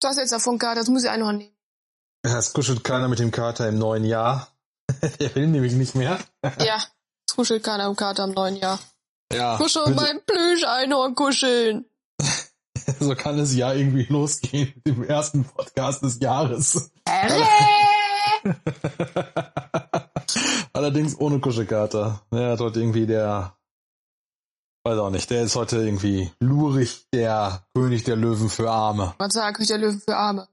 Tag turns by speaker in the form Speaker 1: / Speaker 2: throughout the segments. Speaker 1: Das ist jetzt der Funkkarte, das muss ich Einhorn nehmen.
Speaker 2: Das kuschelt keiner mit dem Kater im neuen Jahr. Der will nämlich nicht mehr.
Speaker 1: Ja, es kuschelt keiner im Kater im neuen Jahr.
Speaker 2: Ja.
Speaker 1: Kuschel
Speaker 2: bitte.
Speaker 1: mein Plüsch-Einhorn kuscheln.
Speaker 2: So kann das Jahr irgendwie losgehen mit dem ersten Podcast des Jahres.
Speaker 1: Hurray!
Speaker 2: Allerdings ohne Kuschelkater. Der hat heute irgendwie der, weiß auch nicht, der ist heute irgendwie lurig, der König der Löwen für Arme.
Speaker 1: Gott sei Dank, ich der Löwen für Arme.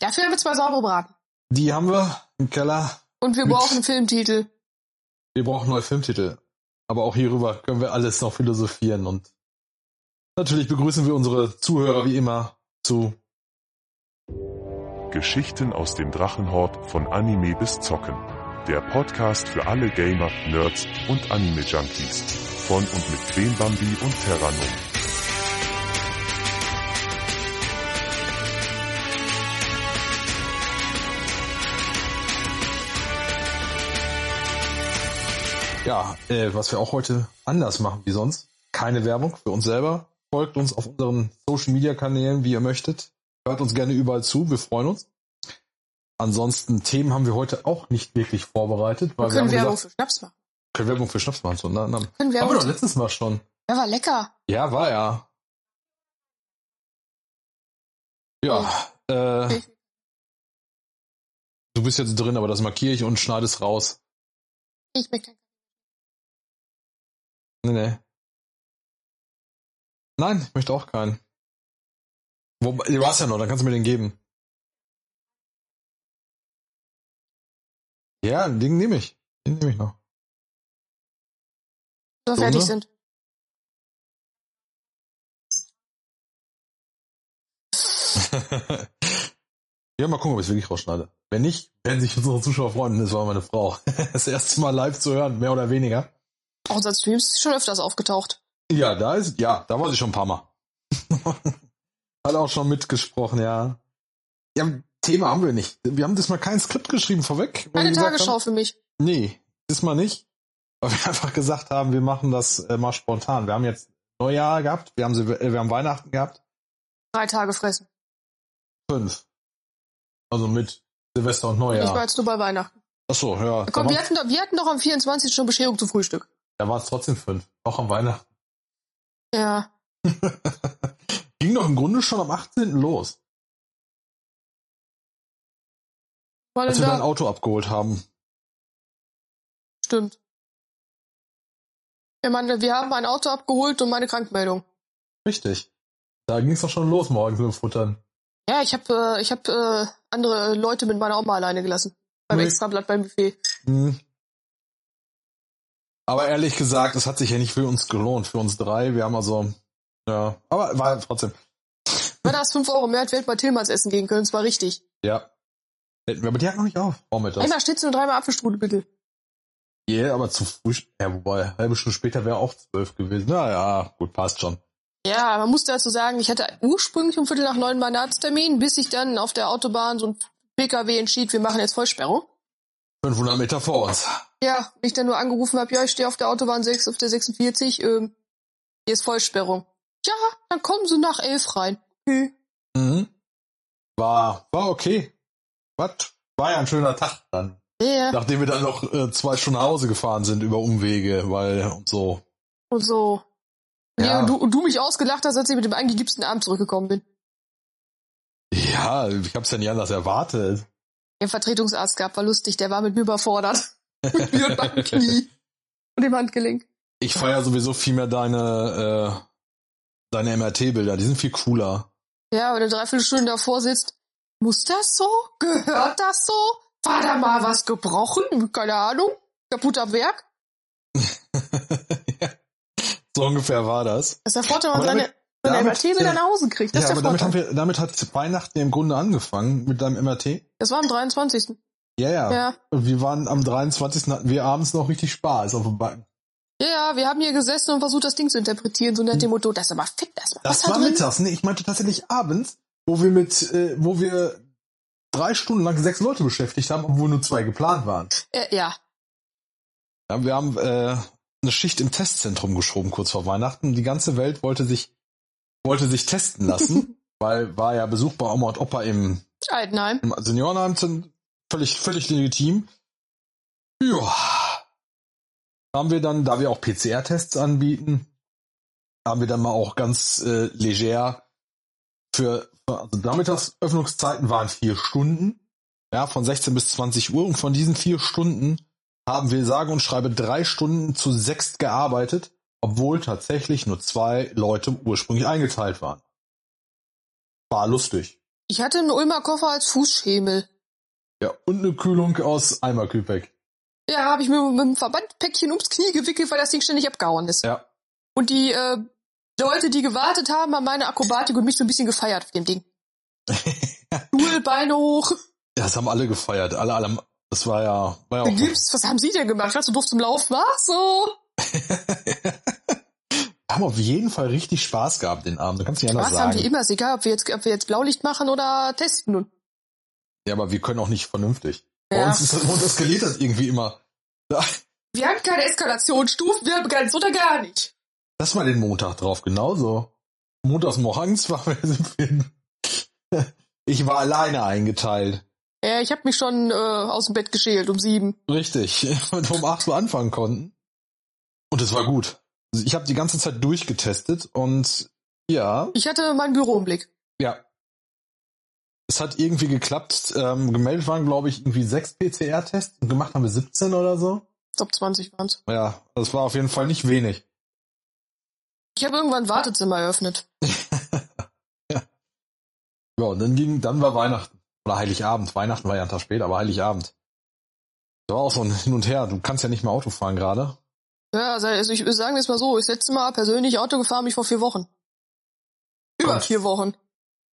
Speaker 1: Dafür haben wir zwei saure Braten.
Speaker 2: Die haben wir im Keller.
Speaker 1: Und wir
Speaker 2: Mit-
Speaker 1: brauchen einen Filmtitel.
Speaker 2: Wir brauchen neue Filmtitel. Aber auch hierüber können wir alles noch philosophieren und natürlich begrüßen wir unsere Zuhörer wie immer zu
Speaker 3: Geschichten aus dem Drachenhort von Anime bis Zocken. Der Podcast für alle Gamer, Nerds und Anime-Junkies. Von und mit Quenbambi und Terranum.
Speaker 2: Ja, äh, was wir auch heute anders machen wie sonst. Keine Werbung für uns selber. Folgt uns auf unseren Social Media Kanälen, wie ihr möchtet. Hört uns gerne überall zu, wir freuen uns. Ansonsten Themen haben wir heute auch nicht wirklich vorbereitet,
Speaker 1: Wir
Speaker 2: weil wir, haben
Speaker 1: können Werbung
Speaker 2: gesagt,
Speaker 1: für Schnaps machen.
Speaker 2: können Werbung für Schnaps machen. So, na, na. Haben
Speaker 1: Können
Speaker 2: wir
Speaker 1: Werbung.
Speaker 2: doch letztes Mal schon.
Speaker 1: Der war lecker.
Speaker 2: Ja, war ja. Ja, äh,
Speaker 1: Okay.
Speaker 2: du bist jetzt drin, aber das markiere ich und schneide es raus.
Speaker 1: Ich bin kein
Speaker 2: Nee, nee. Nein, ich möchte auch keinen. Wobei, du hast ja noch, dann kannst du mir den geben. Ja, den nehme ich. Den nehme ich noch.
Speaker 1: so
Speaker 2: Dumme?
Speaker 1: fertig sind.
Speaker 2: ja, mal gucken, ob ich es wirklich rausschneide. Wenn nicht, werden sich unsere Zuschauer freuen. Das war meine Frau. Das erste Mal live zu hören, mehr oder weniger.
Speaker 1: Auch unser Stream ist schon öfters aufgetaucht.
Speaker 2: Ja, da ist, ja, da war sie schon ein paar Mal. Hat auch schon mitgesprochen, ja. Ja, Thema haben wir nicht. Wir haben diesmal kein Skript geschrieben vorweg. weil
Speaker 1: Keine
Speaker 2: wir gesagt
Speaker 1: Tagesschau für mich.
Speaker 2: Haben, nee, diesmal nicht. Weil wir einfach gesagt haben, wir machen das äh, mal spontan. Wir haben jetzt Neujahr gehabt, wir haben, Silve- äh, wir haben Weihnachten gehabt.
Speaker 1: Drei Tage fressen.
Speaker 2: Fünf. Also mit Silvester und
Speaker 1: Ich war
Speaker 2: Neujahr.
Speaker 1: jetzt nur bei Weihnachten.
Speaker 2: Oh Ach so, ja. Da
Speaker 1: Komm, wir
Speaker 2: war-
Speaker 1: hatten, doch- wir hatten doch am 24. schon Bescherung zum Frühstück.
Speaker 2: da war es trotzdem fünf. Auch am Weihnachten.
Speaker 1: Ja.
Speaker 2: Ging doch im Grunde schon am 18. los,
Speaker 1: War
Speaker 2: als
Speaker 1: denn
Speaker 2: wir dein
Speaker 1: da?
Speaker 2: Auto abgeholt haben.
Speaker 1: Stimmt. Ich meine, wir haben ein Auto abgeholt und meine Krankmeldung.
Speaker 2: Richtig. Da ging es doch schon los morgens mit dem Futtern.
Speaker 1: Ja, ich habe äh, ich hab, äh, andere Leute mit meiner Oma alleine gelassen. Beim
Speaker 2: Nee.
Speaker 1: Extrablatt beim Buffet.
Speaker 2: Hm. Aber ehrlich gesagt, es hat sich ja nicht für uns gelohnt, für uns drei. Wir haben also, ja, aber war trotzdem,
Speaker 1: Wenn das 5 Euro mehr hat, wir hätten bei Tillmanns essen gehen können. Es war richtig.
Speaker 2: ja. Hätten wir aber die hat noch nicht auf. Vormittags.
Speaker 1: Einmal Schnitzel und dreimal Apfelstrudel, bitte.
Speaker 2: Ja, aber zu früh, ja, wobei, eine halbe Stunde später wäre auch zwölf gewesen. Naja, gut, passt schon.
Speaker 1: Ja, man muss dazu sagen, ich hatte ursprünglich um Viertel nach neun meinen Arzttermin, bis ich dann auf der Autobahn so ein PKW entschied, wir machen jetzt Vollsperrung.
Speaker 2: 500 Meter vor uns.
Speaker 1: Ja, ich dann nur angerufen habe, ja, ich stehe auf der Autobahn 6, auf der 46, ähm, hier ist Vollsperrung. Ja, dann kommen sie nach elf rein. Hm.
Speaker 2: Mhm. War, war okay. Was? War ja ein schöner Tag dann.
Speaker 1: Ja,
Speaker 2: Nachdem wir dann noch äh, zwei Stunden nach Hause gefahren sind über Umwege, weil und so.
Speaker 1: und so.
Speaker 2: Ja.
Speaker 1: Ja. und, du, und du mich ausgelacht hast, als ich mit dem eingegipsten Arm zurückgekommen bin.
Speaker 2: Ja, ich hab's ja nicht anders erwartet.
Speaker 1: Den Vertretungsarzt gab, war lustig, der war mit mir überfordert. mit mir und meinem Knie. Und dem Handgelenk.
Speaker 2: Ich feier sowieso viel mehr deine, äh, deine MRT-Bilder. Die sind viel cooler.
Speaker 1: Ja, wenn du dreiviertel Stunden davor sitzt, muss das so? Gehört das so? War da mal was gebrochen? Keine Ahnung. Kaputt am Werk?
Speaker 2: Ja. so ungefähr war das.
Speaker 1: Das ist der Vorteil, wenn man
Speaker 2: Aber
Speaker 1: seine, seine
Speaker 2: damit-
Speaker 1: MRT wieder
Speaker 2: ja.
Speaker 1: nach Hause kriegt. Das
Speaker 2: ja,
Speaker 1: ist
Speaker 2: aber
Speaker 1: der
Speaker 2: damit, haben
Speaker 1: Vorteil.
Speaker 2: wir, damit hat Weihnachten ja im Grunde angefangen mit deinem MRT.
Speaker 1: Das war am 23.
Speaker 2: Ja, ja.
Speaker 1: Ja.
Speaker 2: Und wir waren am 23. hatten wir abends noch richtig Spaß auf dem Backen.
Speaker 1: ja, ja, wir haben hier gesessen und versucht, das Ding zu interpretieren, so nach dem Motto, das ist aber fit, das ist aber
Speaker 2: Das
Speaker 1: Wasser
Speaker 2: war
Speaker 1: drin.
Speaker 2: mittags, ne? Ich meinte tatsächlich abends, wo wir mit, äh, wo wir drei Stunden lang sechs Leute beschäftigt haben, obwohl nur zwei geplant waren.
Speaker 1: Äh, ja,
Speaker 2: Ja, wir haben äh, eine Schicht im Testzentrum geschoben kurz vor Weihnachten. Die ganze Welt wollte sich wollte sich testen lassen Weil war ja Besuch bei Oma und Opa im,
Speaker 1: Altenheim.
Speaker 2: im Seniorenheim sind völlig, völlig legitim. Ja. Haben wir dann, da wir auch PCR-Tests anbieten, haben wir dann mal auch ganz äh, leger für, also nachmittags Öffnungszeiten waren vier Stunden. Ja, von 16 bis 20 Uhr. Und von diesen vier Stunden haben wir sage und schreibe drei Stunden zu sechst gearbeitet, obwohl tatsächlich nur zwei Leute ursprünglich eingeteilt waren. War lustig.
Speaker 1: Ich hatte einen Ulmer Koffer als Fußschemel.
Speaker 2: Ja, und eine Kühlung aus Eimerkühlbeck.
Speaker 1: Ja, habe ich mir mit einem Verbandpäckchen ums Knie gewickelt, weil das Ding ständig abgehauen ist.
Speaker 2: Ja.
Speaker 1: Und die äh, Leute, die gewartet haben, haben meine Akrobatik und mich so ein bisschen gefeiert mit dem Ding. Stuhl, Beine hoch.
Speaker 2: Das haben alle gefeiert. Alle, alle. Das war ja, war ja auch.
Speaker 1: Gibst, was haben sie denn gemacht? Warst du doof zum Laufen? Ach so.
Speaker 2: haben auf jeden Fall richtig Spaß gehabt den Abend. Da kannst du nicht
Speaker 1: Was
Speaker 2: anders
Speaker 1: haben
Speaker 2: sagen.
Speaker 1: wir immer? Ist egal, ob wir, jetzt, ob wir jetzt Blaulicht machen oder testen nun.
Speaker 2: ja, aber wir können auch nicht vernünftig. Bei
Speaker 1: Ja.
Speaker 2: uns, ist, bei uns eskaliert das irgendwie immer.
Speaker 1: Wir haben keine Eskalationsstufen, wir haben ganz oder gar nicht.
Speaker 2: Lass mal den Montag drauf, genauso. Montags morgens waren wir sind wir- Ich war alleine eingeteilt.
Speaker 1: Ja, ich habe mich schon äh, aus dem Bett geschält um sieben.
Speaker 2: Richtig. Und um 8 Uhr anfangen konnten. Und es war gut. Also Ich habe die ganze Zeit durchgetestet und ja,
Speaker 1: Ich hatte mein Büro im Blick.
Speaker 2: ja. Es hat irgendwie geklappt. Ähm, gemeldet waren, glaube ich, irgendwie sechs PCR-Tests und gemacht haben wir 17 oder so.
Speaker 1: Ich glaube 20 waren's.
Speaker 2: Ja, das war auf jeden Fall nicht wenig.
Speaker 1: Ich habe irgendwann ein Wartezimmer eröffnet.
Speaker 2: Ja, und dann ging, dann war Weihnachten. Oder Heiligabend. Weihnachten war ja ein Tag später, aber Heiligabend. Da war auch so ein Hin und Her. Du kannst ja nicht mehr Auto fahren gerade.
Speaker 1: Ja, also also ich sagen wir es mal so, ich letzte Mal persönlich Auto gefahren mich vor vier Wochen. Über
Speaker 2: Gott.
Speaker 1: vier Wochen.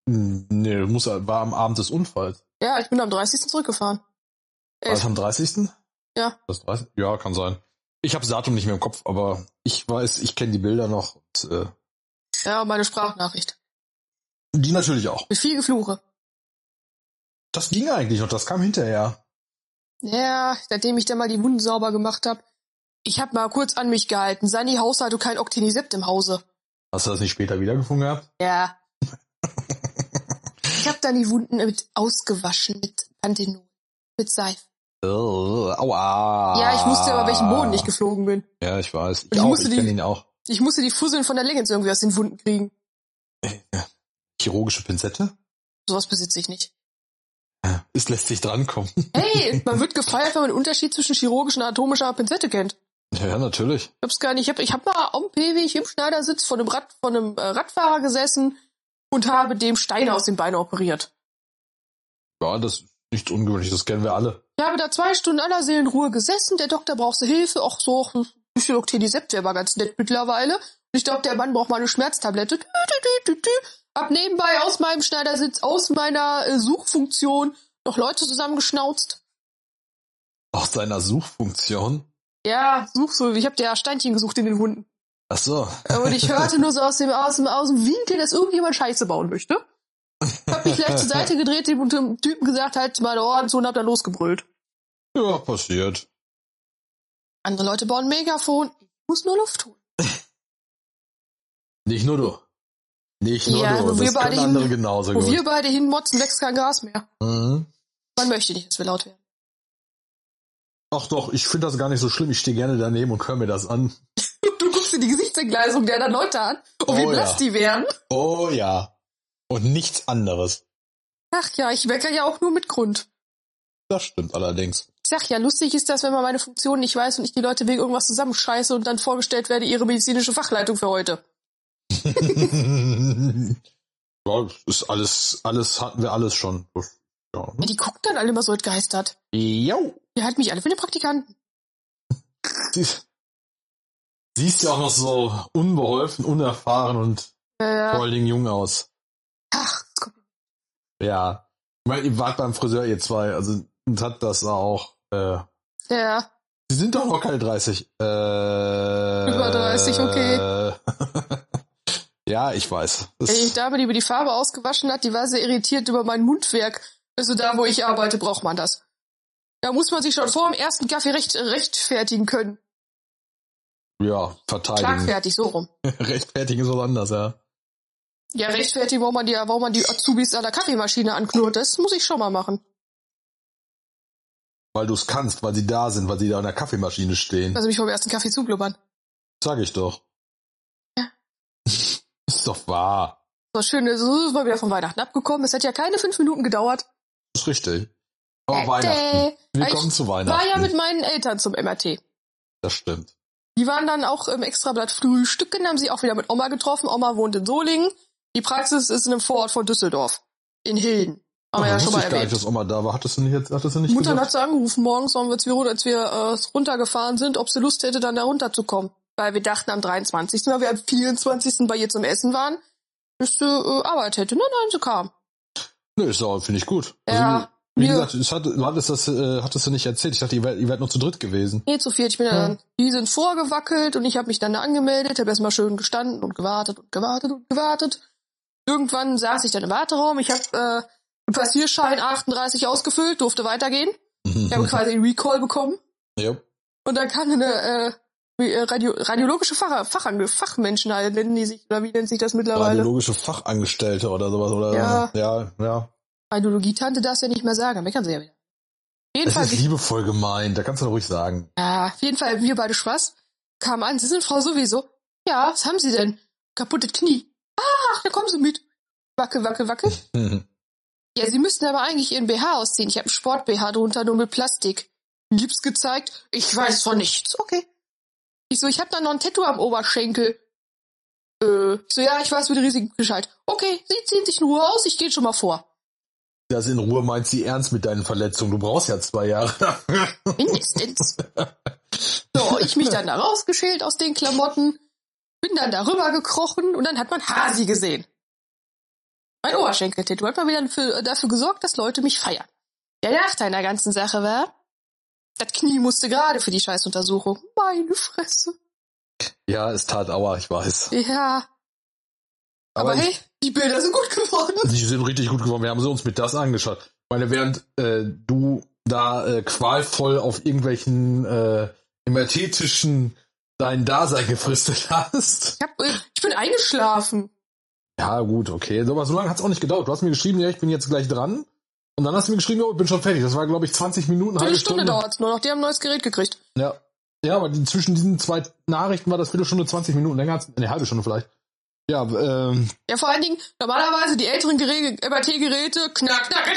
Speaker 2: Hm, Nee, du musst, war am Abend des Unfalls.
Speaker 1: Ja, ich bin am 30. zurückgefahren.
Speaker 2: War das am 30.?
Speaker 1: Ja.
Speaker 2: Das 30? Ja, kann sein. Ich habe das Datum nicht mehr im Kopf, aber ich weiß, ich kenne die Bilder noch. Und, äh,
Speaker 1: Ja, und meine Sprachnachricht.
Speaker 2: die natürlich auch.
Speaker 1: Mit viel Gefluche.
Speaker 2: Das ging eigentlich noch, das kam hinterher.
Speaker 1: Ja, seitdem ich dann mal die Wunden sauber gemacht habe. Ich habe mal kurz an mich gehalten. Sani Haus hatte kein Octinisept im Hause.
Speaker 2: Hast du das nicht später wiedergefunden gehabt?
Speaker 1: Ja. ich habe dann die Wunden mit ausgewaschen mit Pantenol. Mit Seife.
Speaker 2: Äh, aua.
Speaker 1: Ja, ich wusste aber, welchen Boden
Speaker 2: Ah.
Speaker 1: ich geflogen bin.
Speaker 2: Ja, ich weiß. Ich,
Speaker 1: Ich
Speaker 2: auch,
Speaker 1: musste
Speaker 2: ich kenne
Speaker 1: die-
Speaker 2: ihn auch.
Speaker 1: Ich musste die Fusseln von der Leggings irgendwie aus den Wunden kriegen.
Speaker 2: Chirurgische Pinzette?
Speaker 1: Sowas besitze ich nicht.
Speaker 2: Es lässt sich drankommen.
Speaker 1: Hey, man wird gefeiert, wenn man den Unterschied zwischen chirurgisch und anatomischer Pinzette kennt.
Speaker 2: Ja, natürlich.
Speaker 1: Ich hab's gar nicht. Ich hab, ich hab mal am P-Weg im Schneidersitz von einem, Rad, von einem äh, Radfahrer gesessen und habe dem Steine aus den Beinen operiert.
Speaker 2: Ja, das ist nichts Ungewöhnliches, das kennen wir alle.
Speaker 1: Ich habe da zwei Stunden aller Seelenruhe gesessen. Der Doktor brauchte Hilfe. Auch so hm, ach, ein bisschen Octenisept wäre aber ganz nett mittlerweile. Und ich glaube, der Mann braucht mal eine Schmerztablette. Tü, tü, tü, tü, tü. Hab nebenbei aus meinem Schneidersitz, aus meiner äh, Suchfunktion noch Leute zusammengeschnauzt.
Speaker 2: Aus seiner Suchfunktion.
Speaker 1: Ja, such so. Ich habe der Steinchen gesucht in den Wunden.
Speaker 2: Ach so.
Speaker 1: Äh, Und ich hörte nur so aus dem, aus dem, aus dem Winkel, dass irgendjemand Scheiße bauen möchte. Hab mich leicht zur Seite gedreht, dem, dem Typen gesagt, halt meine Ohren zu und hab dann losgebrüllt.
Speaker 2: Ja, passiert.
Speaker 1: Andere Leute bauen ein Megafon. Ich muss nur Luft holen.
Speaker 2: Nicht nur du. Nicht nur
Speaker 1: Ja,
Speaker 2: du.
Speaker 1: wo
Speaker 2: Das
Speaker 1: wir beide
Speaker 2: können andere
Speaker 1: hin-
Speaker 2: genauso
Speaker 1: Wo
Speaker 2: gut.
Speaker 1: wir beide hinmotzen, wächst kein Gras mehr.
Speaker 2: Mhm.
Speaker 1: Man möchte nicht, dass wir laut werden.
Speaker 2: Ach doch, ich finde das gar nicht so schlimm. Ich stehe gerne daneben und höre mir das an.
Speaker 1: Du guckst dir die Gesichtsentgleisung der anderen Leute an und wie
Speaker 2: Oh ja.
Speaker 1: blass die werden.
Speaker 2: Oh ja. Und nichts anderes.
Speaker 1: Ach ja, ich meckere ja auch nur mit Grund.
Speaker 2: Das stimmt allerdings.
Speaker 1: Ich sag ja, lustig ist das, wenn man meine Funktion nicht weiß und ich die Leute wegen irgendwas zusammenscheiße und dann vorgestellt werde, ihre medizinische Fachleitung für heute.
Speaker 2: ja, ist alles, alles hatten wir alles schon. Ja.
Speaker 1: Die gucken dann alle immer so entgeistert.
Speaker 2: Jo.
Speaker 1: Die halten mich alle für eine Praktikanten.
Speaker 2: Siehst, siehst ja auch noch so unbeholfen, unerfahren und
Speaker 1: Äh,
Speaker 2: vor allen Dingen jung aus.
Speaker 1: Ach, es kommt-
Speaker 2: Ja. Ich meine, ihr wart beim Friseur, ihr zwei. Also, und hat das auch. Äh,
Speaker 1: ja.
Speaker 2: sie sind doch noch keine 30. Äh,
Speaker 1: Über
Speaker 2: Über
Speaker 1: 30, okay.
Speaker 2: ja, ich weiß. Das,
Speaker 1: Die Dame, die mir die Farbe ausgewaschen hat, die war sehr irritiert über mein Mundwerk. Also da, wo ich arbeite, braucht man das. Da muss man sich schon vor dem ersten Kaffee recht, rechtfertigen können.
Speaker 2: ja, verteidigen.
Speaker 1: Schlagfertig, so rum.
Speaker 2: Rechtfertigen ist was anders, ja.
Speaker 1: Ja, rechtfertigen, warum man die, warum man die Azubis an der Kaffeemaschine anknurrt, das muss ich schon mal machen.
Speaker 2: Weil du es kannst, weil sie da sind, weil sie da an der Kaffeemaschine stehen.
Speaker 1: Also mich vom ersten Kaffee zublubbern.
Speaker 2: Sag ich doch. Ist doch wahr.
Speaker 1: So schön, so ist mal wieder von Weihnachten abgekommen. Es hat ja keine fünf Minuten gedauert.
Speaker 2: Ist richtig. Oh, Aber
Speaker 1: Äh,
Speaker 2: Weihnachten.
Speaker 1: äh,
Speaker 2: Willkommen zu Weihnachten.
Speaker 1: War ja mit meinen Eltern zum MRT.
Speaker 2: das stimmt.
Speaker 1: Die waren dann auch im Extrablatt frühstücken, haben sie auch wieder mit Oma getroffen. Oma wohnt in Solingen. Die Praxis ist in einem Vorort von Düsseldorf. In Hilden. Haben wir Oh, ja
Speaker 2: Ah, wusste
Speaker 1: schon mal
Speaker 2: ich gar nicht,
Speaker 1: erwähnt.
Speaker 2: dass Oma da war. Hattest du nicht, jetzt- hattest du nicht
Speaker 1: Mutter hat
Speaker 2: gesagt?
Speaker 1: sie angerufen morgens, haben wir als wir, als wir äh, runtergefahren sind, ob sie Lust hätte, dann da runterzukommen. Weil wir dachten am 23., weil wir am 24. bei ihr zum Essen waren, dass sie äh, Arbeit hätte. Nein, nein, sie kam.
Speaker 2: Nö, ist auch, finde ich gut. Also,
Speaker 1: Ja,
Speaker 2: wie
Speaker 1: mir-
Speaker 2: gesagt, es hat, du hattest das, äh, hattest du nicht erzählt. Ich dachte, ihr wärt, ihr wärt nur zu dritt gewesen.
Speaker 1: Nee, eh zu viert, ich bin ja.
Speaker 2: Ja.
Speaker 1: dann. Die sind vorgewackelt und ich habe mich dann da angemeldet, habe erstmal schön gestanden und gewartet und gewartet und gewartet. Irgendwann saß ich dann im Warteraum, ich habe äh, einen Passierschein 38 ausgefüllt, durfte weitergehen. Ich habe quasi einen Recall bekommen.
Speaker 2: Ja.
Speaker 1: Und dann kam eine äh, Radio radiologische Fach Fachange Fachmenschen, halt, nennen die sich, oder wie nennt sich das mittlerweile?
Speaker 2: Radiologische Fachangestellte oder sowas. Oder,
Speaker 1: Ja.
Speaker 2: ja. ja.
Speaker 1: Radiologie-Tante darfst du ja nicht mehr sagen, dann meckern sie ja wieder.
Speaker 2: Es
Speaker 1: Jedenfalls,
Speaker 2: ist liebevoll gemeint, da kannst du doch ruhig sagen.
Speaker 1: ja, auf jeden Fall, wir beide Spaß, kamen an, sie sind Frau sowieso. Ja, was haben sie denn? Kaputtes Knie. Ach, da kommen sie mit. Wacke, wacke, wacke.
Speaker 2: Mhm.
Speaker 1: Ja, sie müssten aber eigentlich ihren BH ausziehen. Ich habe einen Sport-BH drunter, nur mit Plastik. Gips gezeigt. Ich weiß von nichts. Okay. Ich so, ich habe da noch ein Tattoo am Oberschenkel. Äh, ich so, ja, ich weiß mit Risiken Bescheid. Okay, sie ziehen sich in Ruhe aus, ich gehe schon mal vor.
Speaker 2: Das in Ruhe meint sie ernst mit deinen Verletzungen. Du brauchst ja zwei Jahre dafür.
Speaker 1: Mindestens. So, ich mich dann da rausgeschält aus den Klamotten, bin dann darüber gekrochen und dann hat man Hasi gesehen. Mein Oberschenkeltattoo hat mal wieder für, dafür gesorgt, dass Leute mich feiern. Der Nachteil der ganzen Sache war, das Knie musste gerade für die Scheißuntersuchung. Meine Fresse.
Speaker 2: Ja, es tat Aua, ich weiß.
Speaker 1: Ja, aber,
Speaker 2: ich-
Speaker 1: hey, die Bilder sind gut geworden.
Speaker 2: Die sind Also richtig gut geworden. Wir haben sie uns mit das angeschaut. Ich meine, während äh, du da äh, qualvoll auf irgendwelchen äh, MRT-Tischen dein Dasein gefristet hast.
Speaker 1: Ich, hab, äh, ich bin eingeschlafen.
Speaker 2: Ja, gut, okay. So, Aber so lange hat's auch nicht gedauert. Du hast mir geschrieben, ja, ich bin jetzt gleich dran. Und dann hast du mir geschrieben, oh, ich bin schon fertig. Das war, glaube ich, 20 Minuten,
Speaker 1: Eine
Speaker 2: halbe
Speaker 1: Stunde dauert's nur noch. Die haben ein neues Gerät gekriegt.
Speaker 2: Ja. Ja, aber die, zwischen diesen zwei Nachrichten war das Viertelstunde 20 Minuten länger als eine halbe Stunde vielleicht. Ja, ähm,
Speaker 1: Ja, vor allen Dingen, normalerweise die älteren Gerä- MRT-Geräte, knack, knack.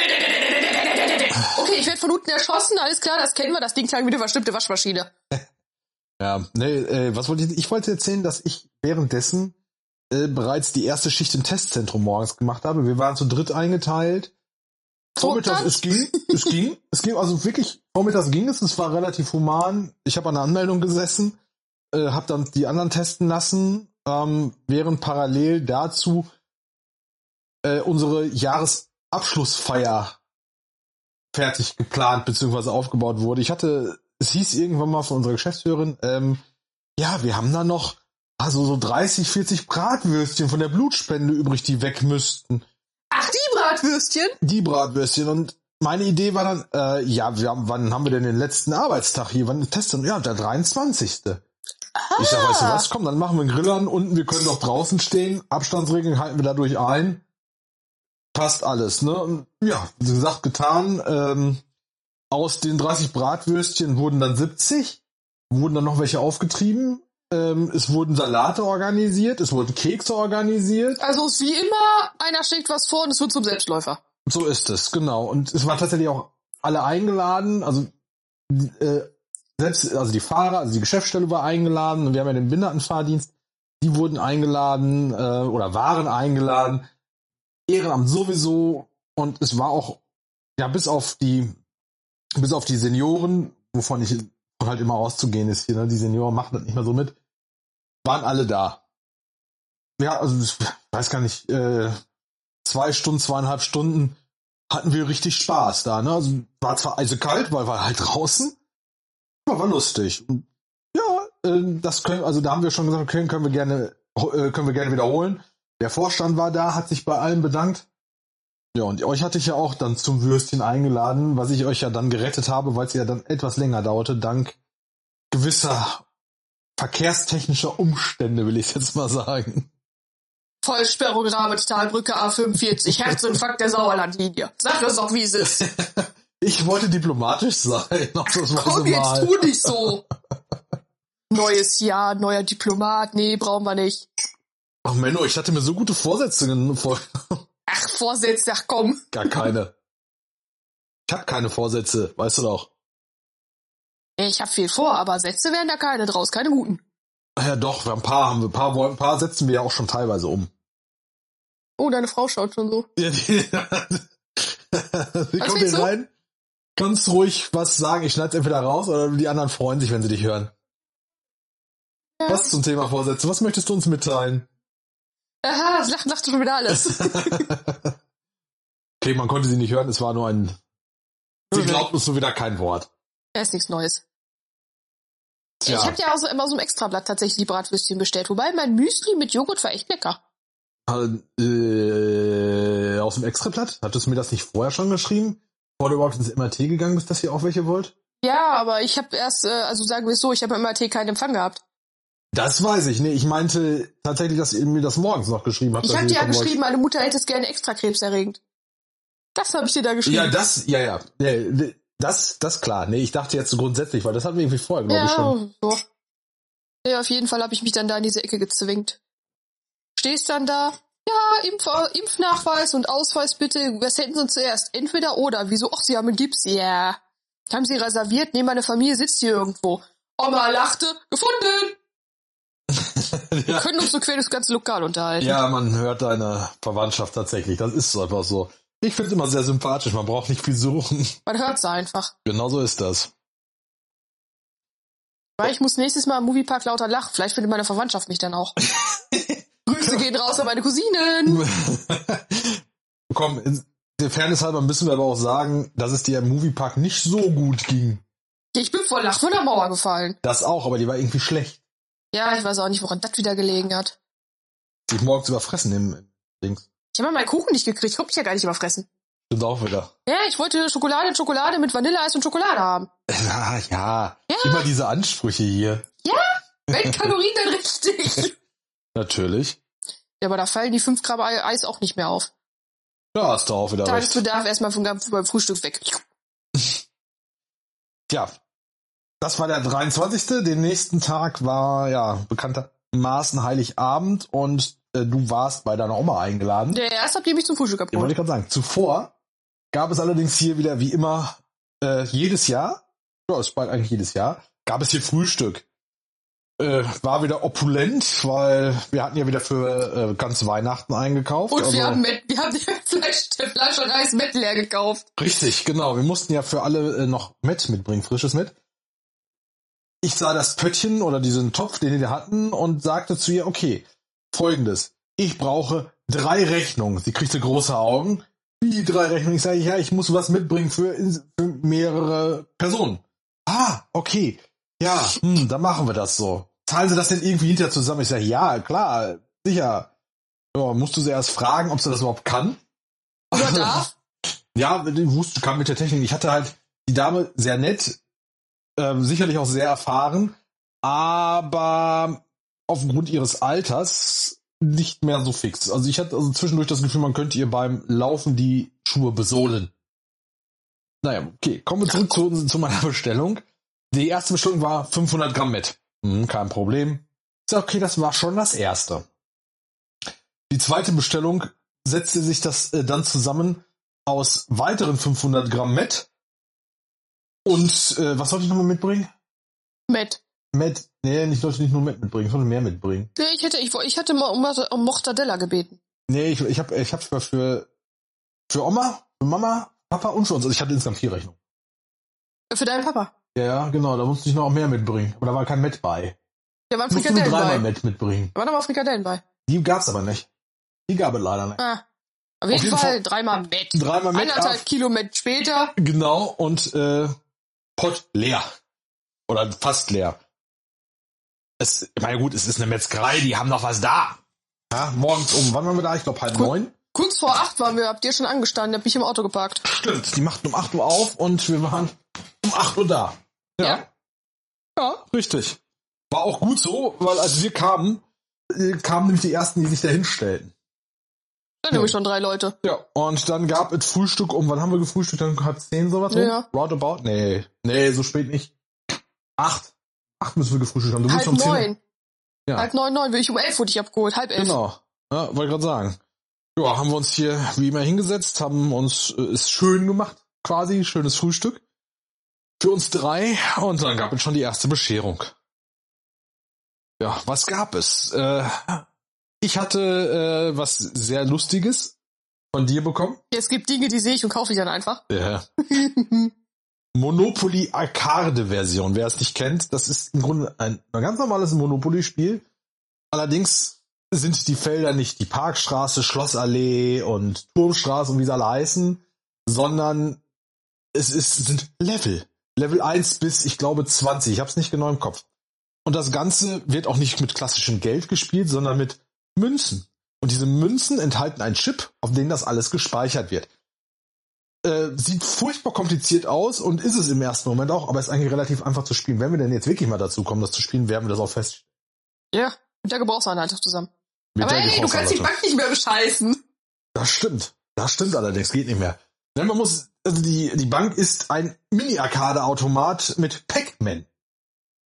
Speaker 1: Okay, ich werde von unten erschossen, alles klar, das kennen wir, das Ding klang wie eine verstimmte Waschmaschine.
Speaker 2: Ja, nee, äh, was wollte ich, ich wollte erzählen, dass ich währenddessen äh, bereits die erste Schicht im Testzentrum morgens gemacht habe. Wir waren zu dritt eingeteilt. Vormittags, es ging, es ging, es ging, also wirklich, vormittags ging es, es war relativ human. Ich habe an der Anmeldung gesessen, äh, habe dann die anderen testen lassen, ähm, während parallel dazu äh, unsere Jahresabschlussfeier fertig geplant bzw. aufgebaut wurde. Ich hatte, es hieß irgendwann mal von unserer Geschäftsführerin, ähm, ja, wir haben da noch also so 30, 40 Bratwürstchen von der Blutspende übrig, die weg müssten.
Speaker 1: Ach, die Bratwürstchen?
Speaker 2: Die Bratwürstchen und meine Idee war dann, äh, ja, wir haben, wann haben wir denn den letzten Arbeitstag hier? Wann testet? Ja, der 23. Ich sag, weißt du was, komm, dann machen wir einen Grill an, unten, wir können doch draußen stehen, Abstandsregeln halten wir dadurch ein. Passt alles, ne? Und Ja, wie gesagt, getan, ähm, aus den 30 Bratwürstchen wurden dann 70, wurden dann noch welche aufgetrieben, ähm, es wurden Salate organisiert, es wurden Kekse organisiert.
Speaker 1: Also ist wie immer, einer schlägt was vor und es wird zum Selbstläufer.
Speaker 2: So ist es, genau. Und es waren tatsächlich auch alle eingeladen, also äh, selbst, also die Fahrer, also die Geschäftsstelle war eingeladen und wir haben ja den Behindertenfahrdienst, die wurden eingeladen äh, oder waren eingeladen, Ehrenamt sowieso und es war auch, ja, bis auf die, bis auf die Senioren, wovon ich wovon halt immer auszugehen ist hier, ne? die Senioren machen das nicht mehr so mit, waren alle da. Ja, also ich weiß gar nicht, äh, zwei Stunden, zweieinhalb Stunden hatten wir richtig Spaß da. Ne? Also, war zwar eisekalt, weil wir halt draußen, aber war lustig. Und ja, ähm, das können, also da haben wir schon gesagt, okay, können wir gerne, äh, können wir gerne wiederholen. Der Vorstand war da, hat sich bei allen bedankt. Ja, und euch hatte ich ja auch dann zum Würstchen eingeladen, was ich euch ja dann gerettet habe, weil es ja dann etwas länger dauerte, dank gewisser verkehrstechnischer Umstände, will ich jetzt mal sagen.
Speaker 1: Vollsperrung Rametalbrücke A45, Herzinfarkt der Sauerlandlinie. Sag es doch, wie es ist.
Speaker 2: Ich wollte diplomatisch sein. ausnahmsweise
Speaker 1: Komm, jetzt
Speaker 2: mal.
Speaker 1: tu nicht so. Neues Jahr, neuer Diplomat. Nee, brauchen wir nicht.
Speaker 2: Ach Menno, ich hatte mir so gute Vorsätze gen- vor.
Speaker 1: Ach, Vorsätze, ach komm.
Speaker 2: Gar keine. Ich habe keine Vorsätze, weißt du doch.
Speaker 1: Ich hab viel vor, aber Sätze werden da keine draus, keine guten.
Speaker 2: Ach ja doch, wir haben ein paar haben wir. Ein paar, wollen- ein paar setzen wir ja auch schon teilweise um.
Speaker 1: Oh, deine Frau schaut schon so.
Speaker 2: Ja, die, die kommt
Speaker 1: willst
Speaker 2: hier
Speaker 1: du?
Speaker 2: rein. Kannst ruhig was sagen. Ich schneide entweder raus oder die anderen freuen sich, wenn sie dich hören.
Speaker 1: Ja.
Speaker 2: Was zum Thema Vorsätze? Was möchtest du uns mitteilen?
Speaker 1: Aha, das lacht, lacht schon wieder alles.
Speaker 2: okay, man konnte sie nicht hören. Es war nur ein. Sie glaubt uns nur wieder kein Wort.
Speaker 1: Da ist nichts Neues.
Speaker 2: Tja.
Speaker 1: Ich hab ja auch so, immer so ein Extrablatt tatsächlich die Bratwürstchen bestellt. Wobei mein Müsli mit Joghurt war echt lecker.
Speaker 2: äh, aus dem Extrablatt? Hattest du mir das nicht vorher schon geschrieben? Bevor du überhaupt ins MRT gegangen bist, dass ihr auch welche wollt?
Speaker 1: Ja, aber ich hab erst, äh, also sagen wir es so, ich habe im MRT keinen Empfang gehabt.
Speaker 2: Das weiß ich. Nee, ich meinte tatsächlich, dass ihr mir das morgens noch geschrieben habt.
Speaker 1: Ich
Speaker 2: dass
Speaker 1: hab
Speaker 2: ihr
Speaker 1: dir ja
Speaker 2: kommen wollt.
Speaker 1: geschrieben, meine Mutter hätte es gerne extra krebserregend. Das habe ich dir da geschrieben.
Speaker 2: Ja, das, ja, ja. Nee, das, das klar. Nee, ich dachte jetzt so grundsätzlich, weil das hatten wir irgendwie vorher, glaube ich, schon.
Speaker 1: so. Ja, auf jeden Fall habe ich mich dann da in diese Ecke gezwingt. Stehst dann da, ja, Impf Impfnachweis und Ausweis bitte. Was hätten sie zuerst? Entweder oder. Wieso? Ach, sie haben einen Gips. Ja. Haben sie reserviert? Nee, meine Familie sitzt hier irgendwo. Oma lachte, gefunden! Wir
Speaker 2: ja.
Speaker 1: können uns so quer das ganze Lokal unterhalten.
Speaker 2: ja, man hört deine Verwandtschaft tatsächlich. Das ist so einfach so. Ich finde es immer sehr sympathisch. Man braucht nicht viel suchen.
Speaker 1: Man hört's einfach.
Speaker 2: Genau so ist das.
Speaker 1: Weil ich muss nächstes Mal im Moviepark lauter lachen. Vielleicht findet meine Verwandtschaft mich dann auch. Grüße gehen raus an meine Cousinen.
Speaker 2: Komm, in- der Fairness halber müssen wir aber auch sagen, dass es dir im Moviepark nicht so gut ging.
Speaker 1: Ich bin vor Lach von der Mauer gefallen.
Speaker 2: Das auch, aber die war irgendwie schlecht.
Speaker 1: Ja, ich weiß auch nicht, woran das wieder gelegen hat.
Speaker 2: Sich morgens überfressen im, im Dings.
Speaker 1: Ich habe meinen Kuchen nicht gekriegt. Ich hab mich ja gar nicht überfressen.
Speaker 2: Stimmt auch wieder.
Speaker 1: Ja, ich wollte Schokolade, und Schokolade mit Vanilleeis und Schokolade haben.
Speaker 2: Ja, ja.
Speaker 1: Ja.
Speaker 2: Immer diese Ansprüche hier.
Speaker 1: Wenn Kalorien denn richtig.
Speaker 2: Natürlich.
Speaker 1: Ja, aber da fallen die 5 Gramm Ei- Eis auch nicht mehr auf.
Speaker 2: Da hast du auch wieder recht.
Speaker 1: Tagesbedarf erstmal vom, beim Frühstück weg.
Speaker 2: Tja, das war der 23. Den nächsten Tag war ja bekanntermaßen Heiligabend und äh, du warst bei deiner Oma eingeladen.
Speaker 1: Der erste habt ihr mich zum Frühstück
Speaker 2: Ja, wollte
Speaker 1: abgeholt.
Speaker 2: ich gerade sagen. Zuvor gab es allerdings hier wieder wie immer äh, jedes Jahr, ja, ist bald eigentlich jedes Jahr, gab es hier Frühstück. Äh, war wieder opulent, weil wir hatten ja wieder für äh, ganz Weihnachten eingekauft.
Speaker 1: Und wir
Speaker 2: also-
Speaker 1: haben, Met, wir haben der Fleisch, der Fleisch und Eis Met leer gekauft.
Speaker 2: Richtig, genau. Wir mussten ja für alle äh, noch Met mitbringen, frisches Met. Ich sah das Pöttchen oder diesen Topf, den die da hatten, und sagte zu ihr, okay, folgendes. Ich brauche drei Rechnungen. Sie kriegte große Augen. Wie drei Rechnungen? Ich sage, ja, ich muss was mitbringen für, ins- für mehrere Personen. Ah, okay. Ja, hm, dann machen wir das so. Zahlen sie das denn irgendwie hinter zusammen? Ich sage, ja, klar, sicher. Ja, musst du sie erst fragen, ob sie das überhaupt kann?
Speaker 1: Oder darf?
Speaker 2: Ja, die wusste, kam mit der Technik. Ich hatte halt die Dame sehr nett, ähm, sicherlich auch sehr erfahren, aber aufgrund ihres Alters nicht mehr so fix. Also ich hatte also zwischendurch das Gefühl, man könnte ihr beim Laufen die Schuhe besohlen. Naja, okay, kommen wir zurück zu, zu meiner Bestellung. Die erste Bestellung war 500 Gramm mit. Hm, kein Problem. Ich sag, okay, das war schon das erste. Die zweite Bestellung setzte sich das äh, dann zusammen aus weiteren 500 Gramm Met und äh, was sollte ich nochmal mitbringen?
Speaker 1: Met.
Speaker 2: Met, nee, ich sollte nicht nur Met mitbringen, ich sollte mehr mitbringen.
Speaker 1: Ja, Ich hätte, ich, wo- ich hatte mal um, Mor- um Mortadella gebeten.
Speaker 2: Nee, ich, ich habe ich hab für, für, für Oma, für Mama, Papa und für uns, also ich hatte insgesamt vier Rechnungen.
Speaker 1: Äh, Für deinen Papa.
Speaker 2: Ja, ja, genau, da musste ich noch mehr mitbringen, aber da war kein Met bei.
Speaker 1: Da waren
Speaker 2: Ich musste nur
Speaker 1: Frikadellen
Speaker 2: dreimal
Speaker 1: bei.
Speaker 2: Met mitbringen.
Speaker 1: Da waren aber Frikadellen bei.
Speaker 2: Die gab's aber nicht. Die gab es leider nicht.
Speaker 1: Ah. Auf jeden,
Speaker 2: jeden
Speaker 1: Fall,
Speaker 2: Fall-
Speaker 1: dreimal Met.
Speaker 2: Dreimal Met,
Speaker 1: Anderthalb Kilometer später.
Speaker 2: Genau, und äh, Pott leer. Oder fast leer. Es, ich meine, gut, es ist eine Metzgerei, die haben noch was da. Ja, morgens um, wann waren wir da? Ich glaube halb
Speaker 1: Cool.
Speaker 2: neun.
Speaker 1: Kurz vor acht waren wir, habt ihr schon angestanden, habt mich im Auto geparkt.
Speaker 2: Stimmt, die machten um 8 Uhr auf und wir waren um 8 Uhr da.
Speaker 1: Ja. Ja.
Speaker 2: richtig. War auch gut so, weil als wir kamen, äh, kamen nämlich die ersten, die sich da hinstellten.
Speaker 1: Dann nehme ich schon drei Leute.
Speaker 2: Ja, und dann gab es Frühstück um, wann haben wir gefrühstückt? Dann halb zehn sowas? rum?
Speaker 1: Ja.
Speaker 2: Roundabout? Nee, nee, so spät nicht. Acht. Acht müssen wir gefrühstückt haben. Du musst
Speaker 1: Halb
Speaker 2: um zehn.
Speaker 1: neun.
Speaker 2: Ja.
Speaker 1: Halb neun, neun. Ich um elf wurde ich abgeholt. Halb elf.
Speaker 2: Genau. Ja, wollte gerade sagen. Ja, haben wir uns hier wie immer hingesetzt, haben uns äh, es schön gemacht, quasi, schönes Frühstück. Für uns drei und dann gab es schon die erste Bescherung. Ja, was gab es? Äh, ich hatte äh, was sehr Lustiges von dir bekommen.
Speaker 1: Es gibt Dinge, die sehe ich und kaufe ich dann einfach.
Speaker 2: Ja. Monopoly Arcade Version. Wer es nicht kennt, das ist im Grunde ein ganz normales Monopoly Spiel. Allerdings sind die Felder nicht die Parkstraße, Schlossallee und Turmstraße und wie sie alle heißen, sondern es ist, sind Level. Level 1 bis, ich glaube, 20. Ich hab's nicht genau im Kopf. Und das Ganze wird auch nicht mit klassischem Geld gespielt, sondern mit Münzen. Und diese Münzen enthalten einen Chip, auf den das alles gespeichert wird äh, sieht furchtbar kompliziert aus und ist es im ersten Moment auch, aber ist eigentlich relativ einfach zu spielen. Wenn wir denn jetzt wirklich mal dazu kommen, das zu spielen, werden wir das auch feststellen.
Speaker 1: Ja. Mit der Gebrauchsanleitung zusammen.
Speaker 2: Mit
Speaker 1: Aber
Speaker 2: der
Speaker 1: hey, du kannst die
Speaker 2: Gebrauchsanleitung.
Speaker 1: Bank nicht mehr bescheißen.
Speaker 2: Das stimmt. Das stimmt allerdings, geht nicht mehr. Denn man muss, also die, die Bank ist ein Mini-Arcade-Automat mit Pac-Man.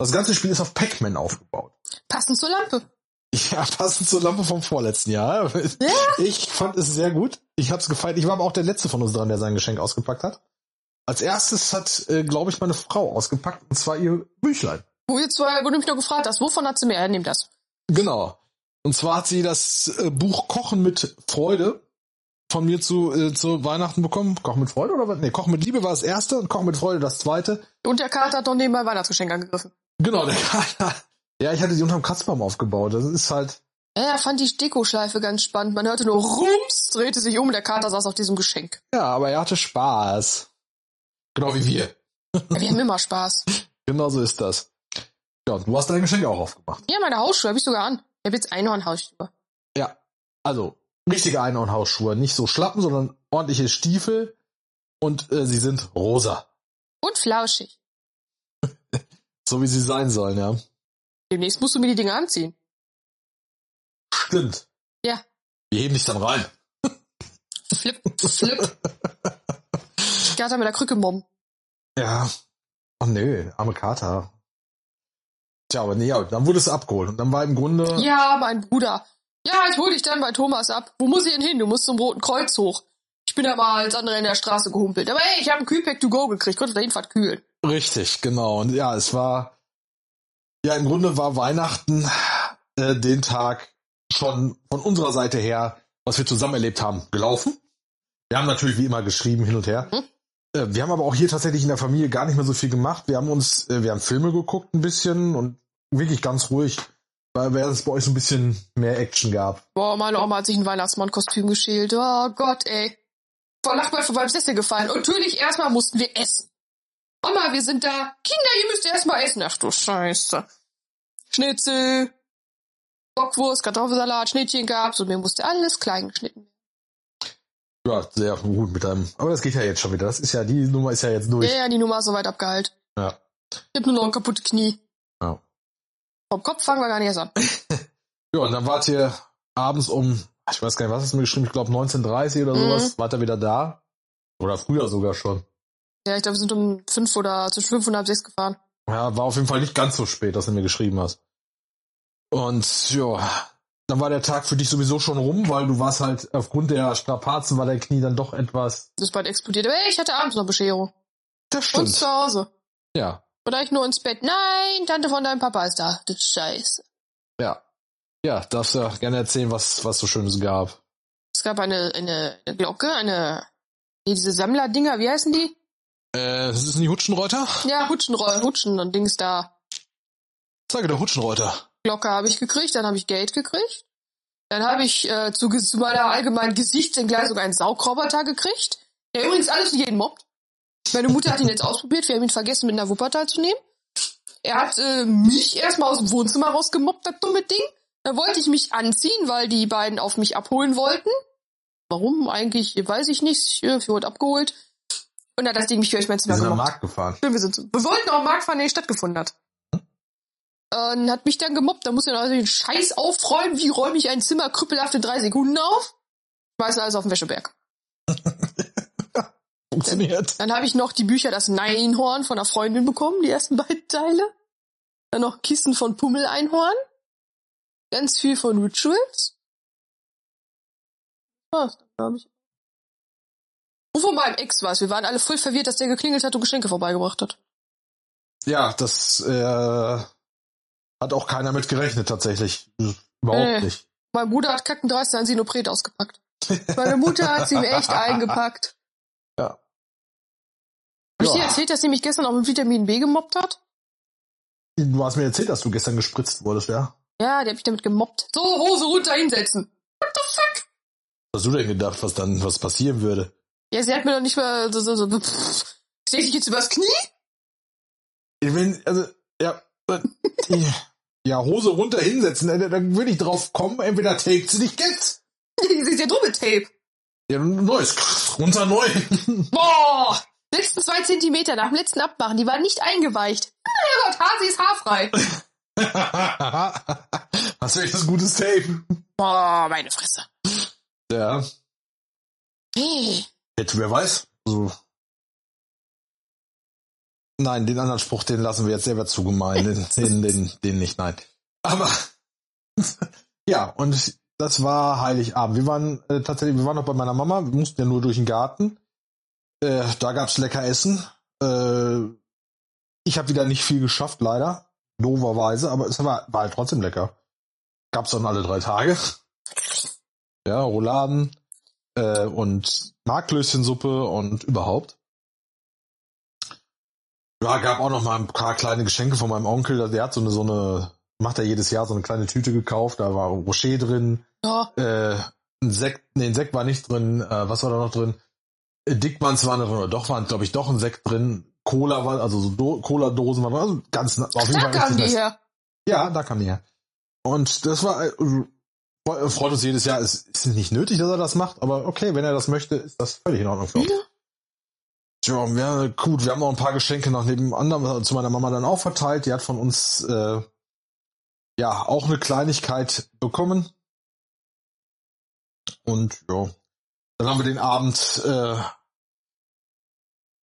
Speaker 2: Das ganze Spiel ist auf Pac-Man aufgebaut.
Speaker 1: Passend zur Lampe.
Speaker 2: Ja, passend zur Lampe vom vorletzten Jahr. Ich fand es sehr gut. Ich hab's gefeiert. Ich war aber auch der Letzte von uns dran, der sein Geschenk ausgepackt hat. Als erstes hat, äh, glaube ich, meine Frau ausgepackt, und zwar ihr Büchlein.
Speaker 1: Wo, jetzt, war- wo du mich noch gefragt hast, wovon hat sie mehr? Ja, nimm das.
Speaker 2: Genau. Und zwar hat sie das äh, Buch Kochen mit Freude von mir zu, äh, zu Weihnachten bekommen. Kochen mit Freude oder was? Nee, Kochen mit Liebe war das erste und Kochen mit Freude das zweite.
Speaker 1: Und der Kater hat noch nebenbei Weihnachtsgeschenk angegriffen.
Speaker 2: Genau, der Kater. Ja, ich hatte die unterm Kratzbaum aufgebaut. Das ist halt.
Speaker 1: Er fand die Dekoschleife ganz spannend. Man hörte nur Rums, drehte sich um, der Kater saß auf diesem Geschenk.
Speaker 2: Ja, aber er hatte Spaß. Genau wie wir.
Speaker 1: Ja, wir haben immer Spaß.
Speaker 2: Genau so ist das. Ja, und du hast dein Geschenk auch aufgemacht.
Speaker 1: Ja, meine Hausschuhe habe ich sogar an. Ich habe jetzt Einhornhausschuhe.
Speaker 2: Ja. Also, richtige Einhornhausschuhe. Nicht so Schlappen, sondern ordentliche Stiefel. Und äh, sie sind rosa.
Speaker 1: Und flauschig.
Speaker 2: So wie sie sein sollen, ja.
Speaker 1: Demnächst musst du mir die Dinge anziehen.
Speaker 2: Stimmt.
Speaker 1: Ja.
Speaker 2: Wir heben dich dann rein.
Speaker 1: Flip, flip. Ich Kater mit der Krücke mobben.
Speaker 2: Ja. Ach nö, arme Kater. Tja, aber nee, ja, dann wurde es abgeholt. Und dann war im Grunde.
Speaker 1: Ja, mein Bruder. Ja, ich hole dich dann bei Thomas ab. Wo muss ich denn hin? Du musst zum Roten Kreuz hoch. Ich bin da mal als andere in der Straße gehumpelt. Aber hey, ich habe ein Kühlpack to go gekriegt. Konnte da jedenfalls kühlen.
Speaker 2: Richtig, genau. Und ja, es war. Ja, im Grunde war Weihnachten äh, den Tag schon von unserer Seite her, was wir zusammen erlebt haben, gelaufen. Wir haben natürlich wie immer geschrieben hin und her.
Speaker 1: Hm?
Speaker 2: Äh, wir haben aber auch hier tatsächlich in der Familie gar nicht mehr so viel gemacht. Wir haben uns, äh, wir haben Filme geguckt ein bisschen und wirklich ganz ruhig, weil weil es bei euch so ein bisschen mehr Action gab.
Speaker 1: Boah, meine Oma hat sich ein Weihnachtsmannkostüm geschält. Oh Gott, ey. Vor Nachbarn von meinem Sessel gefallen. Und natürlich erstmal mussten wir essen. Oma, wir sind da. Kinder, ihr müsst erstmal essen. Ach du Scheiße. Schnitzel, Bockwurst, Kartoffelsalat, Schnittchen gab's und mir musste alles klein geschnitten werden.
Speaker 2: Ja, sehr gut mit deinem. Aber das geht ja jetzt schon wieder. Das ist ja, die Nummer ist ja jetzt durch.
Speaker 1: Ja, ja, die Nummer ist soweit abgeheilt.
Speaker 2: Ja.
Speaker 1: Ich hab nur noch ein kaputtes Knie.
Speaker 2: Ja.
Speaker 1: Vom Kopf fangen wir gar nicht erst an.
Speaker 2: Ja, und dann wart ihr abends um, ich weiß gar nicht, was hast du mir geschrieben? Ich glaube 19.30 oder
Speaker 1: Mhm.
Speaker 2: sowas, wart ihr wieder da. Oder früher sogar schon.
Speaker 1: Ja, ich glaube, wir sind um fünf oder zwischen fünf und halb sechs gefahren.
Speaker 2: Ja, war auf jeden Fall nicht ganz so spät, dass du mir geschrieben hast. Und ja, dann war der Tag für dich sowieso schon rum, weil du warst halt, aufgrund der Strapazen war dein Knie dann doch etwas.
Speaker 1: Das ist bald explodiert. Aber hey, ich hatte abends noch Bescherung.
Speaker 2: Das
Speaker 1: Und zu Hause.
Speaker 2: Ja,
Speaker 1: Oder ich nur ins Bett. Nein, Tante von deinem Papa ist da. Das ist scheiße.
Speaker 2: ja. Ja, darfst du ja gerne erzählen, was, was so Schönes gab.
Speaker 1: Es gab eine, eine, eine Glocke, eine, nee, diese Sammlerdinger, wie heißen die?
Speaker 2: Äh, das ist ein Hutschenreuter?
Speaker 1: Ja, Hutschenroll, Hutschen und Dings da.
Speaker 2: Zeige der Hutschenreuter.
Speaker 1: Glocke habe ich gekriegt, dann habe ich Geld gekriegt. Dann habe ich äh, zu, ge- zu meiner allgemeinen Gesichtsentgleisung einen Saugroboter gekriegt, der übrigens alles und jeden mobbt. Meine Mutter hat ihn jetzt ausprobiert, wir haben ihn vergessen, mit nach Wuppertal zu nehmen. Er hat äh, mich erstmal aus dem Wohnzimmer rausgemobbt, das dumme Ding. Dann wollte ich mich anziehen, weil die beiden auf mich abholen wollten. Warum eigentlich, weiß ich nicht. Ich wurde abgeholt. Und dann hat das Ding mich durch mein
Speaker 2: Wir
Speaker 1: Zimmer
Speaker 2: sind am
Speaker 1: gemobbt.
Speaker 2: Markt gefahren.
Speaker 1: Stimmt, wir, sind, zu- wir wollten auch Markt fahren, der nicht stattgefunden hat. Äh, Und hat mich dann gemobbt. Da muss ich also den Scheiß aufräumen. Wie räume ich ein Zimmer krüppelhaft in drei Sekunden auf? Schmeißen alles auf den Wäscheberg.
Speaker 2: Funktioniert.
Speaker 1: Dann habe ich noch die Bücher Das Neinhorn von einer Freundin bekommen, die ersten beiden Teile. Dann noch Kissen von Pummel-Einhorn. Ganz viel von Rituals. Was, glaube ich. Und von meinem Ex war's. Wir waren alle voll verwirrt, dass der geklingelt hat und Geschenke vorbeigebracht hat.
Speaker 2: Ja, das äh, hat auch keiner mit gerechnet tatsächlich. Überhaupt
Speaker 1: Nee.
Speaker 2: nicht.
Speaker 1: Mein Bruder hat kackendreist sein Sinopret ausgepackt. Meine Mutter hat's ihm echt eingepackt.
Speaker 2: Ja.
Speaker 1: Hab ich dir
Speaker 2: Ja.
Speaker 1: erzählt, dass sie mich gestern auch mit Vitamin B gemobbt hat?
Speaker 2: Du hast mir erzählt, dass du gestern gespritzt wurdest, ja?
Speaker 1: Ja, die hat mich damit gemobbt. So, Hose runter hinsetzen.
Speaker 2: Was hast du denn gedacht, was dann was passieren würde?
Speaker 1: Ja, sie hat mir doch nicht mehr so, so, so pff, steh ich jetzt übers Knie?
Speaker 2: Ich will, also, ja, äh, die- ja, Hose runter hinsetzen, äh, dann würde ich drauf kommen, entweder take sie dich jetzt.
Speaker 1: Die sind ja drüber Tape.
Speaker 2: Ja, ein neues. Runter neu.
Speaker 1: Boah! Letzten zwei Zentimeter nach dem letzten Abmachen, die waren nicht eingeweicht. Oh Gott, Hasi ist haarfrei.
Speaker 2: Hast du echt das gutes Tape?
Speaker 1: Boah, meine Fresse.
Speaker 2: Ja.
Speaker 1: Hey.
Speaker 2: Jetzt, wer weiß? Also. Nein, den anderen Spruch, den lassen wir jetzt selber zugemein. Den, den, den, den nicht, nein. Aber ja, und das war Heiligabend. Wir waren äh, tatsächlich, wir waren noch bei meiner Mama, wir mussten ja nur durch den Garten. Äh, da gab's lecker Essen. Äh, ich habe wieder nicht viel geschafft, leider. Doverweise, aber es war, war halt trotzdem lecker. Gab's dann alle drei Tage. Ja, Rouladen äh, und Marklöschensuppe und überhaupt. Ja, gab auch noch mal ein paar kleine Geschenke von meinem Onkel. Der hat so eine, so eine, macht er jedes Jahr so eine kleine Tüte gekauft. Da war Rocher drin,
Speaker 1: Ja,
Speaker 2: äh, ein Sekt, nee, ein Sekt war nicht drin. Äh, was war da noch drin? Äh, Dickmanns waren da drin, oder doch waren, glaube ich, doch ein Sekt drin. Cola war, also so Do Cola-Dosen waren, also ganz, auf jeden
Speaker 1: da
Speaker 2: Fall
Speaker 1: kamen
Speaker 2: richtig
Speaker 1: die
Speaker 2: nice.
Speaker 1: her.
Speaker 2: Ja, da kam die her. Und das war, äh, fre- freut uns jedes Jahr. Es ist nicht nötig, dass er das macht, aber okay, wenn er das möchte, ist das völlig in Ordnung für uns.
Speaker 1: Ja.
Speaker 2: Tja, ja, gut, wir haben noch ein paar Geschenke nach neben anderen zu meiner Mama dann auch verteilt. Die hat von uns, äh, ja, auch eine Kleinigkeit bekommen. Und ja, dann haben wir den Abend, äh,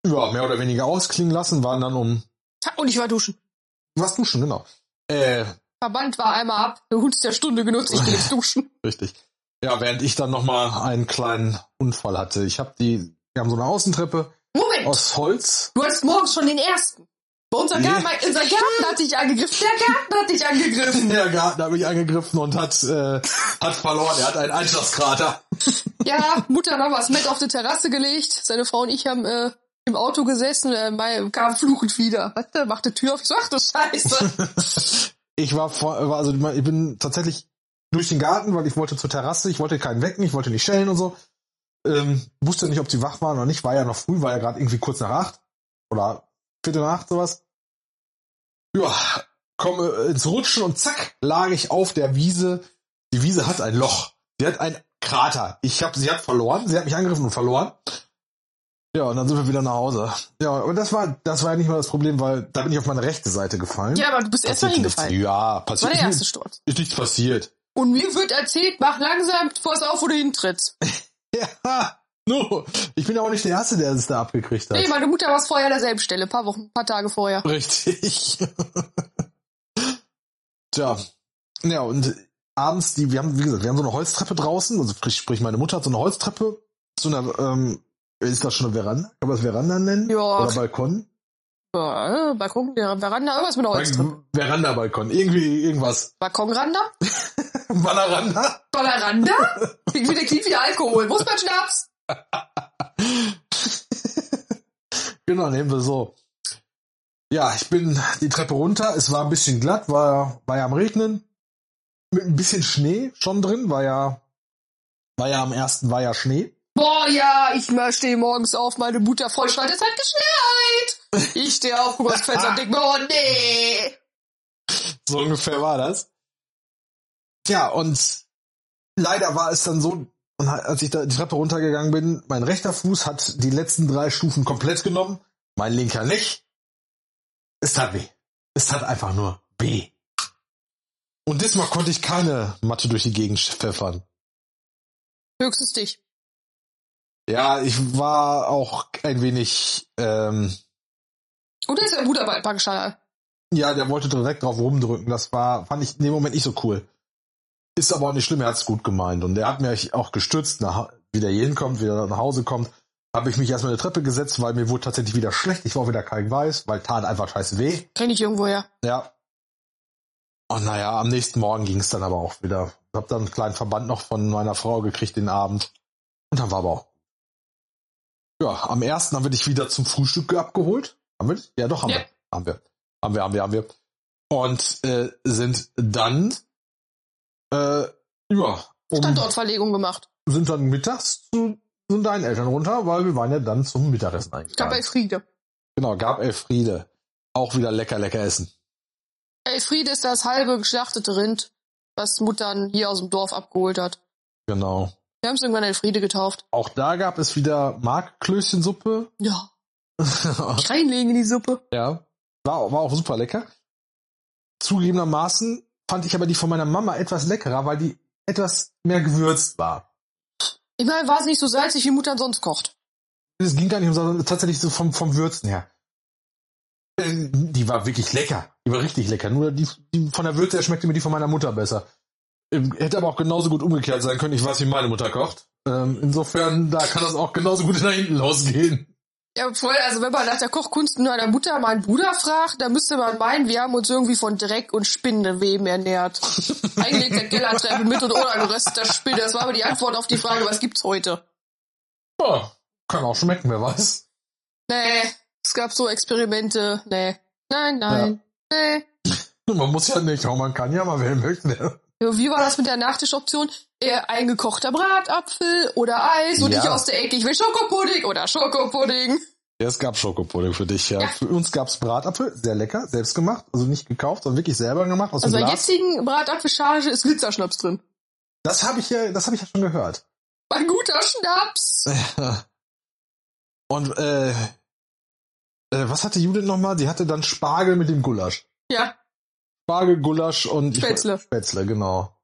Speaker 2: ja, mehr oder weniger ausklingen lassen, waren dann um,
Speaker 1: Ta- Und ich war duschen.
Speaker 2: was du schon, genau, äh,
Speaker 1: Verband war einmal ab. Der Hund ist der Stunde genutzt, ich gehe jetzt duschen.
Speaker 2: Richtig. Ja, während ich dann nochmal einen kleinen Unfall hatte. Ich habe die, wir haben so eine Außentreppe
Speaker 1: Moment,
Speaker 2: aus Holz.
Speaker 1: du hast morgens schon den ersten. Bei unser
Speaker 2: Nee.
Speaker 1: Garten, unser Garten hat dich angegriffen. Der Garten hat dich angegriffen.
Speaker 2: Der Garten hat mich angegriffen und hat, äh, hat verloren. Er hat einen Einschlagskrater.
Speaker 1: Ja, Mutter hat noch was mit auf die Terrasse gelegt. Seine Frau und ich haben äh, im Auto gesessen. Äh, Mai kam fluchend wieder. Weißt du, macht die Tür auf. Ich so, ach du Scheiße.
Speaker 2: Ich war, vor, war also ich bin tatsächlich durch den Garten, weil ich wollte zur Terrasse, ich wollte keinen wecken, ich wollte nicht schellen und so. Ähm, wusste nicht, ob die wach waren oder nicht, war ja noch früh, war ja gerade irgendwie kurz nach acht oder viertel nach acht sowas. Ja, komme ins Rutschen und zack, lag ich auf der Wiese. Die Wiese hat ein Loch. Sie hat einen Krater. Ich hab, sie hat verloren, sie hat mich angegriffen und verloren. Ja, und dann sind wir wieder nach Hause. Ja, und das war, das war ja nicht mal das Problem, weil da bin ich auf meine rechte Seite gefallen.
Speaker 1: ja, aber du bist erstmal
Speaker 2: Passiert nichts.
Speaker 1: hingefallen.
Speaker 2: Ja,
Speaker 1: Das war der
Speaker 2: passiert ist,
Speaker 1: erste
Speaker 2: nichts-
Speaker 1: Sturz.
Speaker 2: ist nichts passiert.
Speaker 1: Und mir wird erzählt, mach langsam, bevor es auf oder hintritt.
Speaker 2: Ja, no. Ich bin ja auch nicht der Erste, der es da abgekriegt hat.
Speaker 1: Nee, meine Mutter war es vorher an derselben Stelle. Paar Wochen, paar Tage vorher.
Speaker 2: Richtig. Tja. Ja, und abends, die, wir haben, wie gesagt, wir haben so eine Holztreppe draußen, also sprich, sprich meine Mutter hat so eine Holztreppe zu einer, ähm, ist das schon eine Veranda? Kann man das Veranda nennen?
Speaker 1: Ja.
Speaker 2: Oder Balkon?
Speaker 1: Ja, äh, Balkon, der Veranda, irgendwas mit der Holztreppe.
Speaker 2: Veranda-Balkon, irgendwie irgendwas.
Speaker 1: Balkonranda?
Speaker 2: Balleranda?
Speaker 1: Balleranda? Klingt wieder, klingt wieder Alkohol. Wo ist mein Schnaps?
Speaker 2: Genau, nehmen wir so. Ja, ich bin die Treppe runter. Es war ein bisschen glatt, war, war ja am Regnen. Mit ein bisschen Schnee schon drin, war ja, war ja am ersten, war ja Schnee.
Speaker 1: Boah, ja, ich stehe morgens auf, meine Mutter voll schreit, es hat geschneit. Ich stehe auf, guck aufs Fenster und denk mir, oh nee.
Speaker 2: So ungefähr war das. Ja, und leider war es dann so, und als ich da die Treppe runtergegangen bin, mein rechter Fuß hat die letzten drei Stufen komplett genommen, mein linker nicht. Es tat weh. Es tat einfach nur weh. Und diesmal konnte ich keine Matte durch die Gegend pfeffern.
Speaker 1: Höchstens dich.
Speaker 2: Ja, ich war auch ein wenig, ähm,
Speaker 1: Und das ist ja gut, aber Banksteiner.
Speaker 2: ja, der wollte direkt drauf rumdrücken. Das war, fand ich in dem Moment nicht so cool. Ist aber auch nicht schlimm, er hat's gut gemeint. Und er hat mich auch gestützt, nach, wieder hier hinkommt, wieder nach Hause kommt. Habe ich mich erstmal eine Treppe gesetzt, weil mir wurde tatsächlich wieder schlecht. Ich war auch wieder kalkweiß, weil tat einfach scheiße weh.
Speaker 1: Kenn ich irgendwoher.
Speaker 2: Ja. Und naja, am nächsten Morgen ging es dann aber auch wieder. Ich habe dann einen kleinen Verband noch von meiner Frau gekriegt den Abend. Und dann war aber auch. Ja, am ersten haben wir dich wieder zum Frühstück ge- abgeholt. Haben wir? dich? Ja, doch, haben
Speaker 1: Ja.
Speaker 2: wir. Haben wir. Haben wir, haben wir, haben wir. Und äh, sind dann äh, ja, um,
Speaker 1: Standortverlegung gemacht.
Speaker 2: sind dann mittags zu, zu deinen Eltern runter, weil wir waren ja dann zum Mittagessen
Speaker 1: Ich glaube,
Speaker 2: eingeladen.
Speaker 1: Elfriede.
Speaker 2: Genau, gab Elfriede. Auch wieder lecker, lecker Essen.
Speaker 1: Elfriede ist das halbe geschlachtete Rind, was Muttern hier aus dem Dorf abgeholt hat.
Speaker 2: Genau.
Speaker 1: Wir haben es irgendwann Elfriede getauft.
Speaker 2: Auch da gab es wieder Markklößchensuppe.
Speaker 1: Ja. Ich reinlegen in die Suppe.
Speaker 2: ja. War, war auch super lecker. Zugegebenermaßen fand ich aber die von meiner Mama etwas leckerer, weil die etwas mehr gewürzt war.
Speaker 1: Ich meine, war es nicht so salzig, wie Muttern sonst kocht.
Speaker 2: Es ging gar nicht um, sondern tatsächlich so vom, vom Würzen her. Äh, Die war wirklich lecker. Die war richtig lecker. Nur die, die von der Würze her schmeckte mir die von meiner Mutter besser. Ähm, Hätte aber auch genauso gut umgekehrt sein können. Ich weiß, wie meine Mutter kocht. Ähm, insofern, da kann das auch genauso gut nach hinten losgehen.
Speaker 1: Ja, voll, also wenn man nach der Kochkunst nur einer Mutter meinen Bruder fragt, dann müsste man meinen, wir haben uns irgendwie von Dreck und Spinnenweben ernährt. Eingelegter Kellertreppe mit und ohne gerösteter Spinne. Das war aber die Antwort auf die Frage, was gibt's heute?
Speaker 2: Ja, kann auch schmecken, wer weiß.
Speaker 1: Nee, es gab so Experimente. Nee. Nein, nein. Nee.
Speaker 2: Man muss ja nicht, aber man kann ja mal wählen möchte.
Speaker 1: Ja, Wie war das mit der Nachtischoption? Eher eingekochter Bratapfel oder Eis und
Speaker 2: Ja.
Speaker 1: ich aus der Ecke, ich will Schokopudding oder Schokopudding.
Speaker 2: Ja, es gab Schokopudding für dich, ja.
Speaker 1: Ja.
Speaker 2: Für uns gab's Bratapfel, sehr lecker, selbst gemacht, also nicht gekauft, sondern wirklich selber gemacht aus
Speaker 1: Also
Speaker 2: dem
Speaker 1: bei
Speaker 2: Glas.
Speaker 1: jetzigen Bratapfelcharge ist Glitzerschnaps drin.
Speaker 2: Das habe ich ja, das habe ich ja schon gehört.
Speaker 1: Ein guter Schnaps.
Speaker 2: Und äh, äh, was hatte Judith nochmal? Die hatte dann Spargel mit dem Gulasch.
Speaker 1: Ja,
Speaker 2: Spargel, Gulasch und ich-
Speaker 1: Spätzle.
Speaker 2: Spätzle, genau.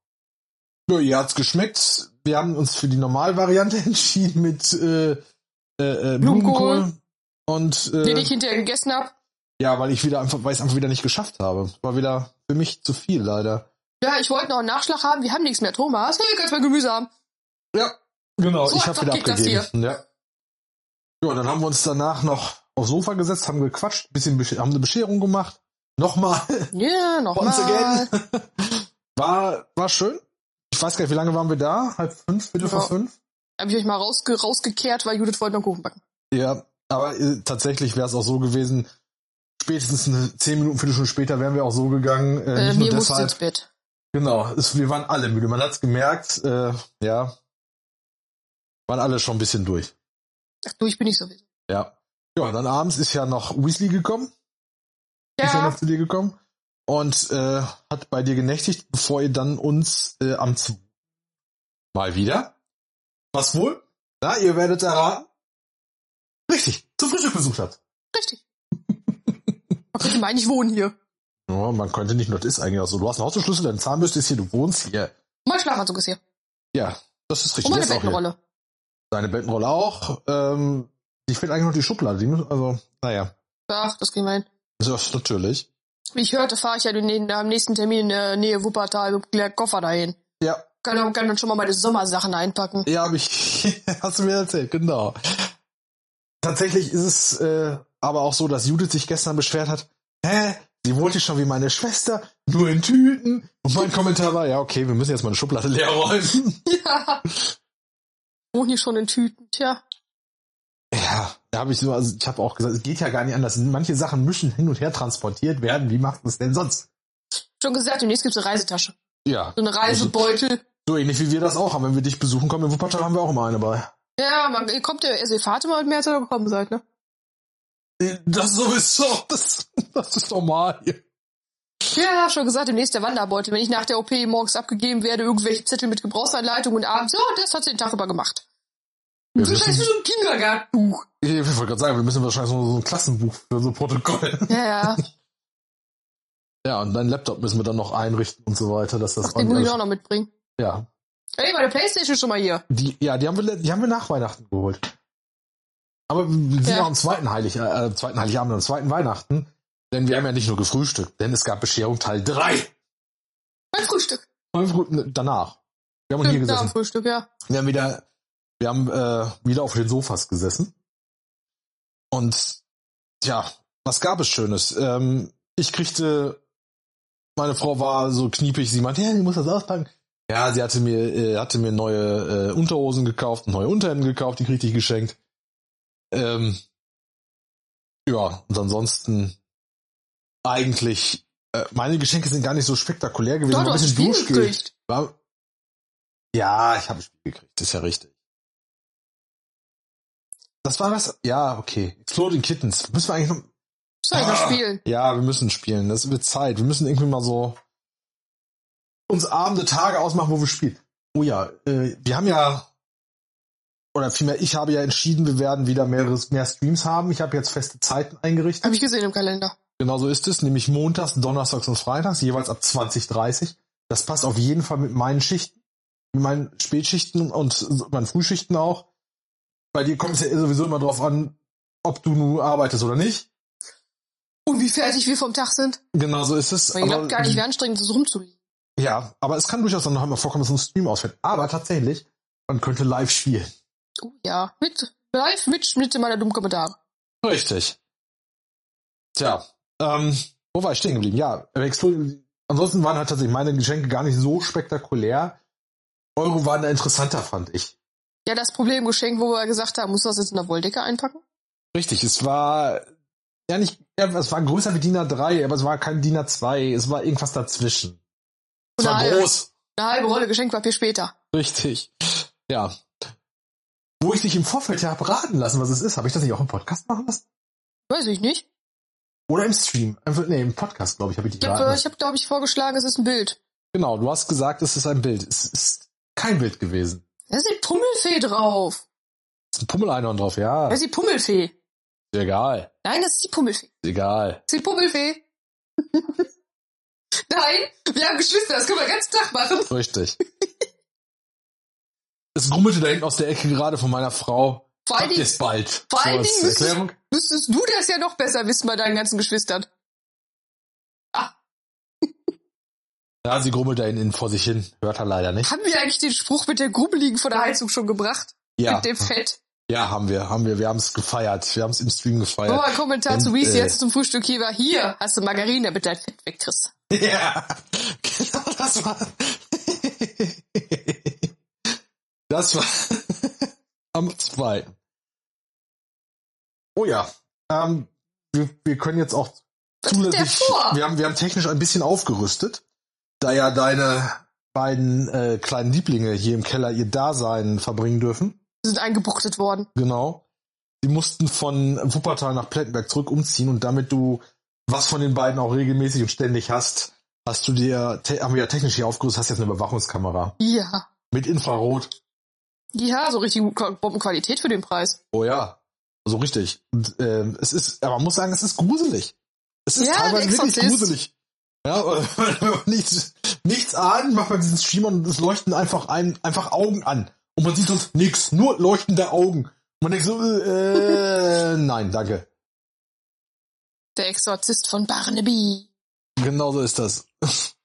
Speaker 2: Ja, ihr hat's geschmeckt. Wir haben uns für die Normalvariante entschieden mit äh, äh, äh, Blumenkohl.
Speaker 1: Blumenkohl.
Speaker 2: Und äh,
Speaker 1: den ich hinterher gegessen hab.
Speaker 2: Ja, weil ich wieder einfach, weil ich es einfach wieder nicht geschafft habe. War wieder für mich zu viel, leider.
Speaker 1: Ja, ich wollte noch einen Nachschlag haben, wir haben nichts mehr, Thomas. Hey, kannst mal Gemüse haben.
Speaker 2: Ja, genau.
Speaker 1: So
Speaker 2: ich habe
Speaker 1: einfach
Speaker 2: wieder
Speaker 1: Oh, geht das
Speaker 2: abgegeben. Ja. Ja, dann haben wir uns danach noch aufs Sofa gesetzt, haben gequatscht, bisschen, Besche- haben eine Bescherung gemacht. Nochmal.
Speaker 1: Ja, yeah,
Speaker 2: Once
Speaker 1: nochmal.
Speaker 2: again. War, war schön. Ich weiß gar nicht, wie lange waren wir da? Halb fünf, Viertel vor
Speaker 1: Ja.
Speaker 2: fünf?
Speaker 1: Hab ich euch mal rausge rausgekehrt, weil Judith wollte noch Kuchen backen.
Speaker 2: Ja, aber äh, tatsächlich wäre es auch so gewesen, spätestens eine zehn Minuten, Viertelstunde später wären wir auch so gegangen. Äh,
Speaker 1: Äh,
Speaker 2: nicht nur
Speaker 1: mir musste
Speaker 2: deshalb,
Speaker 1: ins Bett.
Speaker 2: Genau, es, wir waren alle müde. Man hat's gemerkt, äh, ja. Waren alle schon ein bisschen durch.
Speaker 1: Ach du, ich bin nicht so wild.
Speaker 2: Ja. Ja, dann abends ist ja noch Weasley gekommen. Ist ja
Speaker 1: Ja,
Speaker 2: noch zu dir gekommen. Und äh, hat bei dir genächtigt, bevor ihr dann uns äh, am Z Mal wieder. Was wohl? Na, ihr werdet erraten. Richtig, zum Frühstück besucht habt.
Speaker 1: richtig. Man könnte meinen, ich wohne hier.
Speaker 2: Ja, man könnte nicht nur das ist eigentlich auch so. Du hast einen Hausschlüssel, dein Zahnbürste ist hier, du wohnst hier.
Speaker 1: Mein Schlafanzug ist hier.
Speaker 2: Ja, das ist
Speaker 1: Und
Speaker 2: richtig.
Speaker 1: Oh, meine
Speaker 2: das ist auch hier.
Speaker 1: Bettenrolle.
Speaker 2: Deine Bettenrolle auch. Ähm, ich finde eigentlich noch die Schublade. Die müssen, also, naja,
Speaker 1: Ach, das kriegen wir hin.
Speaker 2: ist das natürlich.
Speaker 1: Wie ich hörte, fahre ich ja den, am nächsten Termin in der Nähe Wuppertal mit dem Koffer dahin.
Speaker 2: Ja,
Speaker 1: Kann, auch- kann dann schon mal meine Sommersachen einpacken.
Speaker 2: ja, hab ich, hast du mir erzählt, genau. Tatsächlich ist es äh, aber auch so, dass Judith sich gestern beschwert hat, hä, sie wollte schon wie meine Schwester, nur in Tüten. Und mein Kommentar war, ja, okay, wir müssen jetzt mal eine Schublade leer räumen.
Speaker 1: Ja. Wohne hier schon in Tüten. Tja.
Speaker 2: ja, da habe ich so, also ich habe auch gesagt, es geht ja gar nicht anders. Manche Sachen müssen hin und her transportiert werden. Wie macht es denn sonst?
Speaker 1: Schon gesagt, demnächst gibt's eine Reisetasche.
Speaker 2: Ja,
Speaker 1: So eine Reisebeutel.
Speaker 2: so ähnlich wie wir das auch haben. Wenn wir dich besuchen kommen in Wuppertal, haben wir auch immer eine bei.
Speaker 1: Ja, man ihr kommt ja, also ihr fahrt immer mehr, als ihr gekommen seid, ne?
Speaker 2: Das sowieso, das, das ist normal hier.
Speaker 1: Ja, hab schon gesagt, demnächst der Wanderbeutel. Wenn ich nach der OP morgens abgegeben werde, irgendwelche Zettel mit Gebrauchsanleitung und abends, ja, das hat sie den Tag über gemacht.
Speaker 2: Wir
Speaker 1: so scheiße wie
Speaker 2: müssen,
Speaker 1: so ein Kindergartenbuch.
Speaker 2: ich wollte gerade sagen, wir müssen wahrscheinlich so so ein Klassenbuch für so Protokoll.
Speaker 1: Ja, ja.
Speaker 2: Ja, und deinen Laptop müssen wir dann noch einrichten und so weiter, dass das
Speaker 1: Den muss ich auch
Speaker 2: alles,
Speaker 1: noch mitbringen.
Speaker 2: ja.
Speaker 1: Hey, meine Playstation ist schon mal hier.
Speaker 2: Die, ja, die haben wir, die haben wir nach Weihnachten geholt. Aber wir sind
Speaker 1: Ja.
Speaker 2: auch am zweiten Heilig, äh, am zweiten Heiligabend, am zweiten Weihnachten. Denn wir haben ja nicht nur gefrühstückt, denn es gab Bescherung Teil 3.
Speaker 1: Beim Frühstück.
Speaker 2: Danach. Wir haben hier
Speaker 1: Stimmt, nach dem
Speaker 2: gesessen.
Speaker 1: Frühstück, ja.
Speaker 2: Wir haben wieder, wir haben äh, wieder auf den Sofas gesessen. Und ja, was gab es Schönes? Ähm, ich kriegte, meine Frau war so kniepig, sie meinte, ja, sie muss das auspacken. Ja, sie hatte mir, äh, hatte mir neue äh, Unterhosen gekauft, neue Unterhemden gekauft, die kriegte ich geschenkt. Ähm, ja, und ansonsten eigentlich, äh, meine Geschenke sind gar nicht so spektakulär gewesen.
Speaker 1: Doch, du
Speaker 2: Ein
Speaker 1: hast ein
Speaker 2: bisschen
Speaker 1: Spiel
Speaker 2: Duschgel.
Speaker 1: gekriegt.
Speaker 2: War, ja, ich habe ein Spiel gekriegt, ist ja richtig. Das war das. Ja, okay. Exploding Kittens. Müssen wir eigentlich noch.
Speaker 1: Soll ich
Speaker 2: Ah.
Speaker 1: noch spielen?
Speaker 2: Ja, wir müssen spielen. Das wird Zeit. Wir müssen irgendwie mal so uns Abende, Tage ausmachen, wo wir spielen. Oh ja, äh, wir haben ja. Oder vielmehr, ich habe ja entschieden, wir werden wieder mehrere, mehr Streams haben. Ich habe jetzt feste Zeiten eingerichtet.
Speaker 1: Habe ich gesehen im Kalender.
Speaker 2: Genauso ist es, nämlich montags, donnerstags und freitags, jeweils ab 20.30 Das passt auf jeden Fall mit meinen Schichten, mit meinen Spätschichten und meinen Frühschichten auch. Bei dir kommt es ja sowieso immer drauf an, ob du nun arbeitest oder nicht.
Speaker 1: Und wie fertig wir vom Tag sind.
Speaker 2: Genauso Genau ist es.
Speaker 1: Man
Speaker 2: aber-
Speaker 1: glaubt gar nicht, ne? wie anstrengend es ist, rumzuliegen.
Speaker 2: ja, aber es kann durchaus dann noch einmal vorkommen, dass ein Stream ausfällt. Aber tatsächlich, man könnte live spielen.
Speaker 1: Oh ja. Mit live Mitschnitte meiner dummen Kommentare.
Speaker 2: Richtig. Tja, ähm, wo war ich stehen geblieben? Ja, Expo- ansonsten waren halt tatsächlich meine Geschenke gar nicht so spektakulär. Eure waren da interessanter, fand ich.
Speaker 1: Ja, das Problemgeschenk, wo wir gesagt haben, musst du das jetzt in der Wolldecke einpacken?
Speaker 2: Richtig, es war ja nicht, ja, es war größer wie DIN A3, aber es war kein DIN A2, es war irgendwas dazwischen. Es war
Speaker 1: Nein.
Speaker 2: groß.
Speaker 1: Eine halbe Rolle Geschenkpapier später.
Speaker 2: Richtig. Ja. Wo ich dich im Vorfeld ja hab raten lassen, was es ist, habe ich das nicht auch im Podcast machen lassen?
Speaker 1: Weiß ich nicht.
Speaker 2: Oder im Stream? Einfach, nee, im Podcast, glaube ich, habe ich dich
Speaker 1: Ich
Speaker 2: raten
Speaker 1: habe,
Speaker 2: lassen.
Speaker 1: ich hab, glaube ich, vorgeschlagen, es ist ein Bild.
Speaker 2: Genau, du hast gesagt, es ist ein Bild. Es ist kein Bild gewesen.
Speaker 1: Da ist die Pummelfee drauf.
Speaker 2: Es ist ein Pummeleinhorn drauf,
Speaker 1: Da
Speaker 2: ja.
Speaker 1: ist die Pummelfee.
Speaker 2: Ist Egal,
Speaker 1: Nein, das ist die Pummelfee.
Speaker 2: ist egal.
Speaker 1: Das ist die Pummelfee. Nein, wir haben Geschwister, das können wir den ganzen Tag machen.
Speaker 2: Richtig. es grummelte da hinten aus der Ecke gerade von meiner Frau.
Speaker 1: Vor allen
Speaker 2: Habt
Speaker 1: Dingen,
Speaker 2: ihr's bald.
Speaker 1: vor allen
Speaker 2: So als
Speaker 1: Dingen müsstest-
Speaker 2: Erklärung.
Speaker 1: müsstest du das ja noch besser wissen bei deinen ganzen Geschwistern.
Speaker 2: Ja, sie grummelt da hinten vor sich hin. Hört er leider nicht.
Speaker 1: Haben wir eigentlich den Spruch mit der Grummeligen von der Heizung schon gebracht?
Speaker 2: Ja,
Speaker 1: Mit dem Fett.
Speaker 2: ja, haben wir, haben wir. Wir haben es gefeiert. Wir haben es im Stream
Speaker 1: Nur
Speaker 2: gefeiert.
Speaker 1: mal ein Kommentar
Speaker 2: Und,
Speaker 1: zu Reese
Speaker 2: äh,
Speaker 1: jetzt zum Frühstück hier war. Hier hast du Margarine, damit dein Fett wegkriegst.
Speaker 2: Ja, genau das war. das war am zweiten. Oh ja, ähm, wir, wir können jetzt auch
Speaker 1: liegt
Speaker 2: zulässig.
Speaker 1: dir vor?
Speaker 2: Wir haben, wir haben technisch ein bisschen aufgerüstet, da ja deine beiden äh, kleinen Lieblinge hier im Keller ihr Dasein verbringen dürfen.
Speaker 1: Wir sind eingebuchtet worden.
Speaker 2: Genau. Die mussten von Wuppertal nach Plettenberg zurück umziehen und damit du was von den beiden auch regelmäßig und ständig hast, hast du dir, te- haben wir ja technisch hier aufgerüstet, hast jetzt eine Überwachungskamera.
Speaker 1: Ja.
Speaker 2: Mit Infrarot.
Speaker 1: Ja, so richtig gute Bombenqualität für den Preis.
Speaker 2: Oh ja. So richtig. Und, ähm, es ist, aber man muss sagen, es ist gruselig. Es ist
Speaker 1: Ja,
Speaker 2: teilweise
Speaker 1: der
Speaker 2: wirklich
Speaker 1: Exorzist.
Speaker 2: gruselig. Ja, wenn man nichts, nichts ahnt, macht man diesen Streamer und es leuchten einfach ein, einfach Augen an. Und man sieht sonst nichts, nur leuchtende Augen. Und man denkt so, äh, nein, danke.
Speaker 1: Der Exorzist von Barnaby.
Speaker 2: Genau so ist das.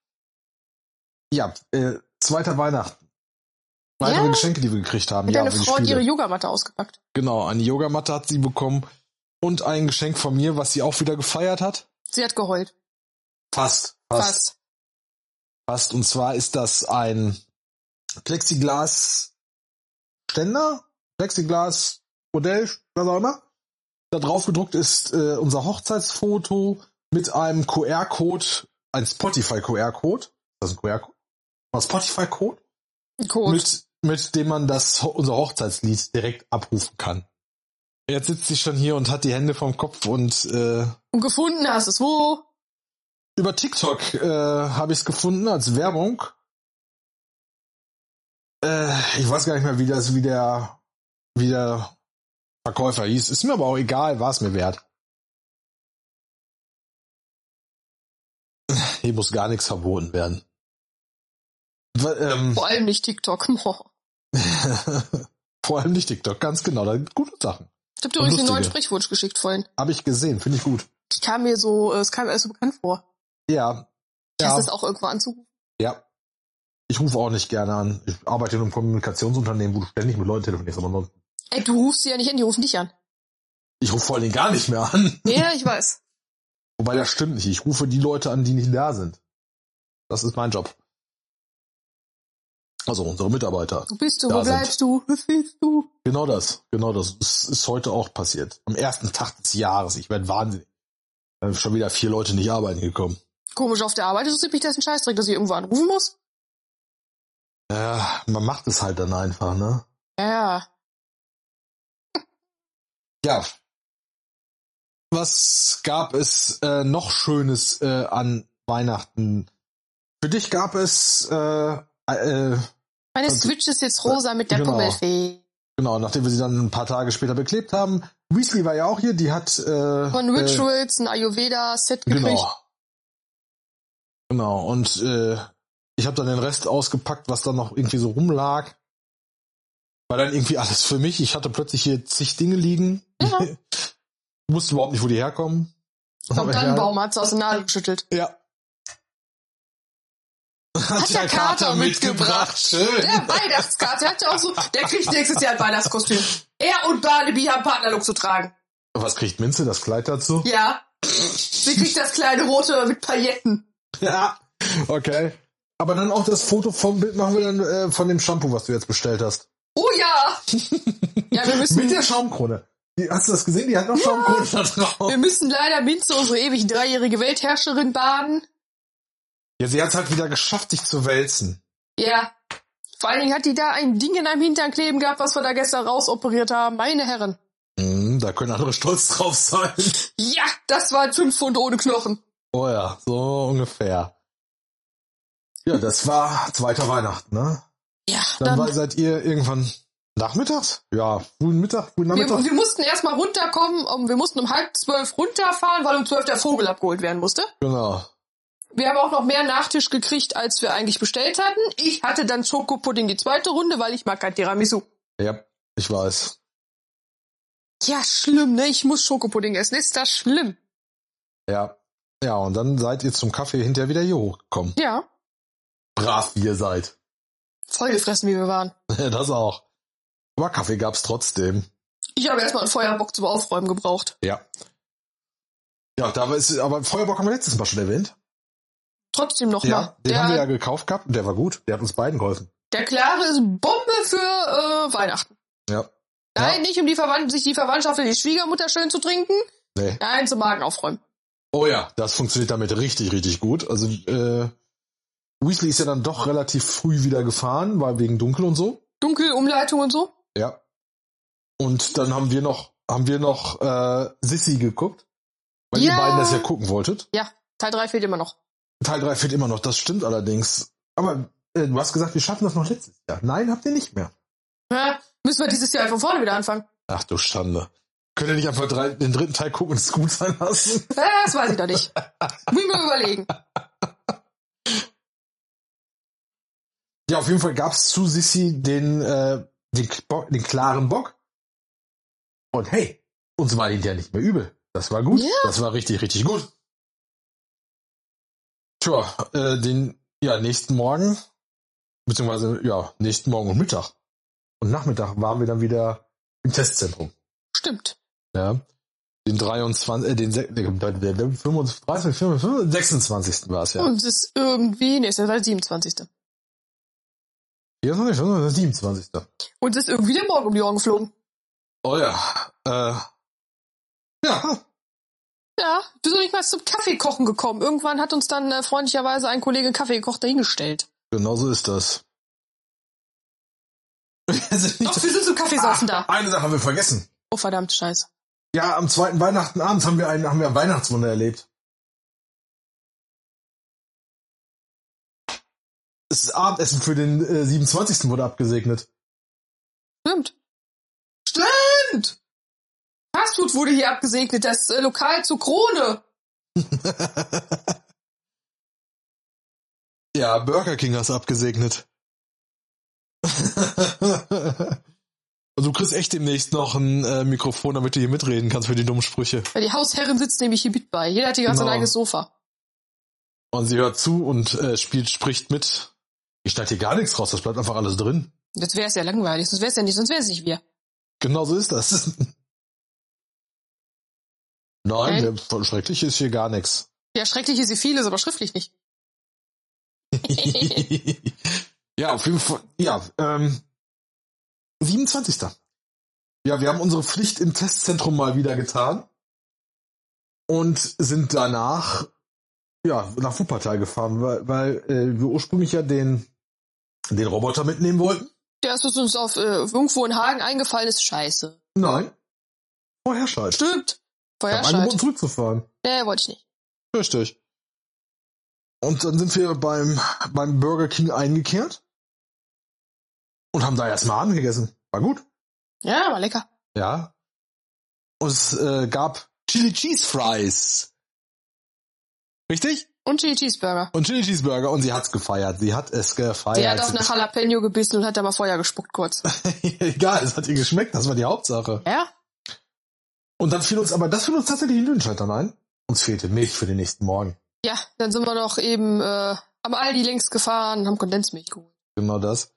Speaker 2: ja, äh, zweiter Weihnachten. Weitere
Speaker 1: Ja.
Speaker 2: Geschenke, die wir gekriegt haben.
Speaker 1: Hat
Speaker 2: ja,
Speaker 1: deine
Speaker 2: für die
Speaker 1: Frau hat ihre
Speaker 2: Spiele.
Speaker 1: Yogamatte ausgepackt.
Speaker 2: genau, eine Yogamatte hat sie bekommen und ein Geschenk von mir, was sie auch wieder gefeiert hat.
Speaker 1: Sie hat geheult.
Speaker 2: Fast, fast,
Speaker 1: Fast.
Speaker 2: fast. Und zwar ist das ein Plexiglas-Ständer, Plexiglas-Modell, was auch immer. Da drauf gedruckt ist äh, unser Hochzeitsfoto mit einem QR-Code, ein Spotify-QR-Code. Ist das ein QR-Code? Ein Spotify-Code?
Speaker 1: Gut.
Speaker 2: mit, mit dem man das Ho- unser Hochzeitslied direkt abrufen kann. Jetzt sitzt sie schon hier und hat die Hände vom Kopf und äh,
Speaker 1: Und gefunden hast es wo?
Speaker 2: über TikTok äh, habe ich es gefunden als Werbung. Äh, ich weiß gar nicht mehr, wie das wie der, wie der Verkäufer hieß. Ist mir aber auch egal, war es mir wert. Hier muss gar nichts verboten werden. Ähm,
Speaker 1: Vor allem nicht TikTok. Es
Speaker 2: vor allem nicht TikTok, ganz genau. Da sind gute Sachen.
Speaker 1: gibt übrigens einen
Speaker 2: lustige.
Speaker 1: neuen Sprichwort geschickt vorhin.
Speaker 2: Habe ich gesehen, finde ich gut.
Speaker 1: Ich kam mir so, äh, es kam mir alles so bekannt vor.
Speaker 2: Ja.
Speaker 1: Ich hasse es auch irgendwo anzurufen.
Speaker 2: Ja. Ich rufe auch nicht gerne an. Ich arbeite in einem Kommunikationsunternehmen, wo du ständig mit Leuten telefonierst, aber sonst-
Speaker 1: Ey, du rufst sie ja nicht an, die rufen dich an.
Speaker 2: ich rufe vor allen Dingen gar nicht mehr an.
Speaker 1: Ja, ich weiß.
Speaker 2: Wobei das stimmt nicht. Ich rufe die Leute an, die nicht da sind. Das ist mein Job. Also unsere Mitarbeiter.
Speaker 1: Wo bist du?
Speaker 2: Da
Speaker 1: wo
Speaker 2: sind.
Speaker 1: bleibst du? Wo fühlst du?
Speaker 2: Genau das, genau das. Das ist heute auch passiert. Am ersten Tag des Jahres. Ich werde wahnsinnig. Da sind schon wieder vier Leute nicht arbeiten gekommen.
Speaker 1: Komisch auf der Arbeit, interessiert mich das ein Scheißdreck, dass ich irgendwo anrufen muss?
Speaker 2: Ja, man macht es halt dann einfach, ne?
Speaker 1: Ja.
Speaker 2: Ja. Was gab es äh, noch Schönes äh, an Weihnachten? Für dich gab es, äh, äh,
Speaker 1: Meine
Speaker 2: Und-
Speaker 1: Switch ist jetzt rosa mit der
Speaker 2: Genau.
Speaker 1: Pummelfee.
Speaker 2: genau, nachdem wir sie dann ein paar Tage später beklebt haben. Weasley war ja auch hier, die hat äh,
Speaker 1: Von
Speaker 2: äh,
Speaker 1: Rituals ein Ayurveda-Set gekriegt.
Speaker 2: Genau. Genau, und äh, ich habe dann den Rest ausgepackt, was dann noch irgendwie so rumlag. War dann irgendwie alles für mich. Ich hatte plötzlich hier zig Dinge liegen.
Speaker 1: Ja.
Speaker 2: Wusste überhaupt nicht, wo die herkommen. Aber
Speaker 1: Und dann
Speaker 2: ja,
Speaker 1: ein Baum hat's aus der Nadel geschüttelt.
Speaker 2: Ja. Hat,
Speaker 1: der Kater mitgebracht.
Speaker 2: Schön.
Speaker 1: Der Weihnachtskarte hat ja auch so, der kriegt nächstes Jahr ein Weihnachtskostüm. Er und Barnaby haben Partnerlook zu tragen.
Speaker 2: Was kriegt Minze das Kleid dazu?
Speaker 1: Ja. Sie kriegt das kleine rote mit Pailletten.
Speaker 2: Ja. Okay. Aber dann auch das Foto vom Bild machen wir dann äh, von dem Shampoo, was du jetzt bestellt hast.
Speaker 1: Oh ja! Ja, wir müssen,
Speaker 2: Mit der Schaumkrone. Die, hast du das gesehen? Die hat noch Schaumkrone da drauf.
Speaker 1: wir müssen leider Minze, unsere ewig dreijährige Weltherrscherin, baden.
Speaker 2: Ja, sie hat es halt wieder geschafft, dich zu wälzen.
Speaker 1: Ja. Vor allen Dingen hat die da ein Ding in einem Hintern kleben gehabt, was wir da gestern rausoperiert haben. Meine Herren.
Speaker 2: Hm, da können andere stolz drauf sein.
Speaker 1: Ja, das war fünf Pfund ohne Knochen.
Speaker 2: Oh ja, so ungefähr. Ja, das war zweiter Weihnachten, ne?
Speaker 1: Ja,
Speaker 2: Dann,
Speaker 1: dann,
Speaker 2: war, seid ihr irgendwann nachmittags? Ja, frühen Mittag, frühen
Speaker 1: wir,
Speaker 2: Nachmittag.
Speaker 1: wir mussten erstmal runterkommen, um, wir mussten um halb zwölf runterfahren, weil um zwölf der Vogel abgeholt werden musste.
Speaker 2: genau.
Speaker 1: Wir haben auch noch mehr Nachtisch gekriegt, als wir eigentlich bestellt hatten. Ich hatte dann Schokopudding die zweite Runde, weil ich mag kein Tiramisu.
Speaker 2: Ja, ich weiß.
Speaker 1: Ja, schlimm, ne? Ich muss Schokopudding essen. Ist das schlimm?
Speaker 2: Ja. Ja, und dann seid ihr zum Kaffee hinterher wieder hier hochgekommen.
Speaker 1: Ja.
Speaker 2: Brav, wie ihr seid.
Speaker 1: Vollgefressen, wie wir waren.
Speaker 2: das auch. Aber Kaffee gab's trotzdem.
Speaker 1: Ich habe erstmal einen Feuerbock zum Aufräumen gebraucht.
Speaker 2: Ja. Ja, da war es, aber Feuerbock haben wir letztes Mal schon erwähnt.
Speaker 1: Trotzdem nochmal.
Speaker 2: Ja, den haben wir
Speaker 1: der,
Speaker 2: ja gekauft gehabt und der war gut. Der hat uns beiden geholfen.
Speaker 1: der klare ist Bombe für äh, Weihnachten.
Speaker 2: Ja.
Speaker 1: Nein, nicht um die Verwand sich die Verwandtschaft und die Schwiegermutter schön zu trinken.
Speaker 2: Nee.
Speaker 1: Nein, zum Magen aufräumen.
Speaker 2: Oh ja, das funktioniert damit richtig, richtig gut. Also, äh, Weasley ist ja dann doch relativ früh wieder gefahren, weil wegen Dunkel und so.
Speaker 1: Dunkel, Umleitung und so.
Speaker 2: Ja. Und dann haben wir noch, haben wir noch äh, Sissy geguckt, weil
Speaker 1: Ja.
Speaker 2: ihr beiden das ja gucken wolltet.
Speaker 1: Teil 3 fehlt immer noch.
Speaker 2: Teil 3 fehlt immer noch, das stimmt allerdings. Aber äh, du hast gesagt, wir schaffen das noch letztes Jahr. Nein, habt ihr nicht mehr.
Speaker 1: Ja, müssen wir dieses Jahr von vorne wieder anfangen.
Speaker 2: Ach du Schande. Könnt ihr nicht einfach drei, den dritten Teil gucken und es gut sein lassen?
Speaker 1: Ja, Das weiß ich doch nicht. Müssen wir überlegen.
Speaker 2: ja, auf jeden Fall gab's zu Sissy den, äh, den, Bock, den klaren Bock. Und hey, uns war den ja nicht mehr übel. Das war gut.
Speaker 1: Ja.
Speaker 2: Das war richtig, richtig gut. Tja, äh, den ja, nächsten Morgen, beziehungsweise ja, nächsten Morgen und Mittag. Und Nachmittag waren wir dann wieder im Testzentrum.
Speaker 1: Stimmt.
Speaker 2: Ja. Den 23, äh, den se- äh, der- der 35, 25, 26. war es ja.
Speaker 1: Und es ist irgendwie, nee, es ist der 27.
Speaker 2: 24, 25, 27.
Speaker 1: Und es ist irgendwie der Morgen um die Ohren geflogen.
Speaker 2: Oh ja. Äh, ja.
Speaker 1: Ja, wir sind nicht mal zum Kaffeekochen gekommen. Irgendwann hat uns dann äh, freundlicherweise ein Kollege einen Kaffee gekocht dahingestellt.
Speaker 2: Genau so ist das. Wir sind
Speaker 1: Doch, wir sind zum Kaffeesaufen da.
Speaker 2: Eine Sache haben wir vergessen.
Speaker 1: Oh, verdammt, scheiße.
Speaker 2: Ja, am zweiten Weihnachten abends haben wir ein, haben wir ein Weihnachtswunder erlebt. Das Abendessen für den äh, 27. wurde abgesegnet.
Speaker 1: Stimmt. Stimmt! Fastfood wurde hier abgesegnet, das äh, Lokal zur Krone.
Speaker 2: Ja, Burger King hast abgesegnet. Also du kriegst echt demnächst noch ein äh, Mikrofon, damit du hier mitreden kannst für die dummen Sprüche.
Speaker 1: Weil die Hausherrin sitzt nämlich hier mit bei. Jeder hat hier ganz sein
Speaker 2: Genau.
Speaker 1: eigenes Sofa.
Speaker 2: Und sie hört zu und äh, spielt, spricht mit. Ich schneide hier gar nichts raus, das bleibt einfach alles drin.
Speaker 1: Das wäre es ja langweilig, sonst wäre es ja nicht, sonst wäre es nicht wir.
Speaker 2: Genau so ist das.
Speaker 1: Okay.
Speaker 2: Nein, okay. schrecklich ist hier gar nichts.
Speaker 1: Ja, schrecklich ist sie vieles, aber schriftlich nicht.
Speaker 2: ja, auf jeden Fall. Ja, ähm, 27. Ja, wir haben unsere Pflicht im Testzentrum mal wieder getan und sind danach ja nach Wuppertal gefahren, weil, weil äh, wir ursprünglich ja den den Roboter mitnehmen wollten.
Speaker 1: Der ist was uns auf äh, irgendwo in Hagen eingefallen, ist scheiße.
Speaker 2: Nein, vorher Schalt.
Speaker 1: Stimmt.
Speaker 2: Ich
Speaker 1: Vorher
Speaker 2: hab angeboten
Speaker 1: scheiße.
Speaker 2: zurückzufahren.
Speaker 1: Nee, wollte ich nicht.
Speaker 2: Richtig. Und dann sind wir beim, beim Burger King eingekehrt und haben da erstmal Abend gegessen. War gut.
Speaker 1: Ja, war lecker.
Speaker 2: Ja. Und es äh, gab Chili Cheese Fries. Richtig?
Speaker 1: Und Chili Cheeseburger.
Speaker 2: Und Chili Cheeseburger. Und sie hat's gefeiert. Sie hat es gefeiert.
Speaker 1: Der hat auf eine Jalapeno gebissen und hat da mal Feuer gespuckt kurz.
Speaker 2: Egal, es hat ihr geschmeckt. Das war die Hauptsache.
Speaker 1: Ja?
Speaker 2: Und dann fiel uns, aber das fiel uns tatsächlich in Lüdenscheidern ein. Uns fehlte Milch für den nächsten Morgen.
Speaker 1: Ja, dann sind wir noch eben äh, am Aldi längs gefahren und haben Kondensmilch geholt.
Speaker 2: Genau das.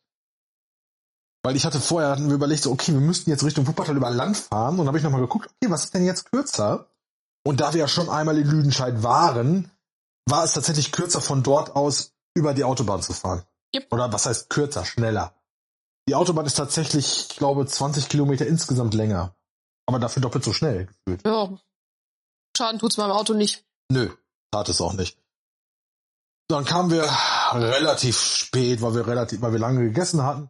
Speaker 2: Weil ich hatte vorher hatten wir überlegt, so, okay, wir müssten jetzt Richtung Wuppertal über Land fahren. Und dann habe ich nochmal geguckt, okay, was ist denn jetzt kürzer? Und da wir ja schon einmal in Lüdenscheid waren, war es tatsächlich kürzer von dort aus über die Autobahn zu fahren.
Speaker 1: Yep.
Speaker 2: Oder was heißt kürzer, schneller? Die Autobahn ist tatsächlich, ich glaube, 20 Kilometer insgesamt länger. Aber dafür doppelt so schnell gefühlt.
Speaker 1: Ja. Schaden tut's meinem Auto nicht.
Speaker 2: Nö, tat es auch nicht. Dann kamen wir relativ spät, weil wir relativ, weil wir lange gegessen hatten.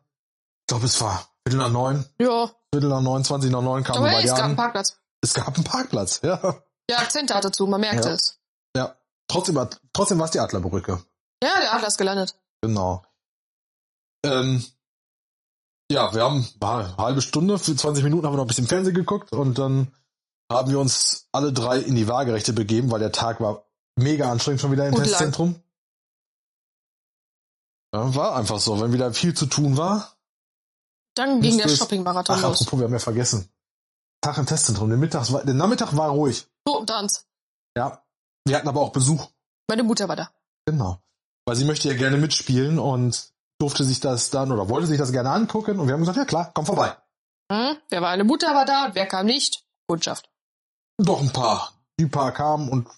Speaker 2: Ich glaube, es war Viertel nach neun,
Speaker 1: Ja.
Speaker 2: Viertel nach neun, zwanzig nach neun kamen
Speaker 1: Aber
Speaker 2: wir bei
Speaker 1: hey, es
Speaker 2: dir
Speaker 1: gab einen
Speaker 2: an.
Speaker 1: Parkplatz.
Speaker 2: Es gab einen Parkplatz, ja.
Speaker 1: Ja, Akzente hat dazu, man merkte
Speaker 2: Ja.
Speaker 1: es.
Speaker 2: Ja. Trotzdem, hat- trotzdem war es die Adlerbrücke.
Speaker 1: Ja, der Adler ist gelandet.
Speaker 2: Genau. Ähm, ja, wir haben eine halbe Stunde, für 20 Minuten haben wir noch ein bisschen Fernsehen geguckt und dann haben wir uns alle drei in die Waagerechte begeben, weil der Tag war mega anstrengend schon wieder im
Speaker 1: Und lang.
Speaker 2: Testzentrum. Ja, war einfach so, wenn wieder viel zu tun war.
Speaker 1: Dann ging der
Speaker 2: Musste es-
Speaker 1: Shopping-Marathon
Speaker 2: Ach,
Speaker 1: los.
Speaker 2: apropos, wir haben ja vergessen. Tag im Testzentrum, den, Mittags war, den Nachmittag war ruhig.
Speaker 1: So, und Tanz.
Speaker 2: Ja, wir hatten aber auch Besuch.
Speaker 1: Meine Mutter war da.
Speaker 2: Genau. Weil sie möchte ja gerne mitspielen und durfte sich das dann oder wollte sich das gerne angucken und wir haben gesagt, ja klar, komm vorbei.
Speaker 1: Hm? Wer war eine Mutter war da und wer kam nicht? Kundschaft.
Speaker 2: Doch ein paar. Die paar kamen und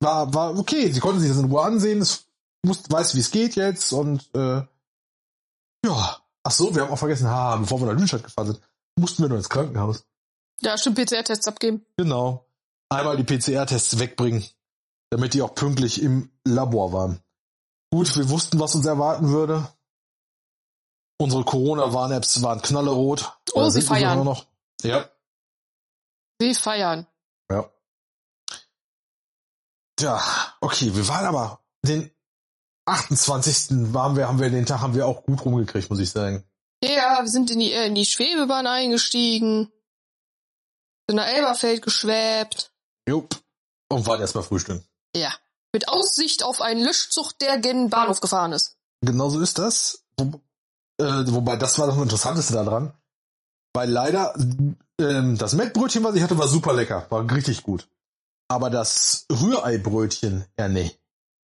Speaker 2: war, war okay. Sie konnte sich das in Ruhe ansehen. Es muss, weiß, wie es geht jetzt und äh, ja. Ach so, wir haben auch vergessen, ha, bevor wir nach Lüdenscheid gefahren sind, mussten wir noch ins Krankenhaus.
Speaker 1: Ja, stimmt, PCR-Tests abgeben.
Speaker 2: Genau. Einmal die PCR-Tests wegbringen, damit die auch pünktlich im Labor waren. Gut, wir wussten, was uns erwarten würde. Unsere Corona-Warn-Apps waren knallerot.
Speaker 1: Oh,
Speaker 2: Oder
Speaker 1: sie
Speaker 2: sind sogar
Speaker 1: feiern.
Speaker 2: Noch. Ja,
Speaker 1: Sie feiern.
Speaker 2: ja. Tja, okay, wir waren aber den 28. waren wir, haben wir den Tag haben wir auch gut rumgekriegt, muss ich sagen.
Speaker 1: Ja, wir sind in die, äh, in die Schwebebahn eingestiegen. Sind nach Elberfeld geschwebt.
Speaker 2: Jupp. Und waren erstmal frühstücken.
Speaker 1: Ja. Mit Aussicht auf einen Löschzug, der gen Bahnhof gefahren ist.
Speaker 2: Genau so ist das. Wo, äh, wobei, das war das Interessanteste daran. Weil leider, ähm, das Mettbrötchen, was ich hatte, war super lecker. War richtig gut. Aber das Rührei-Brötchen, ja, nee.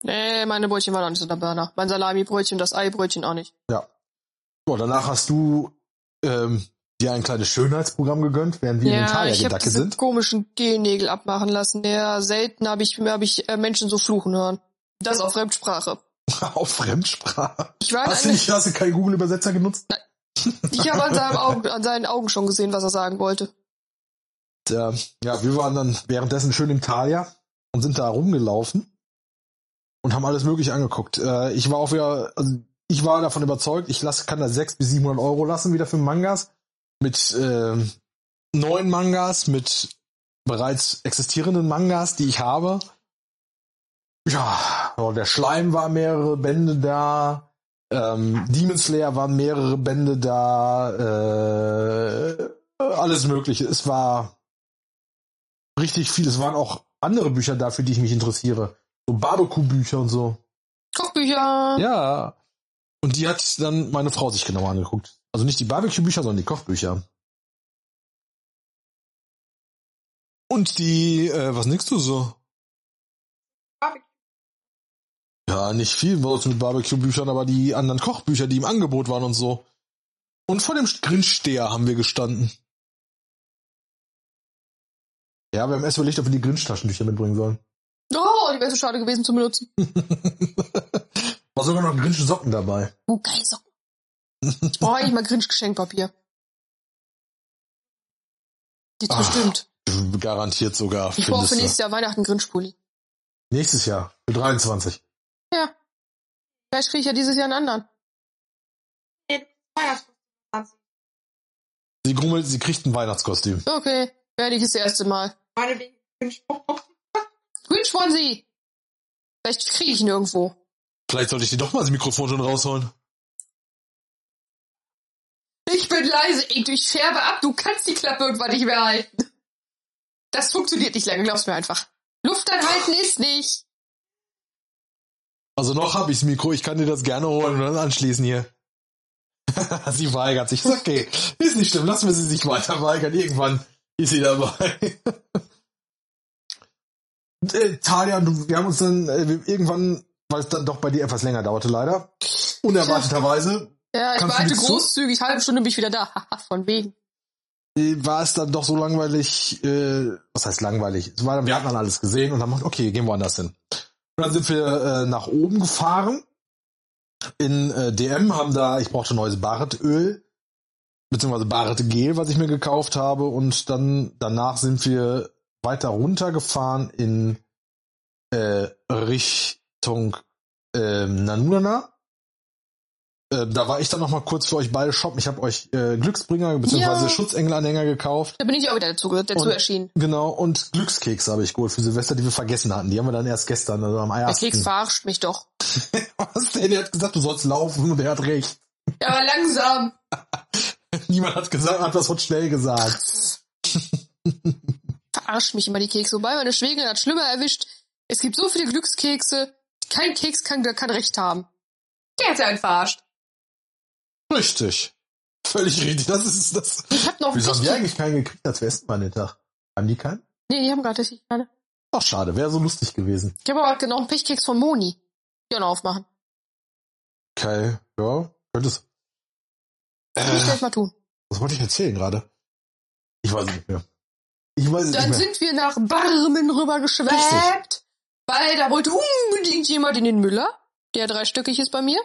Speaker 1: Nee, meine Brötchen waren auch nicht so der Burner. Mein Salami-Brötchen, das Ei-Brötchen auch nicht.
Speaker 2: So, danach hast du ähm, dir ein kleines Schönheitsprogramm gegönnt, während wir in
Speaker 1: ja,
Speaker 2: Italien
Speaker 1: ich habe
Speaker 2: gedacke
Speaker 1: diese
Speaker 2: sind.
Speaker 1: komischen Gehennägel abmachen lassen. Ja, selten habe ich, hab ich äh, Menschen so fluchen hören. Das auf Fremdsprache.
Speaker 2: Auf Fremdsprache.
Speaker 1: Ich war in
Speaker 2: Hast du,
Speaker 1: einer-
Speaker 2: nicht, hast du keinen Google-Übersetzer genutzt?
Speaker 1: Ich habe an, seinem Augen, an seinen Augen schon gesehen, was er sagen wollte.
Speaker 2: Tja, ja, wir waren dann währenddessen schön im Talia und sind da rumgelaufen und haben alles mögliche angeguckt. Äh, ich war auch wieder, also ich war davon überzeugt, ich lasse, kann da 600 bis 700 Euro lassen wieder für Mangas mit äh, neuen Mangas, mit bereits existierenden Mangas, die ich habe. Ja, oh, der Schleim war mehrere Bände da. Ähm, Demon Slayer waren mehrere Bände da. Äh, alles Mögliche. Es war richtig viel. Es waren auch andere Bücher da, für die ich mich interessiere. So Barbecue-Bücher und so.
Speaker 1: Kochbücher.
Speaker 2: Ja. Und die hat dann meine Frau sich genauer angeguckt. Also nicht die Barbecue-Bücher, sondern die Kochbücher. Und die, äh, was nickst du so?
Speaker 1: Barbecue.
Speaker 2: Ja, nicht viel was mit Barbecue-Büchern, aber die anderen Kochbücher, die im Angebot waren und so. Und vor dem Grinsteher haben wir gestanden. Ja, wir haben erst überlegt, ob wir die Grinch-Taschentücher mitbringen sollen.
Speaker 1: Oh, die wäre so schade gewesen zu benutzen.
Speaker 2: War sogar noch Grinch-Socken dabei.
Speaker 1: Oh, geil, Socken. Ich brauche eigentlich mal Grinch-Geschenkpapier. Gibt's
Speaker 2: Ach,
Speaker 1: bestimmt.
Speaker 2: Garantiert sogar.
Speaker 1: Ich brauche für
Speaker 2: findest du.
Speaker 1: nächstes Jahr Weihnachten Grinch-Pulli.
Speaker 2: Nächstes Jahr, für 23.
Speaker 1: Ja. Vielleicht kriege ich ja dieses Jahr einen anderen.
Speaker 2: Sie grummelt, sie kriegt ein Weihnachtskostüm.
Speaker 1: Okay, werde ich das erste Mal. Grinch wollen Sie! Vielleicht kriege ich ihn irgendwo.
Speaker 2: Vielleicht sollte ich dir doch mal das Mikrofon schon rausholen.
Speaker 1: Ich bin leise, ich, ich färbe ab, du kannst die Klappe irgendwann nicht mehr halten. Das funktioniert nicht lange, glaub's mir einfach. Luft anhalten ist nicht.
Speaker 2: Also noch habe ichs Mikro, ich kann dir das gerne holen und dann anschließen hier. sie weigert sich. Ist okay, ist nicht schlimm, lassen wir sie sich weiter weigern. Irgendwann ist sie dabei. Äh, Talia, du, wir haben uns dann äh, wir- irgendwann, weil es dann doch bei dir etwas länger dauerte leider, unerwarteterweise
Speaker 1: Ja, ich
Speaker 2: Kannst
Speaker 1: war
Speaker 2: du Äh.
Speaker 1: halt
Speaker 2: nichts
Speaker 1: großzügig, halbe Stunde bin ich wieder da. Haha, Von wegen.
Speaker 2: äh, war es dann doch so langweilig, äh, was heißt langweilig? Es war dann, wir hatten dann alles gesehen und haben gesagt, okay, gehen wir anders hin. Und dann sind wir äh, nach oben gefahren in äh, DM, haben da, ich brauchte neues Barretöl, beziehungsweise Barretgel, was ich mir gekauft habe und dann danach sind wir weiter runtergefahren in äh, Richtung ähm, Nanunana. Äh, da war ich dann noch mal kurz für euch beide shoppen. Ich habe euch äh, Glücksbringer bzw.
Speaker 1: Ja.
Speaker 2: Schutzengelanhänger gekauft.
Speaker 1: Da bin ich auch wieder dazu, dazu
Speaker 2: Und-
Speaker 1: erschienen.
Speaker 2: Genau, und Glückskekse habe ich geholt für Silvester, die wir vergessen hatten. Die haben wir dann erst gestern, also am
Speaker 1: Der
Speaker 2: 1.
Speaker 1: Keks verarscht mich doch.
Speaker 2: Was denn? Der hat gesagt, du sollst laufen und er hat recht.
Speaker 1: Ja, aber langsam.
Speaker 2: Niemand hat gesagt, hat das so schnell gesagt.
Speaker 1: Verarscht mich immer die Kekse. Wobei meine Schwägerin hat schlimmer erwischt. Es gibt so viele Glückskekse. Kein Keks kann, kann Recht haben. Der hat sie einen verarscht.
Speaker 2: Richtig. Völlig richtig. Das ist das.
Speaker 1: Ich hab noch einen
Speaker 2: Wieso haben die
Speaker 1: richtigen.
Speaker 2: eigentlich keinen gekriegt als Westen an den Tag? Haben die keinen?
Speaker 1: Nee, die haben gerade richtig keine.
Speaker 2: Ach, schade. Wäre so lustig gewesen.
Speaker 1: Ich habe aber gerade noch einen Pechkeks von Moni. Die auch noch aufmachen.
Speaker 2: Okay, ja, könntest.
Speaker 1: Das muss ich
Speaker 2: Äh,
Speaker 1: gleich mal tun.
Speaker 2: was wollte ich erzählen gerade? Ich weiß es nicht mehr. Ich weiß es
Speaker 1: Dann
Speaker 2: nicht mehr.
Speaker 1: sind wir nach Barmen rüber geschwebt, weil da wollte unbedingt jemand in den Müller, der dreistöckig ist bei mir.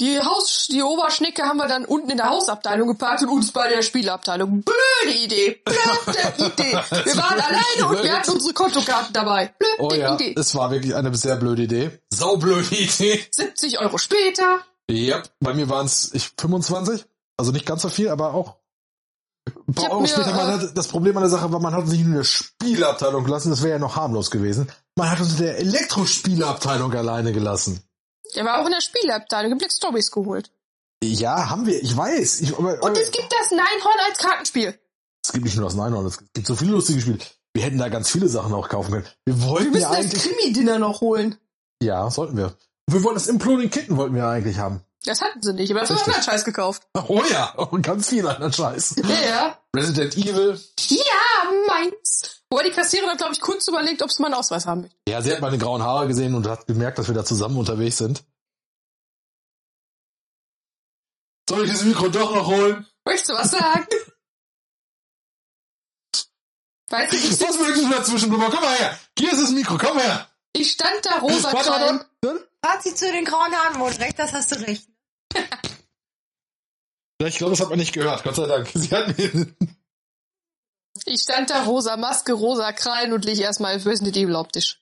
Speaker 1: Die Haus, die Oberschnecke haben wir dann unten in der Hausabteilung geparkt und uns bei der Spielabteilung. Blöde Idee, blöde Idee. Wir waren alleine und wir hatten unsere Kontokarten dabei. Blöde
Speaker 2: Oh ja,
Speaker 1: Idee.
Speaker 2: es war wirklich eine sehr blöde Idee. Saublöde Idee.
Speaker 1: 70 Euro später.
Speaker 2: Ja, bei mir waren es 25, also nicht ganz so viel, aber auch ein paar
Speaker 1: hab
Speaker 2: Euro
Speaker 1: mir,
Speaker 2: später. Man
Speaker 1: äh,
Speaker 2: hat, das Problem an der Sache war, man hat uns nicht in der Spielabteilung gelassen, das wäre ja noch harmlos gewesen. Man hat uns in der Elektrospielabteilung alleine gelassen.
Speaker 1: Der war auch in der Spielabteilung, im Blick Stories geholt.
Speaker 2: Ja, haben wir, ich weiß. Ich, aber,
Speaker 1: Und
Speaker 2: aber-
Speaker 1: es gibt das Neinhorn als Kartenspiel.
Speaker 2: es gibt nicht nur das Neinhorn, es gibt so viele lustige Spiele. Wir hätten da ganz viele Sachen auch kaufen können. Wir
Speaker 1: Wir
Speaker 2: wollten ja
Speaker 1: müssen das
Speaker 2: eigentlich.
Speaker 1: Krimi-Dinner noch holen.
Speaker 2: Ja, sollten wir. Wir wollten das Imploding Kitten wollten wir eigentlich haben.
Speaker 1: Das hatten sie nicht, aber dafür haben wir
Speaker 2: Richtig.
Speaker 1: einen Scheiß gekauft.
Speaker 2: Oh ja, und ganz viel anderen Scheiß.
Speaker 1: Ja, ja.
Speaker 2: Resident Evil.
Speaker 1: Ah, meins. Wobei die Kassiererin hat, glaube ich, kurz überlegt, ob sie mal einen Ausweis haben möchte.
Speaker 2: Ja, sie hat meine grauen Haare gesehen und hat gemerkt, dass wir da zusammen unterwegs sind. Soll ich das Mikro doch noch holen?
Speaker 1: Möchtest du was sagen? Weißt du, ich,
Speaker 2: Was möchtest du dazwischen, Blubber? Komm mal her! Hier ist das Mikro, komm her!
Speaker 1: ich stand da rosa
Speaker 2: Warte, Hm?
Speaker 1: klein.
Speaker 2: warte, warte.
Speaker 4: Fazit zu den grauen Haaren, Mond. Recht, das hast du recht.
Speaker 2: Ja, Ich glaube, das hat man nicht gehört, Gott sei Dank. Sie hat mir...
Speaker 1: Ich stand da rosa Maske, rosa Krallen und lieg erstmal im Resident Evil optisch.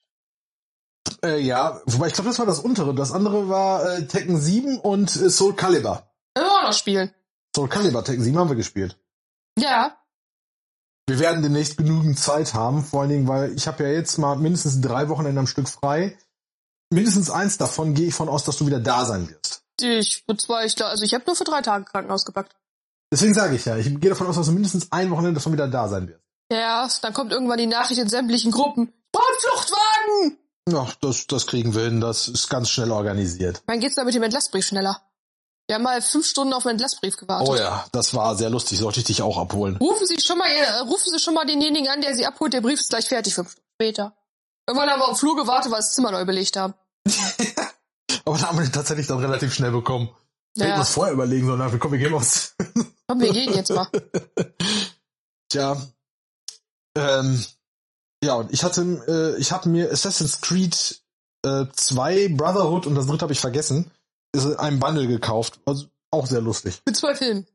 Speaker 2: Äh, ja, wobei ich glaube, das war das untere. Das andere war äh, Tekken 7 und äh, Soul Calibur.
Speaker 1: Können wir auch noch spielen.
Speaker 2: Soul Calibur, Tekken 7 haben wir gespielt.
Speaker 1: Ja.
Speaker 2: Wir werden demnächst genügend Zeit haben, vor allen Dingen, weil ich habe ja jetzt mal mindestens drei Wochenende am Stück frei. Mindestens eins davon gehe ich von aus, dass du wieder da sein wirst.
Speaker 1: Ich bezweifle, also ich habe nur für drei Tage Krankenhaus gepackt.
Speaker 2: Deswegen sage ich ja, ich gehe davon aus, dass du mindestens ein Wochenende davon wieder da sein wirst.
Speaker 1: Ja, dann kommt irgendwann die Nachricht in sämtlichen Gruppen. Baut Fluchtwagen!
Speaker 2: Ach, das, das kriegen wir hin, das ist ganz schnell organisiert.
Speaker 1: Wann geht's da mit dem Entlastbrief schneller? Wir haben mal fünf Stunden auf meinen Lastbrief gewartet.
Speaker 2: Oh ja, das war sehr lustig. Sollte ich dich auch abholen?
Speaker 1: Rufen Sie schon mal, äh, rufen Sie schon mal denjenigen an, der Sie abholt. Der Brief ist gleich fertig, fünf Stunden später. Irgendwann haben wir auf Flur gewartet, weil wir das Zimmer neu belegt haben.
Speaker 2: Aber da haben wir den tatsächlich dann relativ schnell bekommen. Wir hätten
Speaker 1: Ja,
Speaker 2: uns vorher überlegen sollen. Komm, wir gehen aufs.
Speaker 1: komm, wir gehen jetzt mal.
Speaker 2: Tja. Ähm, ja, und ich hatte, äh, ich habe mir Assassin's Creed äh, 2 Brotherhood und das dritte habe ich vergessen, ist in einem Bundle gekauft. Also auch sehr lustig.
Speaker 1: Mit zwei Filmen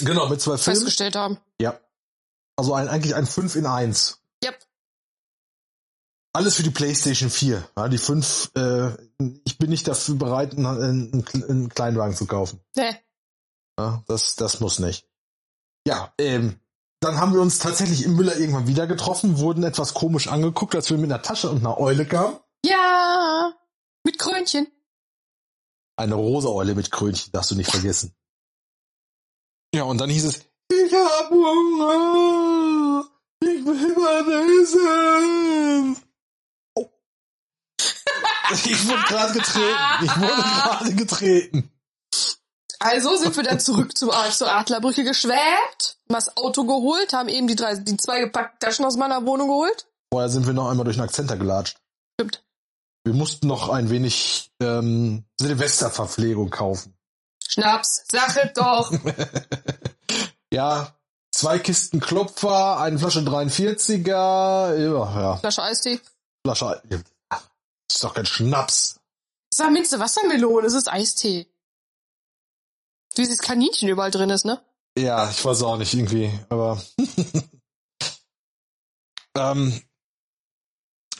Speaker 2: Genau, mit zwei Filmen.
Speaker 1: festgestellt haben.
Speaker 2: Ja. Also ein, eigentlich ein 5 in 1.
Speaker 1: Yep.
Speaker 2: Alles für die PlayStation 4. Ja, die 5, äh, ich bin nicht dafür bereit, einen, einen, einen Kleinwagen zu kaufen.
Speaker 1: Nee.
Speaker 2: Ja, das, das muss nicht. Ja, ähm, dann haben wir uns tatsächlich im Müller irgendwann wieder getroffen, wurden etwas komisch angeguckt, als wir mit einer Tasche und einer Eule kamen.
Speaker 1: Ja, mit Krönchen.
Speaker 2: Eine rosa Eule mit Krönchen, darfst du nicht vergessen. Ja, und dann hieß es, ich hab Hunger, ich will was essen. Oh. Ich wurde gerade getreten, ich wurde gerade getreten.
Speaker 1: Also sind wir dann zurück zum, Ad- zur Adlerbrücke geschwebt, haben das Auto geholt, haben eben die drei, die zwei gepackten Taschen aus meiner Wohnung geholt.
Speaker 2: Vorher sind wir noch einmal durch den Akzenter gelatscht.
Speaker 1: Stimmt.
Speaker 2: Wir mussten noch ein wenig ähm, Silvesterverpflegung kaufen.
Speaker 1: Schnaps, Sache doch.
Speaker 2: Ja, zwei Kisten Klopfer, eine Flasche 43er, ja, ja,
Speaker 1: Flasche Eistee.
Speaker 2: Flasche. Ach, Ist doch kein Schnaps.
Speaker 1: Das war Minze Wassermelone, es ist Eistee. Dieses Kaninchen überall drin ist, ne?
Speaker 2: Ja, ich weiß auch nicht irgendwie, aber. ähm,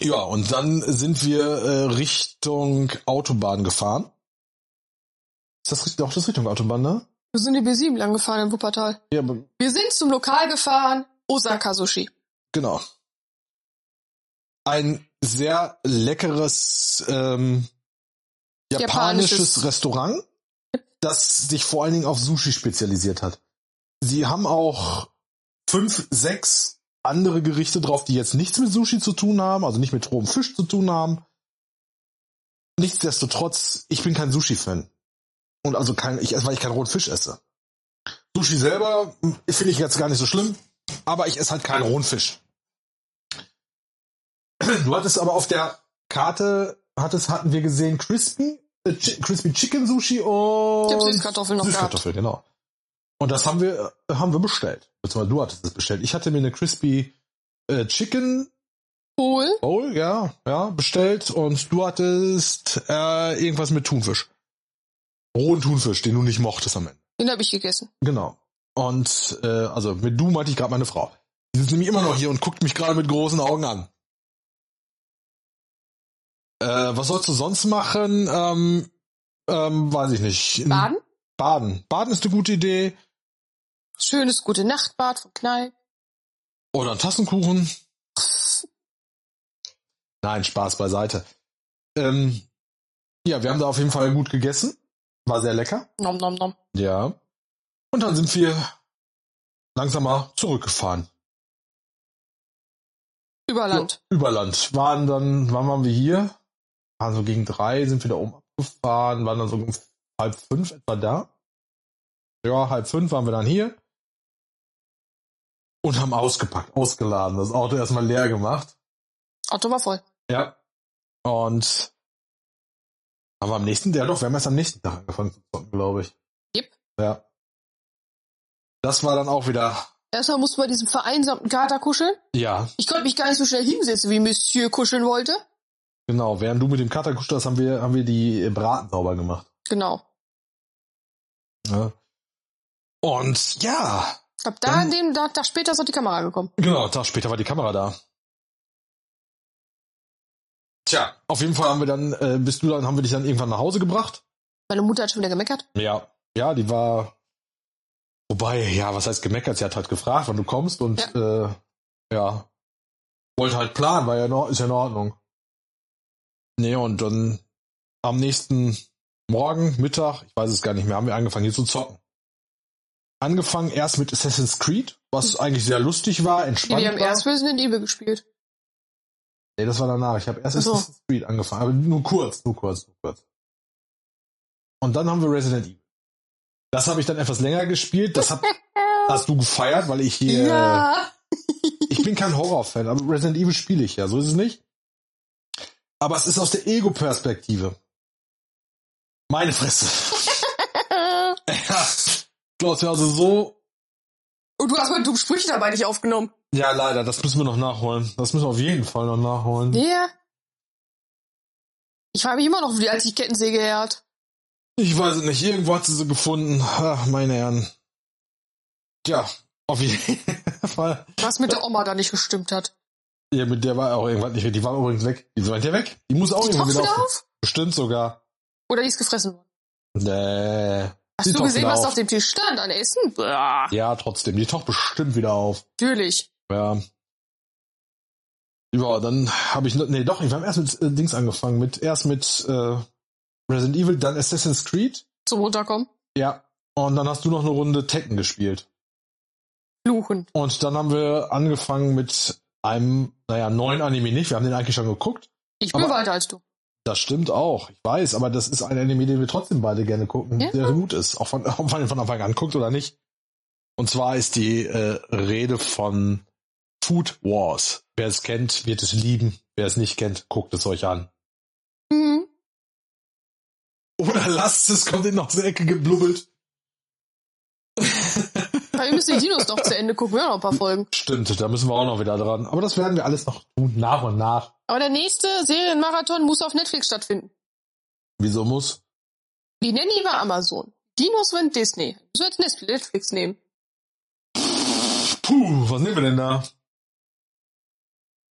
Speaker 2: ja, und dann sind wir äh, Richtung Autobahn gefahren. Ist das richtig? Doch, das ist Richtung Autobahn, ne?
Speaker 1: Wir sind die B7 lang gefahren in Wuppertal.
Speaker 2: Ja, aber-
Speaker 1: Wir sind zum Lokal gefahren, Osaka Sushi.
Speaker 2: Genau. Ein sehr leckeres ähm, japanisches,
Speaker 1: Japanisches.
Speaker 2: Restaurant, das sich vor allen Dingen auf Sushi spezialisiert hat. Sie haben auch fünf, sechs andere Gerichte drauf, die jetzt nichts mit Sushi zu tun haben, also nicht mit rohem Fisch zu tun haben. Nichtsdestotrotz, ich bin kein Sushi-Fan. Und also kein, ich esse, weil ich keinen rohen Fisch esse. Sushi selber mh, finde ich jetzt gar nicht so schlimm, aber ich esse halt keinen rohen Fisch. Du hattest aber auf der Karte, hattest, hatten wir gesehen, Crispy, äh, Chi- Crispy Chicken Sushi und
Speaker 1: Ich hab Süßkartoffeln noch gehabt.
Speaker 2: Süßkartoffeln, genau. Und das haben wir, äh, haben wir bestellt. Beziehungsweise du hattest es bestellt. Ich hatte mir eine Crispy äh, Chicken
Speaker 1: Cool.
Speaker 2: Bowl, ja, ja, bestellt und du hattest äh, irgendwas mit Thunfisch. Rohen Thunfisch, den du nicht mochtest am Ende.
Speaker 1: Den habe ich gegessen.
Speaker 2: Genau. Und äh, also mit du meinte ich gerade meine Frau. Die sitzt nämlich immer noch hier und guckt mich gerade mit großen Augen an. Äh, was sollst du sonst machen? Ähm, ähm, weiß ich nicht. In-
Speaker 1: Baden?
Speaker 2: Baden. Baden ist eine gute Idee.
Speaker 1: Schönes gute Nachtbad vom Knall.
Speaker 2: Oder einen Tassenkuchen. Nein, Spaß beiseite. Ähm, ja, wir haben da auf jeden Fall gut gegessen. War sehr lecker.
Speaker 1: Nom nom nom.
Speaker 2: Ja. Und dann sind wir langsam mal zurückgefahren.
Speaker 1: Überland.
Speaker 2: Über Land. Waren dann, wann waren wir hier? Waren so gegen drei, sind wir da oben abgefahren, waren dann so um halb fünf etwa da. Ja, halb fünf waren wir dann hier. Und haben ausgepackt, ausgeladen, das Auto erstmal leer gemacht.
Speaker 1: Auto war voll.
Speaker 2: Ja. Und aber am nächsten, ja doch, wir haben erst am nächsten Tag angefangen zu zocken, glaube ich.
Speaker 1: Yep.
Speaker 2: Ja. Das war dann auch wieder,
Speaker 1: Erstmal mussten wir diesem vereinsamten Kater kuscheln.
Speaker 2: ja,
Speaker 1: Ich konnte mich gar nicht so schnell hinsetzen, wie Monsieur kuscheln wollte.
Speaker 2: genau. Während du mit dem Kater gekuschelt hast, haben wir, haben wir die äh, Braten sauber gemacht.
Speaker 1: Genau.
Speaker 2: Ja. Und ja,
Speaker 1: Ich glaube, da,
Speaker 2: Dann-
Speaker 1: an dem, da, da später ist auch die Kamera gekommen.
Speaker 2: genau, einen Tag später war die Kamera da. Tja, auf jeden Fall haben wir dann, äh, bist du dann, haben wir dich dann irgendwann nach Hause gebracht.
Speaker 1: Meine Mutter hat schon wieder gemeckert.
Speaker 2: Ja, ja, die war. Wobei, ja, was heißt gemeckert? Sie hat halt gefragt, wann du kommst und ja, äh, ja wollte halt planen, war ja noch, ist ja in Ordnung. Nee, und dann am nächsten Morgen, Mittag, ich weiß es gar nicht mehr, haben wir angefangen hier zu zocken. Angefangen erst mit Assassin's Creed, was eigentlich sehr lustig war,
Speaker 1: Mhm. Die,
Speaker 2: entspannt.
Speaker 1: wir haben
Speaker 2: war.
Speaker 1: erst Resident Evil gespielt.
Speaker 2: Nee, das war danach. Ich habe erst
Speaker 1: Ach so.
Speaker 2: Assassin's Creed angefangen, aber nur kurz, nur kurz, nur kurz. Und dann haben wir Resident Evil. Das habe ich dann etwas länger gespielt. Das hab, hast du gefeiert, weil ich hier.
Speaker 1: Ja.
Speaker 2: Ich bin kein Horrorfan, aber Resident Evil spiele ich ja, so ist es nicht. Aber es ist aus der Ego-Perspektive. Meine Fresse. ja. Klaus, also so.
Speaker 1: Und du hast mal dumme Sprüche dabei nicht aufgenommen.
Speaker 2: Ja, leider, das müssen wir noch nachholen. Das müssen wir auf jeden Fall noch nachholen.
Speaker 1: Ja. Ich frage mich immer noch, wie die als die Kettensäge her hat.
Speaker 2: Ich weiß es nicht, irgendwo hat sie sie gefunden. Ach, meine Herren. Tja, auf jeden Fall.
Speaker 1: Was mit der Oma da nicht gestimmt hat.
Speaker 2: Ja, mit der war auch irgendwas nicht richtig. Die war übrigens weg. Die war ja weg. Die muss auch
Speaker 1: Die
Speaker 2: irgendwann
Speaker 1: taucht
Speaker 2: wieder
Speaker 1: wieder
Speaker 2: auf.
Speaker 1: auf?
Speaker 2: Bestimmt sogar.
Speaker 1: Oder die ist gefressen worden.
Speaker 2: Nee.
Speaker 1: Hast
Speaker 2: Die
Speaker 1: du
Speaker 2: taucht
Speaker 1: gesehen,
Speaker 2: wieder
Speaker 1: was
Speaker 2: auf.
Speaker 1: da auf dem Tisch stand an Essen? Bäh,
Speaker 2: Ja, trotzdem. Die taucht bestimmt wieder auf.
Speaker 1: natürlich.
Speaker 2: Ja. Ja, dann habe ich noch- nee, doch, ich habe erst mit äh, Dings angefangen, mit erst mit äh, Resident Evil, dann Assassin's Creed.
Speaker 1: Zum Runterkommen.
Speaker 2: Ja, und dann hast du noch eine Runde Tekken gespielt.
Speaker 1: Fluchen.
Speaker 2: Und dann haben wir angefangen mit einem, naja, neuen Anime nicht, wir haben den eigentlich schon geguckt.
Speaker 1: Ich bin
Speaker 2: Aber-
Speaker 1: weiter als du.
Speaker 2: Das stimmt auch, ich weiß, aber das ist ein Anime, den wir trotzdem beide gerne gucken,
Speaker 1: Ja.
Speaker 2: der gut ist, auch von, ob man ihn von Anfang an guckt oder nicht. Und zwar ist die äh, Rede von Food Wars. Wer es kennt, wird es lieben. Wer es nicht kennt, guckt es euch an.
Speaker 1: Mhm.
Speaker 2: Oder lasst es, kommt in aus der Ecke geblubbelt.
Speaker 1: Weil wir müssen die Dinos noch zu Ende gucken. Wir haben noch ein paar Folgen.
Speaker 2: Stimmt, da müssen wir auch noch wieder dran. Aber das werden wir alles noch tun, nach und nach.
Speaker 1: Aber der nächste Serienmarathon muss auf Netflix stattfinden.
Speaker 2: Wieso muss?
Speaker 1: Die Nanny war Amazon. Dinos waren Disney. Du sollst Netflix nehmen.
Speaker 2: Puh, was nehmen wir denn da?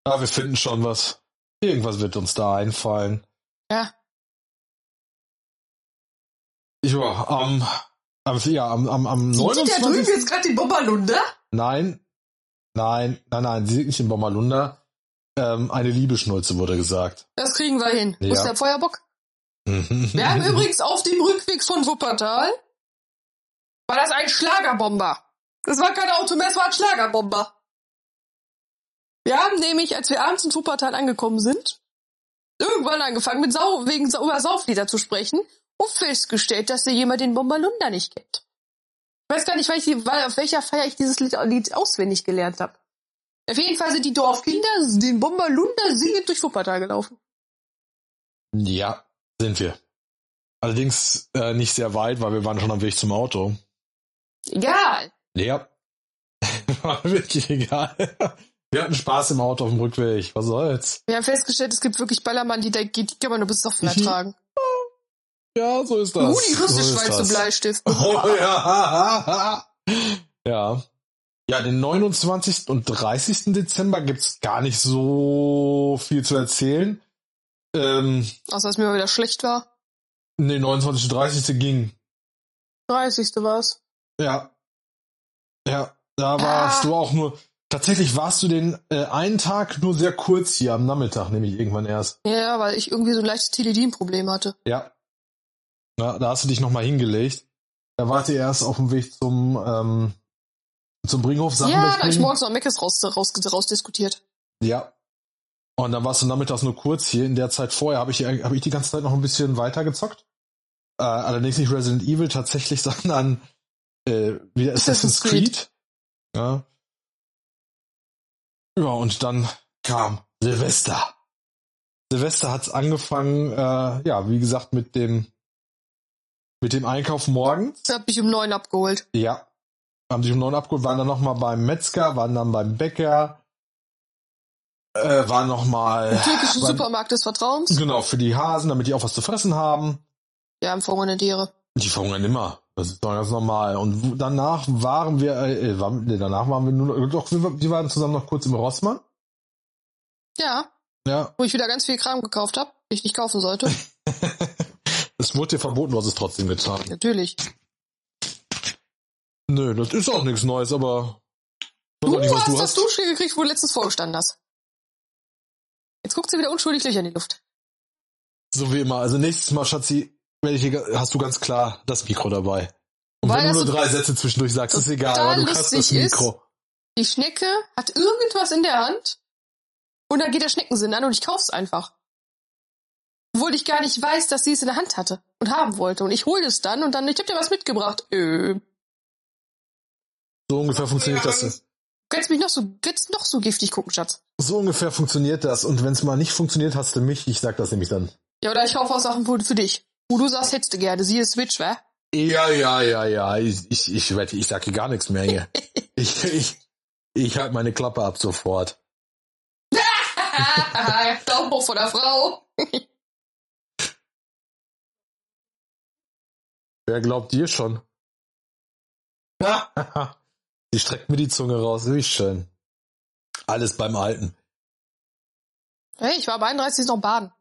Speaker 2: Ah, wir finden schon was. Irgendwas wird uns da einfallen.
Speaker 1: Ja.
Speaker 2: Ja, am, am, ja, am, am, am 29.
Speaker 1: jetzt gerade den Bomberlunder?
Speaker 2: Nein, nein, nein, nein, sie sind nicht in Bommalunda. Ähm, eine Liebeschnulze wurde gesagt.
Speaker 1: Das kriegen wir hin. Wo ist
Speaker 2: Ja.
Speaker 1: der Feuerbock? Wir haben übrigens auf dem Rückweg von Wuppertal war das ein Schlagerbomber. Das war kein Auto mehr, es war ein Schlagerbomber. Wir haben nämlich, als wir abends in Wuppertal angekommen sind, irgendwann angefangen, mit Sau wegen Sau über Sauflieder zu sprechen und festgestellt, dass hier jemand den Bomberlunder nicht kennt. Ich weiß gar nicht, welche, weil- auf welcher Feier ich dieses Lied, Lied auswendig gelernt habe. Auf jeden Fall sind die Dorfkinder den Bomberlunder singend durch Wuppertal gelaufen.
Speaker 2: Ja, sind wir. Allerdings äh, nicht sehr weit, weil wir waren schon am Weg zum Auto.
Speaker 1: Egal.
Speaker 2: Ja. War wirklich egal. Wir hatten Spaß im Auto auf dem Rückweg. Was soll's?
Speaker 1: Wir haben festgestellt, es gibt wirklich Ballermann, die da geht, die kann man nur besoffen
Speaker 2: Mhm.
Speaker 1: ertragen.
Speaker 2: Ja, so ist das.
Speaker 1: Uh, die
Speaker 2: so ist
Speaker 1: Rüsselschweiz
Speaker 2: das.
Speaker 1: zu Bleistift.
Speaker 2: Oh ja. Ja. Ja, den 29. und 30. Dezember gibt's gar nicht so viel zu erzählen. Ähm,
Speaker 1: Außer dass mir mal wieder schlecht war.
Speaker 2: nee, 29. und 30. ging.
Speaker 1: 30. war's.
Speaker 2: Ja. Ja, da
Speaker 1: Ah.
Speaker 2: warst du auch nur. Tatsächlich warst du den äh, einen Tag nur sehr kurz hier am Nachmittag, nämlich irgendwann erst.
Speaker 1: Ja, weil ich irgendwie so ein leichtes Teledin-Problem hatte.
Speaker 2: Ja. Na, da hast du dich nochmal hingelegt. Da wart ihr erst auf dem Weg zum, ähm, zum Bringhof Sachen
Speaker 1: ja, da hab ich
Speaker 2: wegbringen.
Speaker 1: morgens noch Meckes raus, raus, raus diskutiert.
Speaker 2: Ja. Und dann warst du nachmittags nur kurz hier. In der Zeit vorher habe ich, hab ich die ganze Zeit noch ein bisschen weitergezockt. Äh, allerdings nicht Resident Evil tatsächlich, sondern äh, wieder Assassin's
Speaker 1: Assassin's
Speaker 2: Creed. Ja. ja, und dann kam Silvester. Silvester hat's angefangen, äh, ja, wie gesagt, mit dem mit dem Einkauf morgens.
Speaker 1: Das hat mich um neun abgeholt.
Speaker 2: Ja. Haben sich um neun abgeholt, waren dann nochmal beim Metzger, waren dann beim Bäcker, äh, waren nochmal.
Speaker 1: Im türkischen
Speaker 2: beim-
Speaker 1: Supermarkt des Vertrauens.
Speaker 2: Genau, für die Hasen, damit die auch was zu fressen haben.
Speaker 1: Wir haben verhungernde Tiere.
Speaker 2: Die verhungern immer. Das ist doch ganz normal. Und wo- danach waren wir, äh, äh, waren, nee, danach waren wir nur, doch, wir, wir waren zusammen noch kurz im Rossmann.
Speaker 1: Ja,
Speaker 2: Ja.
Speaker 1: wo ich wieder ganz viel Kram gekauft habe, den ich nicht kaufen sollte.
Speaker 2: Es wurde dir verboten, du hast es trotzdem getan.
Speaker 1: Natürlich.
Speaker 2: Nö, das ist auch nichts Neues, aber. Ich weiß
Speaker 1: Du
Speaker 2: auch nicht, was
Speaker 1: hast das Duschgel gekriegt, wo du letztens vorgestanden hast. Jetzt guckt sie wieder unschuldig Löcher in die Luft.
Speaker 2: So wie immer. Also nächstes Mal, Schatzi, welche, hast du ganz klar das Mikro dabei. Und
Speaker 1: Weil
Speaker 2: wenn du
Speaker 1: das
Speaker 2: nur
Speaker 1: so
Speaker 2: drei Sätze zwischendurch sagst, ist egal,
Speaker 1: total
Speaker 2: aber du kannst das
Speaker 1: lustig ist.
Speaker 2: Mikro.
Speaker 1: die Schnecke hat irgendwas in der Hand und dann geht der Schneckensinn an und ich kauf's einfach. Wo obwohl ich gar nicht weiß, dass sie es in der Hand hatte und haben wollte. Und ich hole es dann und dann, ich hab dir was mitgebracht. Äh,
Speaker 2: So ungefähr funktioniert das.
Speaker 1: kannst mich noch so, kannst noch so giftig gucken, Schatz.
Speaker 2: So ungefähr funktioniert das. Und wenn es mal nicht funktioniert, hast du mich. Ich sag das nämlich dann.
Speaker 1: Ja, oder ich hoffe auf Sachen für, für dich. Wo du sagst, hättest du gerne. Sie ist Switch, wa?
Speaker 2: Ja, ja, ja, ja. Ich, ich, ich, wette, ich sag hier gar nichts mehr hier. ich, ich, ich halte meine Klappe ab sofort.
Speaker 1: Daumen hoch von der Frau.
Speaker 2: Wer glaubt dir schon? Sie streckt mir die Zunge raus. Wie schön. Alles beim Alten.
Speaker 1: Hey, ich war am 31. noch baden.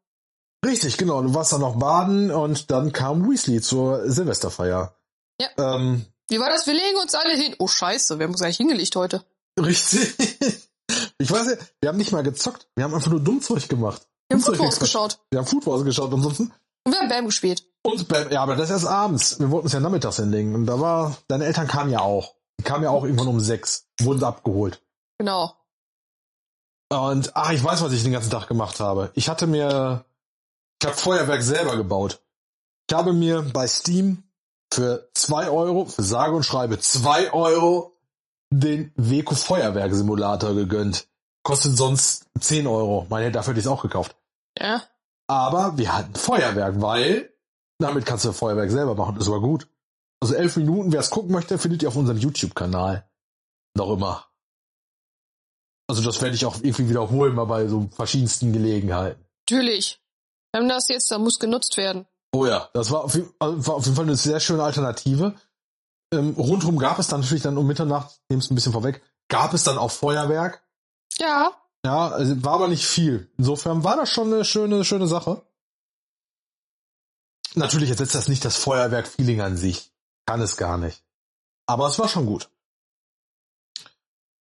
Speaker 2: Richtig, genau. Du warst dann noch baden und dann kam Weasley zur Silvesterfeier.
Speaker 1: Ja.
Speaker 2: Ähm,
Speaker 1: Wie war das? Wir legen uns alle hin. Oh, scheiße, wir haben uns eigentlich hingelegt heute.
Speaker 2: richtig. Ich weiß ja, wir haben nicht mal gezockt. Wir haben einfach nur Dummzeug gemacht.
Speaker 1: Wir haben
Speaker 2: Dummzeug
Speaker 1: Footballs
Speaker 2: geguckt.
Speaker 1: geschaut.
Speaker 2: Wir haben Footballs geschaut. Ansonsten
Speaker 1: Und wir haben Bam gespielt.
Speaker 2: Und beim, ja, aber das erst abends. Wir wollten uns ja nachmittags hinlegen. Und da war, deine Eltern kamen ja auch. Die kamen ja auch irgendwann um sechs. Wurden sie abgeholt.
Speaker 1: Genau.
Speaker 2: Und, ach, ich weiß, was ich den ganzen Tag gemacht habe. Ich hatte mir, ich habe Feuerwerk selber gebaut. Ich habe mir bei Steam für zwei Euro, für sage und schreibe zwei Euro, den Weco Feuerwerk Simulator gegönnt. Kostet sonst zehn Euro. Meine, dafür hätte ich es auch gekauft.
Speaker 1: Ja.
Speaker 2: Aber wir hatten Feuerwerk, weil damit kannst du Feuerwerk selber machen. Das war gut. Also elf Minuten, wer es gucken möchte, findet ihr auf unserem YouTube-Kanal. Noch immer. Also das werde ich auch irgendwie wiederholen, mal bei so verschiedensten Gelegenheiten.
Speaker 1: Natürlich. Wir haben das jetzt, da muss genutzt werden.
Speaker 2: Oh ja, das war auf, jeden- also war auf jeden Fall eine sehr schöne Alternative. Ähm, rundherum gab es dann natürlich dann um Mitternacht, nehme es ein bisschen vorweg, gab es dann auch Feuerwerk.
Speaker 1: Ja.
Speaker 2: Ja, also war aber nicht viel. Insofern war das schon eine schöne, schöne Sache. Natürlich ersetzt das nicht das Feuerwerk-Feeling an sich. Kann es gar nicht. Aber es war schon gut.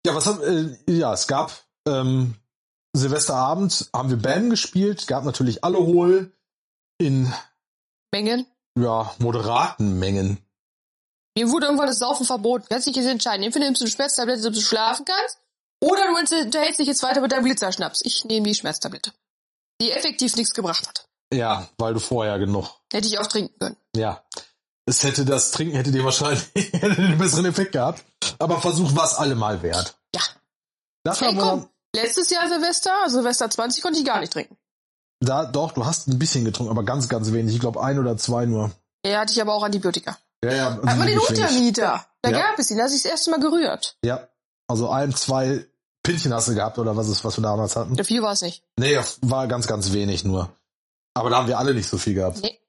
Speaker 2: Ja, was haben, äh, ja, es gab ähm, Silvesterabend haben wir Bam gespielt, gab natürlich Alkohol in
Speaker 1: Mengen.
Speaker 2: ja moderaten Mengen.
Speaker 1: Mir wurde irgendwann das Saufen verboten. Kannst dich jetzt entscheiden. Entweder nimmst du eine Schmerztablette, damit du schlafen kannst, oder du unter- unterhältst dich jetzt weiter mit deinem Blitzerschnaps. Ich nehme die Schmerztablette. Die effektiv nichts gebracht hat.
Speaker 2: Ja, weil du vorher genug.
Speaker 1: Hätte ich auch trinken können.
Speaker 2: Ja. Es hätte das Trinken hätte dir wahrscheinlich hätte den besseren Effekt gehabt. Aber Versuch war es allemal wert.
Speaker 1: Ja.
Speaker 2: Das war
Speaker 1: Hey, komm.
Speaker 2: aber,
Speaker 1: Letztes Jahr Silvester, Silvester 20, konnte ich gar nicht trinken.
Speaker 2: da, doch, du hast ein bisschen getrunken, aber ganz, ganz wenig. Ich glaube ein oder zwei nur.
Speaker 1: Ja, hatte ich aber auch Antibiotika.
Speaker 2: Ja, ja. also
Speaker 1: Aber den
Speaker 2: wirklich wenig.
Speaker 1: Untermieter, da
Speaker 2: Ja.
Speaker 1: gab es ihn, da habe ich das erste Mal gerührt.
Speaker 2: Ja. Also ein, zwei Pinchen hast du gehabt oder was ist, was wir damals hatten.
Speaker 1: Ja, viel war es nicht.
Speaker 2: Nee, war ganz, ganz wenig nur. Aber da haben wir alle nicht so viel gehabt.
Speaker 1: Nee.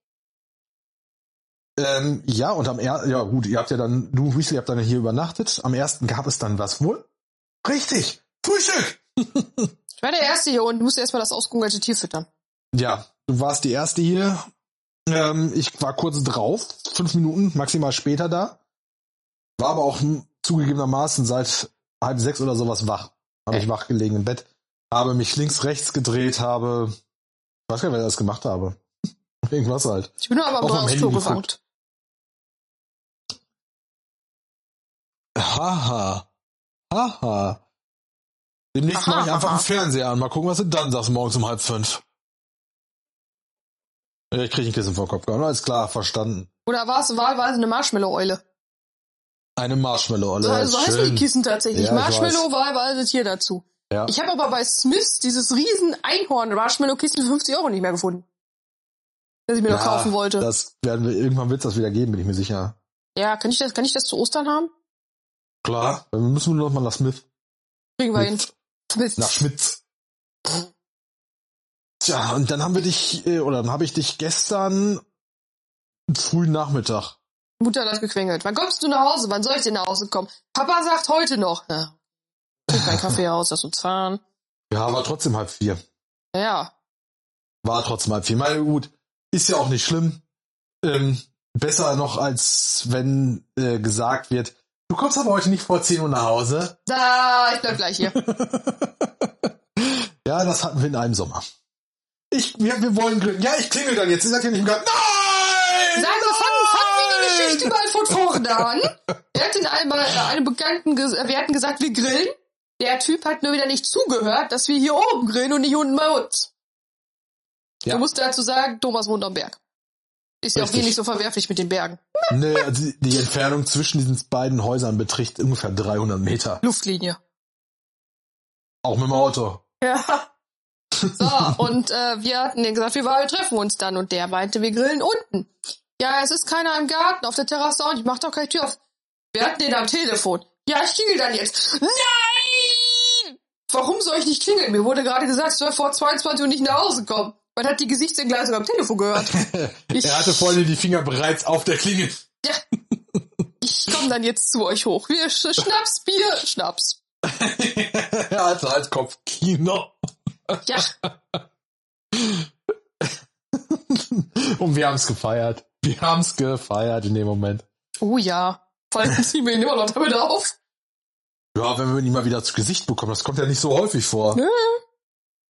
Speaker 2: Ähm, ja, und am ersten, ja gut, ihr habt ja dann, du Weasley habt dann hier übernachtet. Am ersten gab es dann was wohl? Richtig! Frühstück!
Speaker 1: Ich war der Erste hier und musste erstmal das ausgehungerte Tier füttern.
Speaker 2: Ja, du warst die erste hier. Ähm, ich war kurz drauf, fünf Minuten maximal später da. War aber auch hm, zugegebenermaßen seit halb sechs oder sowas wach. Habe ich wach gelegen im Bett, habe mich links, rechts gedreht, habe, ich weiß gar nicht, wer das gemacht habe. Irgendwas halt.
Speaker 1: Ich bin nur aber
Speaker 2: Auch
Speaker 1: nur
Speaker 2: am
Speaker 1: aufs
Speaker 2: Handy
Speaker 1: Klo
Speaker 2: geguckt.
Speaker 1: gefangen.
Speaker 2: Haha. Haha. Demnächst
Speaker 1: Aha,
Speaker 2: mache ich einfach
Speaker 1: aha.
Speaker 2: den Fernseher an. Mal gucken, was du dann sagst morgens um halb fünf. Ja, Ich kriege ein Kissen vor den Kopf. gehauen. Alles klar, verstanden.
Speaker 1: Oder war es wahlweise eine Marshmallow-Eule?
Speaker 2: Eine Marshmallow,
Speaker 1: So,
Speaker 2: alle.
Speaker 1: so heißen die Kissen tatsächlich.
Speaker 2: Ja, ich
Speaker 1: Marshmallow wahlweise Tier dazu.
Speaker 2: Ja.
Speaker 1: Ich habe aber bei Smiths dieses riesen Einhorn-Marshmallow-Kissen für 50 Euro nicht mehr gefunden. Das ich mir noch
Speaker 2: Ja,
Speaker 1: kaufen wollte.
Speaker 2: Das werden wir, irgendwann wird es das wieder geben, bin ich mir sicher.
Speaker 1: ja, kann ich das, kann ich das zu Ostern haben?
Speaker 2: Klar. Dann müssen wir noch mal nach Smith.
Speaker 1: Kriegen wir hin. Smiths.
Speaker 2: Nach Schmitz. Tja, und dann haben wir dich, äh, oder dann habe ich dich gestern frühen Nachmittag.
Speaker 1: Mutter hat gequengelt. Wann kommst du nach Hause? Wann soll ich denn nach Hause kommen? Papa sagt heute noch. Ja. Trink deinen Kaffee aus, lass uns fahren.
Speaker 2: Ja, war trotzdem halb vier.
Speaker 1: Ja,
Speaker 2: War trotzdem halb vier. Mal gut, ist ja auch nicht schlimm. Ähm, besser noch, als wenn äh, gesagt wird, du kommst aber heute nicht vor 10 Uhr nach Hause.
Speaker 1: da, ich bleib gleich hier.
Speaker 2: ja, das hatten wir in einem Sommer. Ich, wir, wir wollen Glück. Ja, ich klingel dann jetzt. Ihr seid ja nicht im Garten. Nein!
Speaker 1: Sag mal, fang, fang wir die
Speaker 2: Nein!
Speaker 1: Geschichte mal von vorne an. Wir hatten einmal äh, einen Bekannten, ges- äh, wir hatten gesagt, wir grillen. Der Typ hat nur wieder nicht zugehört, dass wir hier oben grillen und nicht unten bei uns. Du musst dazu sagen, Thomas wohnt am Berg. Ist ja auch
Speaker 2: Richtig.
Speaker 1: wenig so verwerflich mit den Bergen.
Speaker 2: Nee, also die- die Entfernung zwischen diesen beiden Häusern beträgt ungefähr 300 Meter.
Speaker 1: Luftlinie.
Speaker 2: Auch mit dem Auto.
Speaker 1: Ja. So, und äh, wir hatten ja gesagt, wir waren- treffen uns dann und der meinte, wir grillen unten. Ja, es ist keiner im Garten, auf der Terrasse und ich mach doch keine Tür auf. Wir hatten den am Telefon. Ja, ich klingel dann jetzt. Nein! Warum soll ich nicht klingeln? Mir wurde gerade gesagt, ich soll vor 22 Uhr nicht nach Hause kommen. Man hat die Gesichtsentgleisung am Telefon gehört. Ich-
Speaker 2: Er hatte vorhin die Finger bereits auf der Klinge.
Speaker 1: Ich komme dann jetzt zu euch hoch. Wir sch Schnaps, Bier, Schnaps.
Speaker 2: er hatte als Kopfkino.
Speaker 1: Ja,
Speaker 2: Und wir haben's gefeiert. Wir haben's gefeiert in dem Moment.
Speaker 1: oh ja. Vor allem ziehen wir ihn immer noch damit auf.
Speaker 2: Ja, wenn wir ihn mal wieder zu Gesicht bekommen, das kommt ja nicht so häufig vor.
Speaker 1: Nö.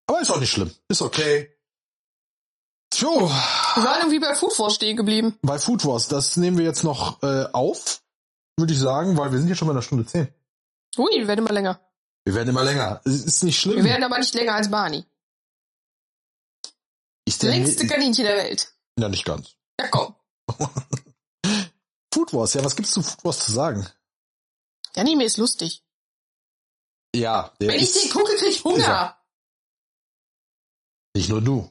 Speaker 2: Aber ist auch nicht schlimm. Ist okay. Tjo,
Speaker 1: Wir waren irgendwie bei Food Wars stehen geblieben.
Speaker 2: bei Food Wars, das nehmen wir jetzt noch äh, auf, würde ich sagen, weil wir sind ja schon bei einer Stunde zehn.
Speaker 1: Ui, wir werden immer länger.
Speaker 2: Wir werden immer länger. Es Ist nicht schlimm.
Speaker 1: Wir werden aber nicht länger als Barney.
Speaker 2: ich
Speaker 1: Das längste Kaninchen der Welt.
Speaker 2: ja, nicht ganz.
Speaker 1: Ja, komm.
Speaker 2: Food Wars, ja, was gibt's zu Food Wars zu sagen?
Speaker 1: Der Anime ist lustig.
Speaker 2: Ja, der
Speaker 1: Wenn ich
Speaker 2: ist
Speaker 1: den gucke, krieg ich
Speaker 2: ist
Speaker 1: Hunger.
Speaker 2: er. nicht nur du.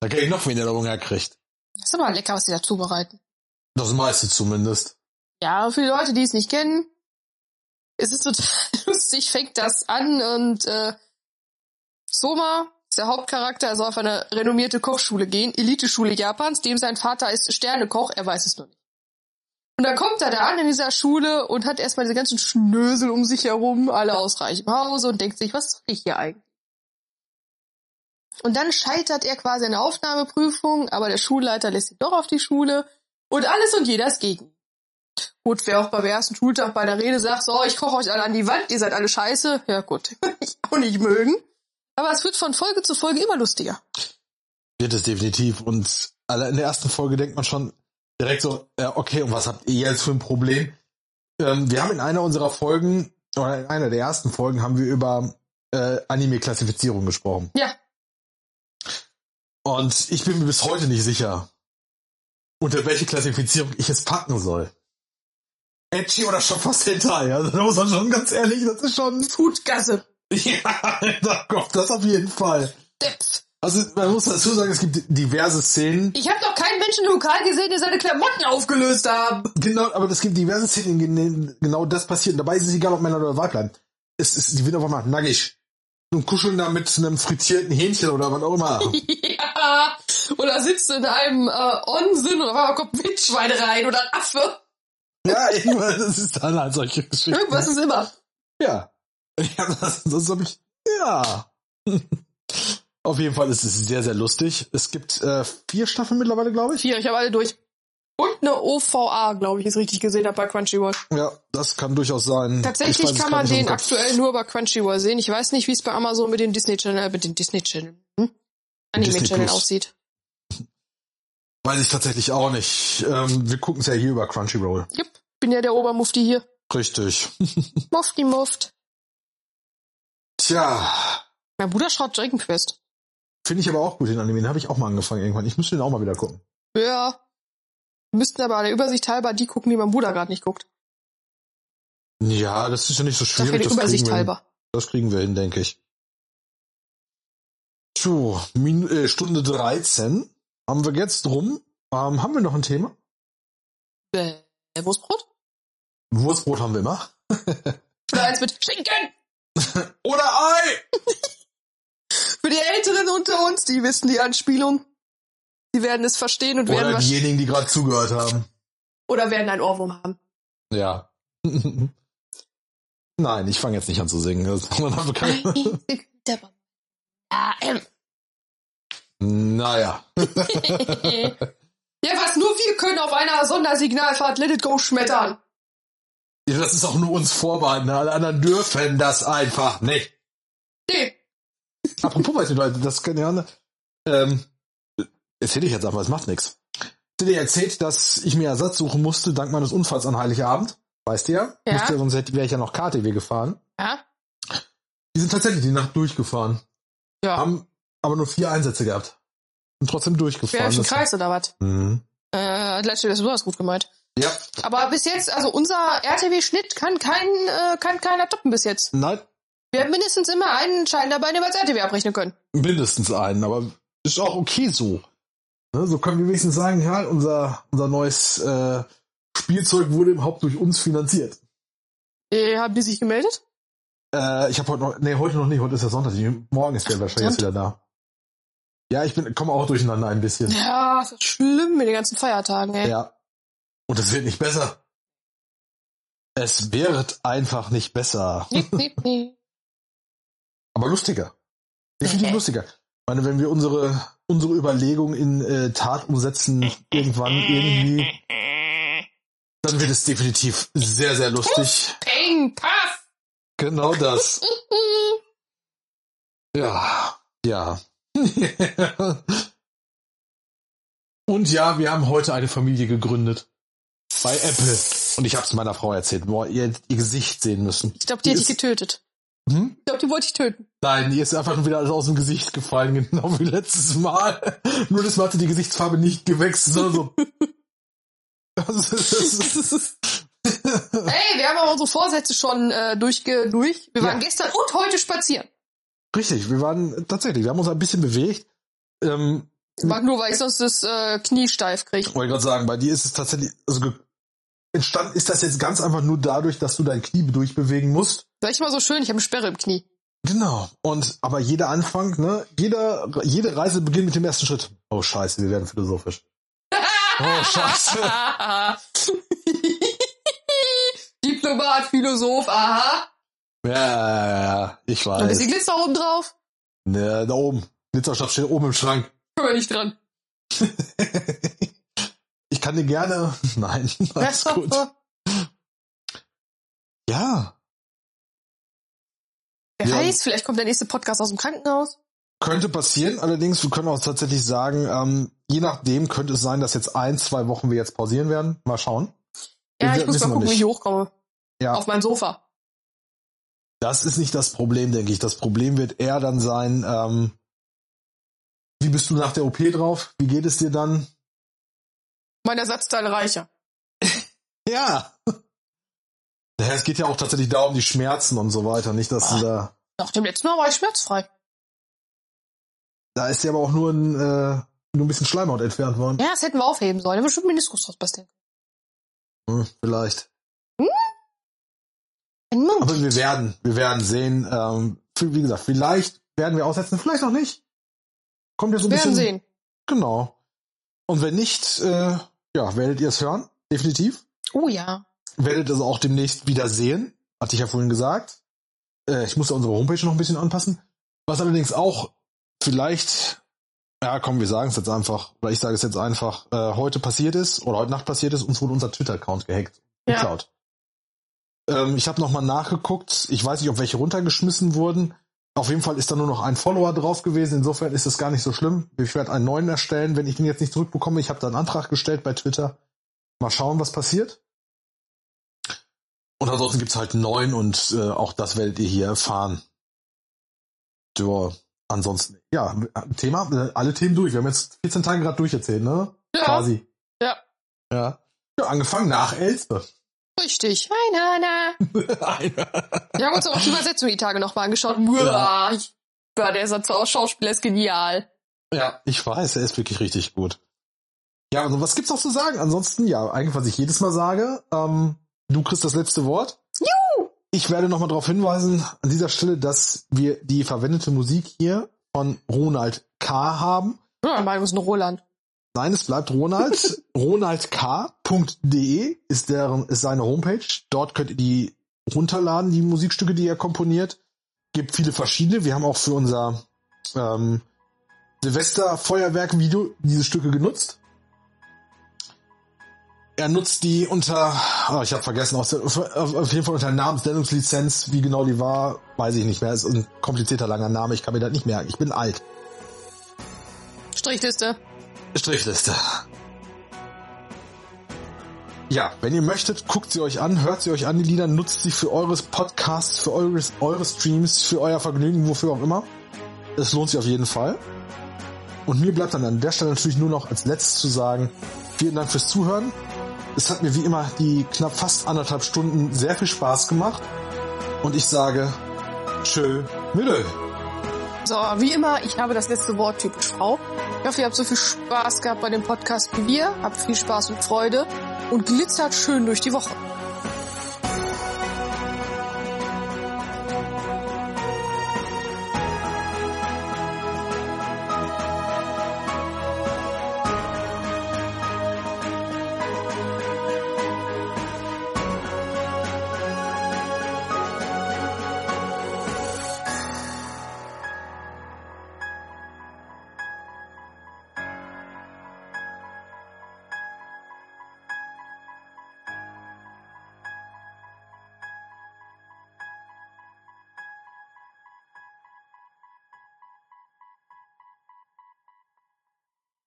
Speaker 2: Da kenne ich noch wen, der da Hunger kriegt.
Speaker 1: Das ist aber lecker, was sie da zubereiten.
Speaker 2: Das meiste zumindest.
Speaker 1: Ja, für die Leute, die es nicht kennen, es ist total lustig, fängt das an und äh, Soma, ist der Hauptcharakter, soll auf eine renommierte Kochschule gehen, Eliteschule Japans, dem sein Vater ist Sternekoch, er weiß es nur nicht. Und dann kommt er da an in dieser Schule und hat erstmal diese ganzen Schnösel um sich herum, alle aus reichem Hause und denkt sich, was soll ich hier eigentlich? Und dann scheitert er quasi eine Aufnahmeprüfung, aber der Schulleiter lässt ihn doch auf die Schule und alles und jeder ist gegen ihn. Gut, wer auch beim ersten Schultag bei der Rede sagt, so, ich koche euch alle an die Wand, ihr seid alle scheiße. Ja gut, ich auch nicht mögen. Aber es wird von Folge zu Folge immer lustiger.
Speaker 2: Wird es definitiv. Und alle in der ersten Folge denkt man schon direkt so, ja, okay, und was habt ihr jetzt für ein Problem? Ähm, wir haben in einer unserer Folgen, oder in einer der ersten Folgen, haben wir über äh, Anime-Klassifizierung gesprochen.
Speaker 1: Ja.
Speaker 2: Und ich bin mir bis heute nicht sicher, unter welche Klassifizierung ich es packen soll. Edgy oder schon fast Hentai. Also da muss man schon ganz ehrlich, das ist schon...
Speaker 1: Hutgasse,
Speaker 2: Ja, da kommt das auf jeden Fall.
Speaker 1: Depth.
Speaker 2: Also man muss dazu sagen, es gibt diverse Szenen,
Speaker 1: Ich habe noch keinen Menschen lokal gesehen, der seine Klamotten aufgelöst haben.
Speaker 2: Genau, aber es gibt diverse Szenen, in denen genau das passiert. Und dabei ist es egal, ob Männer oder Weiblein. Es ist, die werden auf einmal nackig. Und kuscheln da mit einem frittierten Hähnchen oder was auch immer.
Speaker 1: ja. Oder sitzt in einem äh, Onsen oder warum kommt ein Wildschwein rein oder ein Affe.
Speaker 2: ja, irgendwas, das ist dann halt solche Geschichten.
Speaker 1: Irgendwas ist immer.
Speaker 2: Ja. Ja, das, das hab ich, ja. auf jeden Fall ist es sehr, sehr lustig. Es gibt äh, vier Staffeln mittlerweile, glaube ich.
Speaker 1: Vier, ich habe alle durch. Und eine OVA, glaube ich, ist richtig gesehen habe bei Crunchyroll.
Speaker 2: Ja, das kann durchaus sein. Ich weiß
Speaker 1: Tatsächlich
Speaker 2: es
Speaker 1: kann
Speaker 2: grad
Speaker 1: man
Speaker 2: nicht aus
Speaker 1: den
Speaker 2: dem Kopf.
Speaker 1: aktuell nur bei Crunchyroll sehen. Ich weiß nicht, wie es bei Amazon mit den Disney Channel, äh, mit den Disney Channel, hm? Anime
Speaker 2: Disney
Speaker 1: Channel
Speaker 2: Plus.
Speaker 1: aussieht.
Speaker 2: Weiß ich tatsächlich auch nicht. Ähm, wir gucken es ja hier über Crunchyroll.
Speaker 1: Jupp, bin ja der Obermufti hier.
Speaker 2: Richtig.
Speaker 1: Mufti Muft.
Speaker 2: Tja,
Speaker 1: Mein Bruder schaut Dragon Quest.
Speaker 2: Finde ich aber auch gut, den Anime. Den habe ich auch mal angefangen irgendwann. Ich müsste den auch mal wieder gucken.
Speaker 1: Ja. Müssten aber der Übersicht halber die gucken, die mein Bruder gerade nicht guckt.
Speaker 2: Ja, das ist ja nicht so
Speaker 1: Sag mir
Speaker 2: schwierig.
Speaker 1: die
Speaker 2: Das kriegen,
Speaker 1: Übersicht
Speaker 2: wir hin.
Speaker 1: halber.
Speaker 2: das kriegen wir hin, denke ich. So, Min äh, Stunde 13 haben wir jetzt rum. Ähm, haben wir noch ein Thema?
Speaker 1: Äh, Wurstbrot?
Speaker 2: Wurstbrot haben wir immer.
Speaker 1: Oder eins mit Schinken!
Speaker 2: Oder Ei!
Speaker 1: Für die Älteren unter uns, die wissen die Anspielung. Die werden es verstehen und werden
Speaker 2: Oder
Speaker 1: wahrscheinlich-
Speaker 2: diejenigen, die gerade zugehört haben.
Speaker 1: oder werden einen Ohrwurm haben.
Speaker 2: Ja. Nein, ich fange jetzt nicht an zu singen. Das- dann haben wir keine- Ah,
Speaker 1: Ja, ähm.
Speaker 2: naja.
Speaker 1: Ja, was nur wir können auf einer Sondersignalfahrt Let It Go schmettern.
Speaker 2: Ja, Das ist auch nur uns vorbehalten. Alle anderen dürfen das einfach nicht.
Speaker 1: Nee.
Speaker 2: Apropos weiße Leute, das kann ja. ne? Ähm, erzähl ich jetzt einfach, es macht nichts. Ich dir erzählt, dass ich mir Ersatz suchen musste, dank meines Unfalls an Heiligabend. Weißt du ja?
Speaker 1: Ja.
Speaker 2: Musste, sonst hätte- wäre ich ja noch KTW gefahren.
Speaker 1: Ja?
Speaker 2: Die sind tatsächlich die Nacht durchgefahren.
Speaker 1: Ja.
Speaker 2: Haben aber nur vier Einsätze gehabt. Und trotzdem durchgefahren.
Speaker 1: Schwäbischen
Speaker 2: Das-
Speaker 1: Kreis oder was?
Speaker 2: Mhm.
Speaker 1: Äh, Athletic ist besonders gut gemeint.
Speaker 2: Ja.
Speaker 1: Aber bis jetzt, also unser RTW-Schnitt kann kein, äh, kann keiner toppen bis jetzt.
Speaker 2: Nein,
Speaker 1: Wir haben mindestens immer einen Schein dabei, den wir als RTW abrechnen können.
Speaker 2: mindestens einen, aber ist auch okay so. Ne, so können wir wenigstens sagen, ja, unser, unser neues äh, Spielzeug wurde überhaupt durch uns finanziert.
Speaker 1: Äh, haben die sich gemeldet?
Speaker 2: Äh, ich habe heute noch, nee, heute noch nicht, heute ist ja Sonntag, die- morgen ist der wahrscheinlich jetzt wieder da. Ja, ich bin, komme auch durcheinander ein bisschen.
Speaker 1: Ja, das ist schlimm mit den ganzen Feiertagen, ey.
Speaker 2: Ja. Und es wird nicht besser. Es wird einfach nicht besser.
Speaker 1: Nee, nee, nee.
Speaker 2: Aber lustiger. Definitiv
Speaker 1: Okay.
Speaker 2: lustiger. Ich meine, wenn wir unsere, unsere Überlegung in äh, Tat umsetzen, irgendwann irgendwie, dann wird es definitiv sehr, sehr lustig.
Speaker 1: Ping, paff!
Speaker 2: Genau das. Ja, ja. Und ja, wir haben heute eine Familie gegründet. Bei Apple. Und ich habe es meiner Frau erzählt. Boah, ihr hättet ihr Gesicht sehen müssen.
Speaker 1: Ich glaube, die hätte ich
Speaker 2: Ist-
Speaker 1: getötet.
Speaker 2: Hm?
Speaker 1: Ich glaube, die wollte ich töten.
Speaker 2: Nein, ihr ist einfach nur wieder alles aus dem Gesicht gefallen, genau wie letztes Mal. Nur das Mal hatte die Gesichtsfarbe nicht gewechselt, sondern so. Das ist, das ist, Äh.
Speaker 1: Ey, wir haben aber unsere Vorsätze schon äh, durchge durch. Wir
Speaker 2: Ja.
Speaker 1: waren gestern und heute spazieren.
Speaker 2: richtig, wir waren tatsächlich, wir haben uns ein bisschen bewegt. Ähm,
Speaker 1: Mag nur, weil ich sonst das äh, Knie steif kriege.
Speaker 2: wollte gerade sagen, bei dir ist es tatsächlich, also ge- entstanden ist das jetzt ganz einfach nur dadurch, dass du dein Knie durchbewegen musst.
Speaker 1: Sag ich mal so schön, ich habe eine Sperre im Knie.
Speaker 2: Genau. Und aber jeder Anfang, ne, jeder, jede Reise beginnt mit dem ersten Schritt. Oh Scheiße, wir werden philosophisch. Oh Scheiße.
Speaker 1: Diplomat, Philosoph, aha.
Speaker 2: Ja, ja, ja, ja, ich
Speaker 1: Da ist
Speaker 2: weiß.
Speaker 1: die Glitzer oben drauf.
Speaker 2: Ne, da oben. Glitzerstab steht oben im Schrank.
Speaker 1: Können wir nicht dran.
Speaker 2: Ich kann dir gerne. Nein, alles gut. Ja,
Speaker 1: Wer
Speaker 2: Ja.
Speaker 1: weiß, vielleicht kommt der nächste Podcast aus dem Krankenhaus.
Speaker 2: könnte passieren. Allerdings, wir können auch tatsächlich sagen, ähm, je nachdem könnte es sein, dass jetzt ein, zwei Wochen wir jetzt pausieren werden. Mal schauen.
Speaker 1: Ja,
Speaker 2: Wir
Speaker 1: ich muss mal
Speaker 2: wissen noch
Speaker 1: gucken, wie
Speaker 2: nicht.
Speaker 1: ich hochkomme.
Speaker 2: Ja.
Speaker 1: Auf mein Sofa.
Speaker 2: Das ist nicht das Problem, denke ich. Das Problem wird eher dann sein, ähm, wie bist du nach der OP drauf? Wie geht es dir dann?
Speaker 1: Mein Ersatzteil reicher.
Speaker 2: Ja. Naja, es geht ja auch tatsächlich darum, die Schmerzen und so weiter. Nicht, dass
Speaker 1: Ah.
Speaker 2: du da.
Speaker 1: Nach dem letzten Mal war ich schmerzfrei.
Speaker 2: Da ist ja aber auch nur ein, äh, nur ein bisschen Schleimhaut entfernt worden.
Speaker 1: Ja, das hätten wir aufheben sollen. Da wird bestimmt Meniskus draus basteln.
Speaker 2: Hm, vielleicht.
Speaker 1: Ein Mann.
Speaker 2: Aber wir werden, wir werden sehen. Ähm, wie gesagt, vielleicht werden wir aussetzen, vielleicht auch nicht. Kommt ja so ein
Speaker 1: Wir werden
Speaker 2: bisschen.
Speaker 1: sehen.
Speaker 2: Genau. Und wenn nicht, äh, ja, werdet ihr es hören, definitiv.
Speaker 1: Oh ja.
Speaker 2: Werdet es auch demnächst wieder sehen, hatte ich ja vorhin gesagt. Äh, ich musste unsere Homepage noch ein bisschen anpassen. Was allerdings auch vielleicht, ja komm, wir sagen es jetzt einfach, oder ich sage es jetzt einfach, äh, heute passiert ist oder heute Nacht passiert ist, uns wurde unser Twitter-Account gehackt
Speaker 1: Ja.
Speaker 2: geklaut. Ähm, ich habe nochmal nachgeguckt. Ich weiß nicht, ob welche runtergeschmissen wurden. Auf jeden Fall ist da nur noch ein Follower drauf gewesen. Insofern ist das gar nicht so schlimm. Ich werde einen neuen erstellen, wenn ich den jetzt nicht zurückbekomme. Ich habe da einen Antrag gestellt bei Twitter. Mal schauen, was passiert. Und ansonsten gibt's halt einen neuen und äh, auch das werdet ihr hier erfahren. Ja, ansonsten, ja, Thema, äh, alle Themen durch. Wir haben jetzt 14 Tage gerade durcherzählt, ne?
Speaker 1: Ja,
Speaker 2: Quasi.
Speaker 1: Ja.
Speaker 2: Ja. Ja, angefangen nach Elspe.
Speaker 1: richtig. Hi, Nana. Wir haben uns auch die Übersetzung die Tage nochmal angeschaut. Uah, ja. Der Satz aus Schauspieler ist genial.
Speaker 2: ja, ich weiß, er ist wirklich richtig gut. Ja, also was gibt's noch zu sagen? Ansonsten, ja, eigentlich, was ich jedes Mal sage, ähm, du kriegst das letzte Wort. Juhu! Ich werde nochmal darauf hinweisen, an dieser Stelle, dass wir die verwendete Musik hier von Ronald K. haben.
Speaker 1: Ja, mein ist ein Roland.
Speaker 2: Nein, es bleibt Ronald. ronaldk.de ist, deren, ist seine Homepage. Dort könnt ihr die runterladen, die Musikstücke, die er komponiert. Gibt viele verschiedene. Wir haben auch für unser ähm, Silvester-Feuerwerk-Video diese Stücke genutzt. Er nutzt die unter, ah, ich habe vergessen, aus der, auf, auf jeden Fall unter Namensnennungslizenz. Wie genau die war, weiß ich nicht mehr. Ist ein komplizierter langer Name. Ich kann mir das nicht merken. Ich bin alt.
Speaker 1: Strichliste.
Speaker 2: Strichliste. Ja, wenn ihr möchtet, guckt sie euch an, hört sie euch an, die Lieder, nutzt sie für eures Podcasts, für eures, eure Streams, für euer Vergnügen, wofür auch immer. Es lohnt sich auf jeden Fall. Und mir bleibt dann an der Stelle natürlich nur noch als letztes zu sagen, vielen Dank fürs Zuhören. Es hat mir wie immer die knapp fast anderthalb Stunden sehr viel Spaß gemacht. Und ich sage, tschö, Müdel.
Speaker 1: So, wie immer, ich habe das letzte Wort typisch Frau. Ich hoffe, ihr habt so viel Spaß gehabt bei dem Podcast wie wir. Habt viel Spaß und Freude und glitzert schön durch die Woche.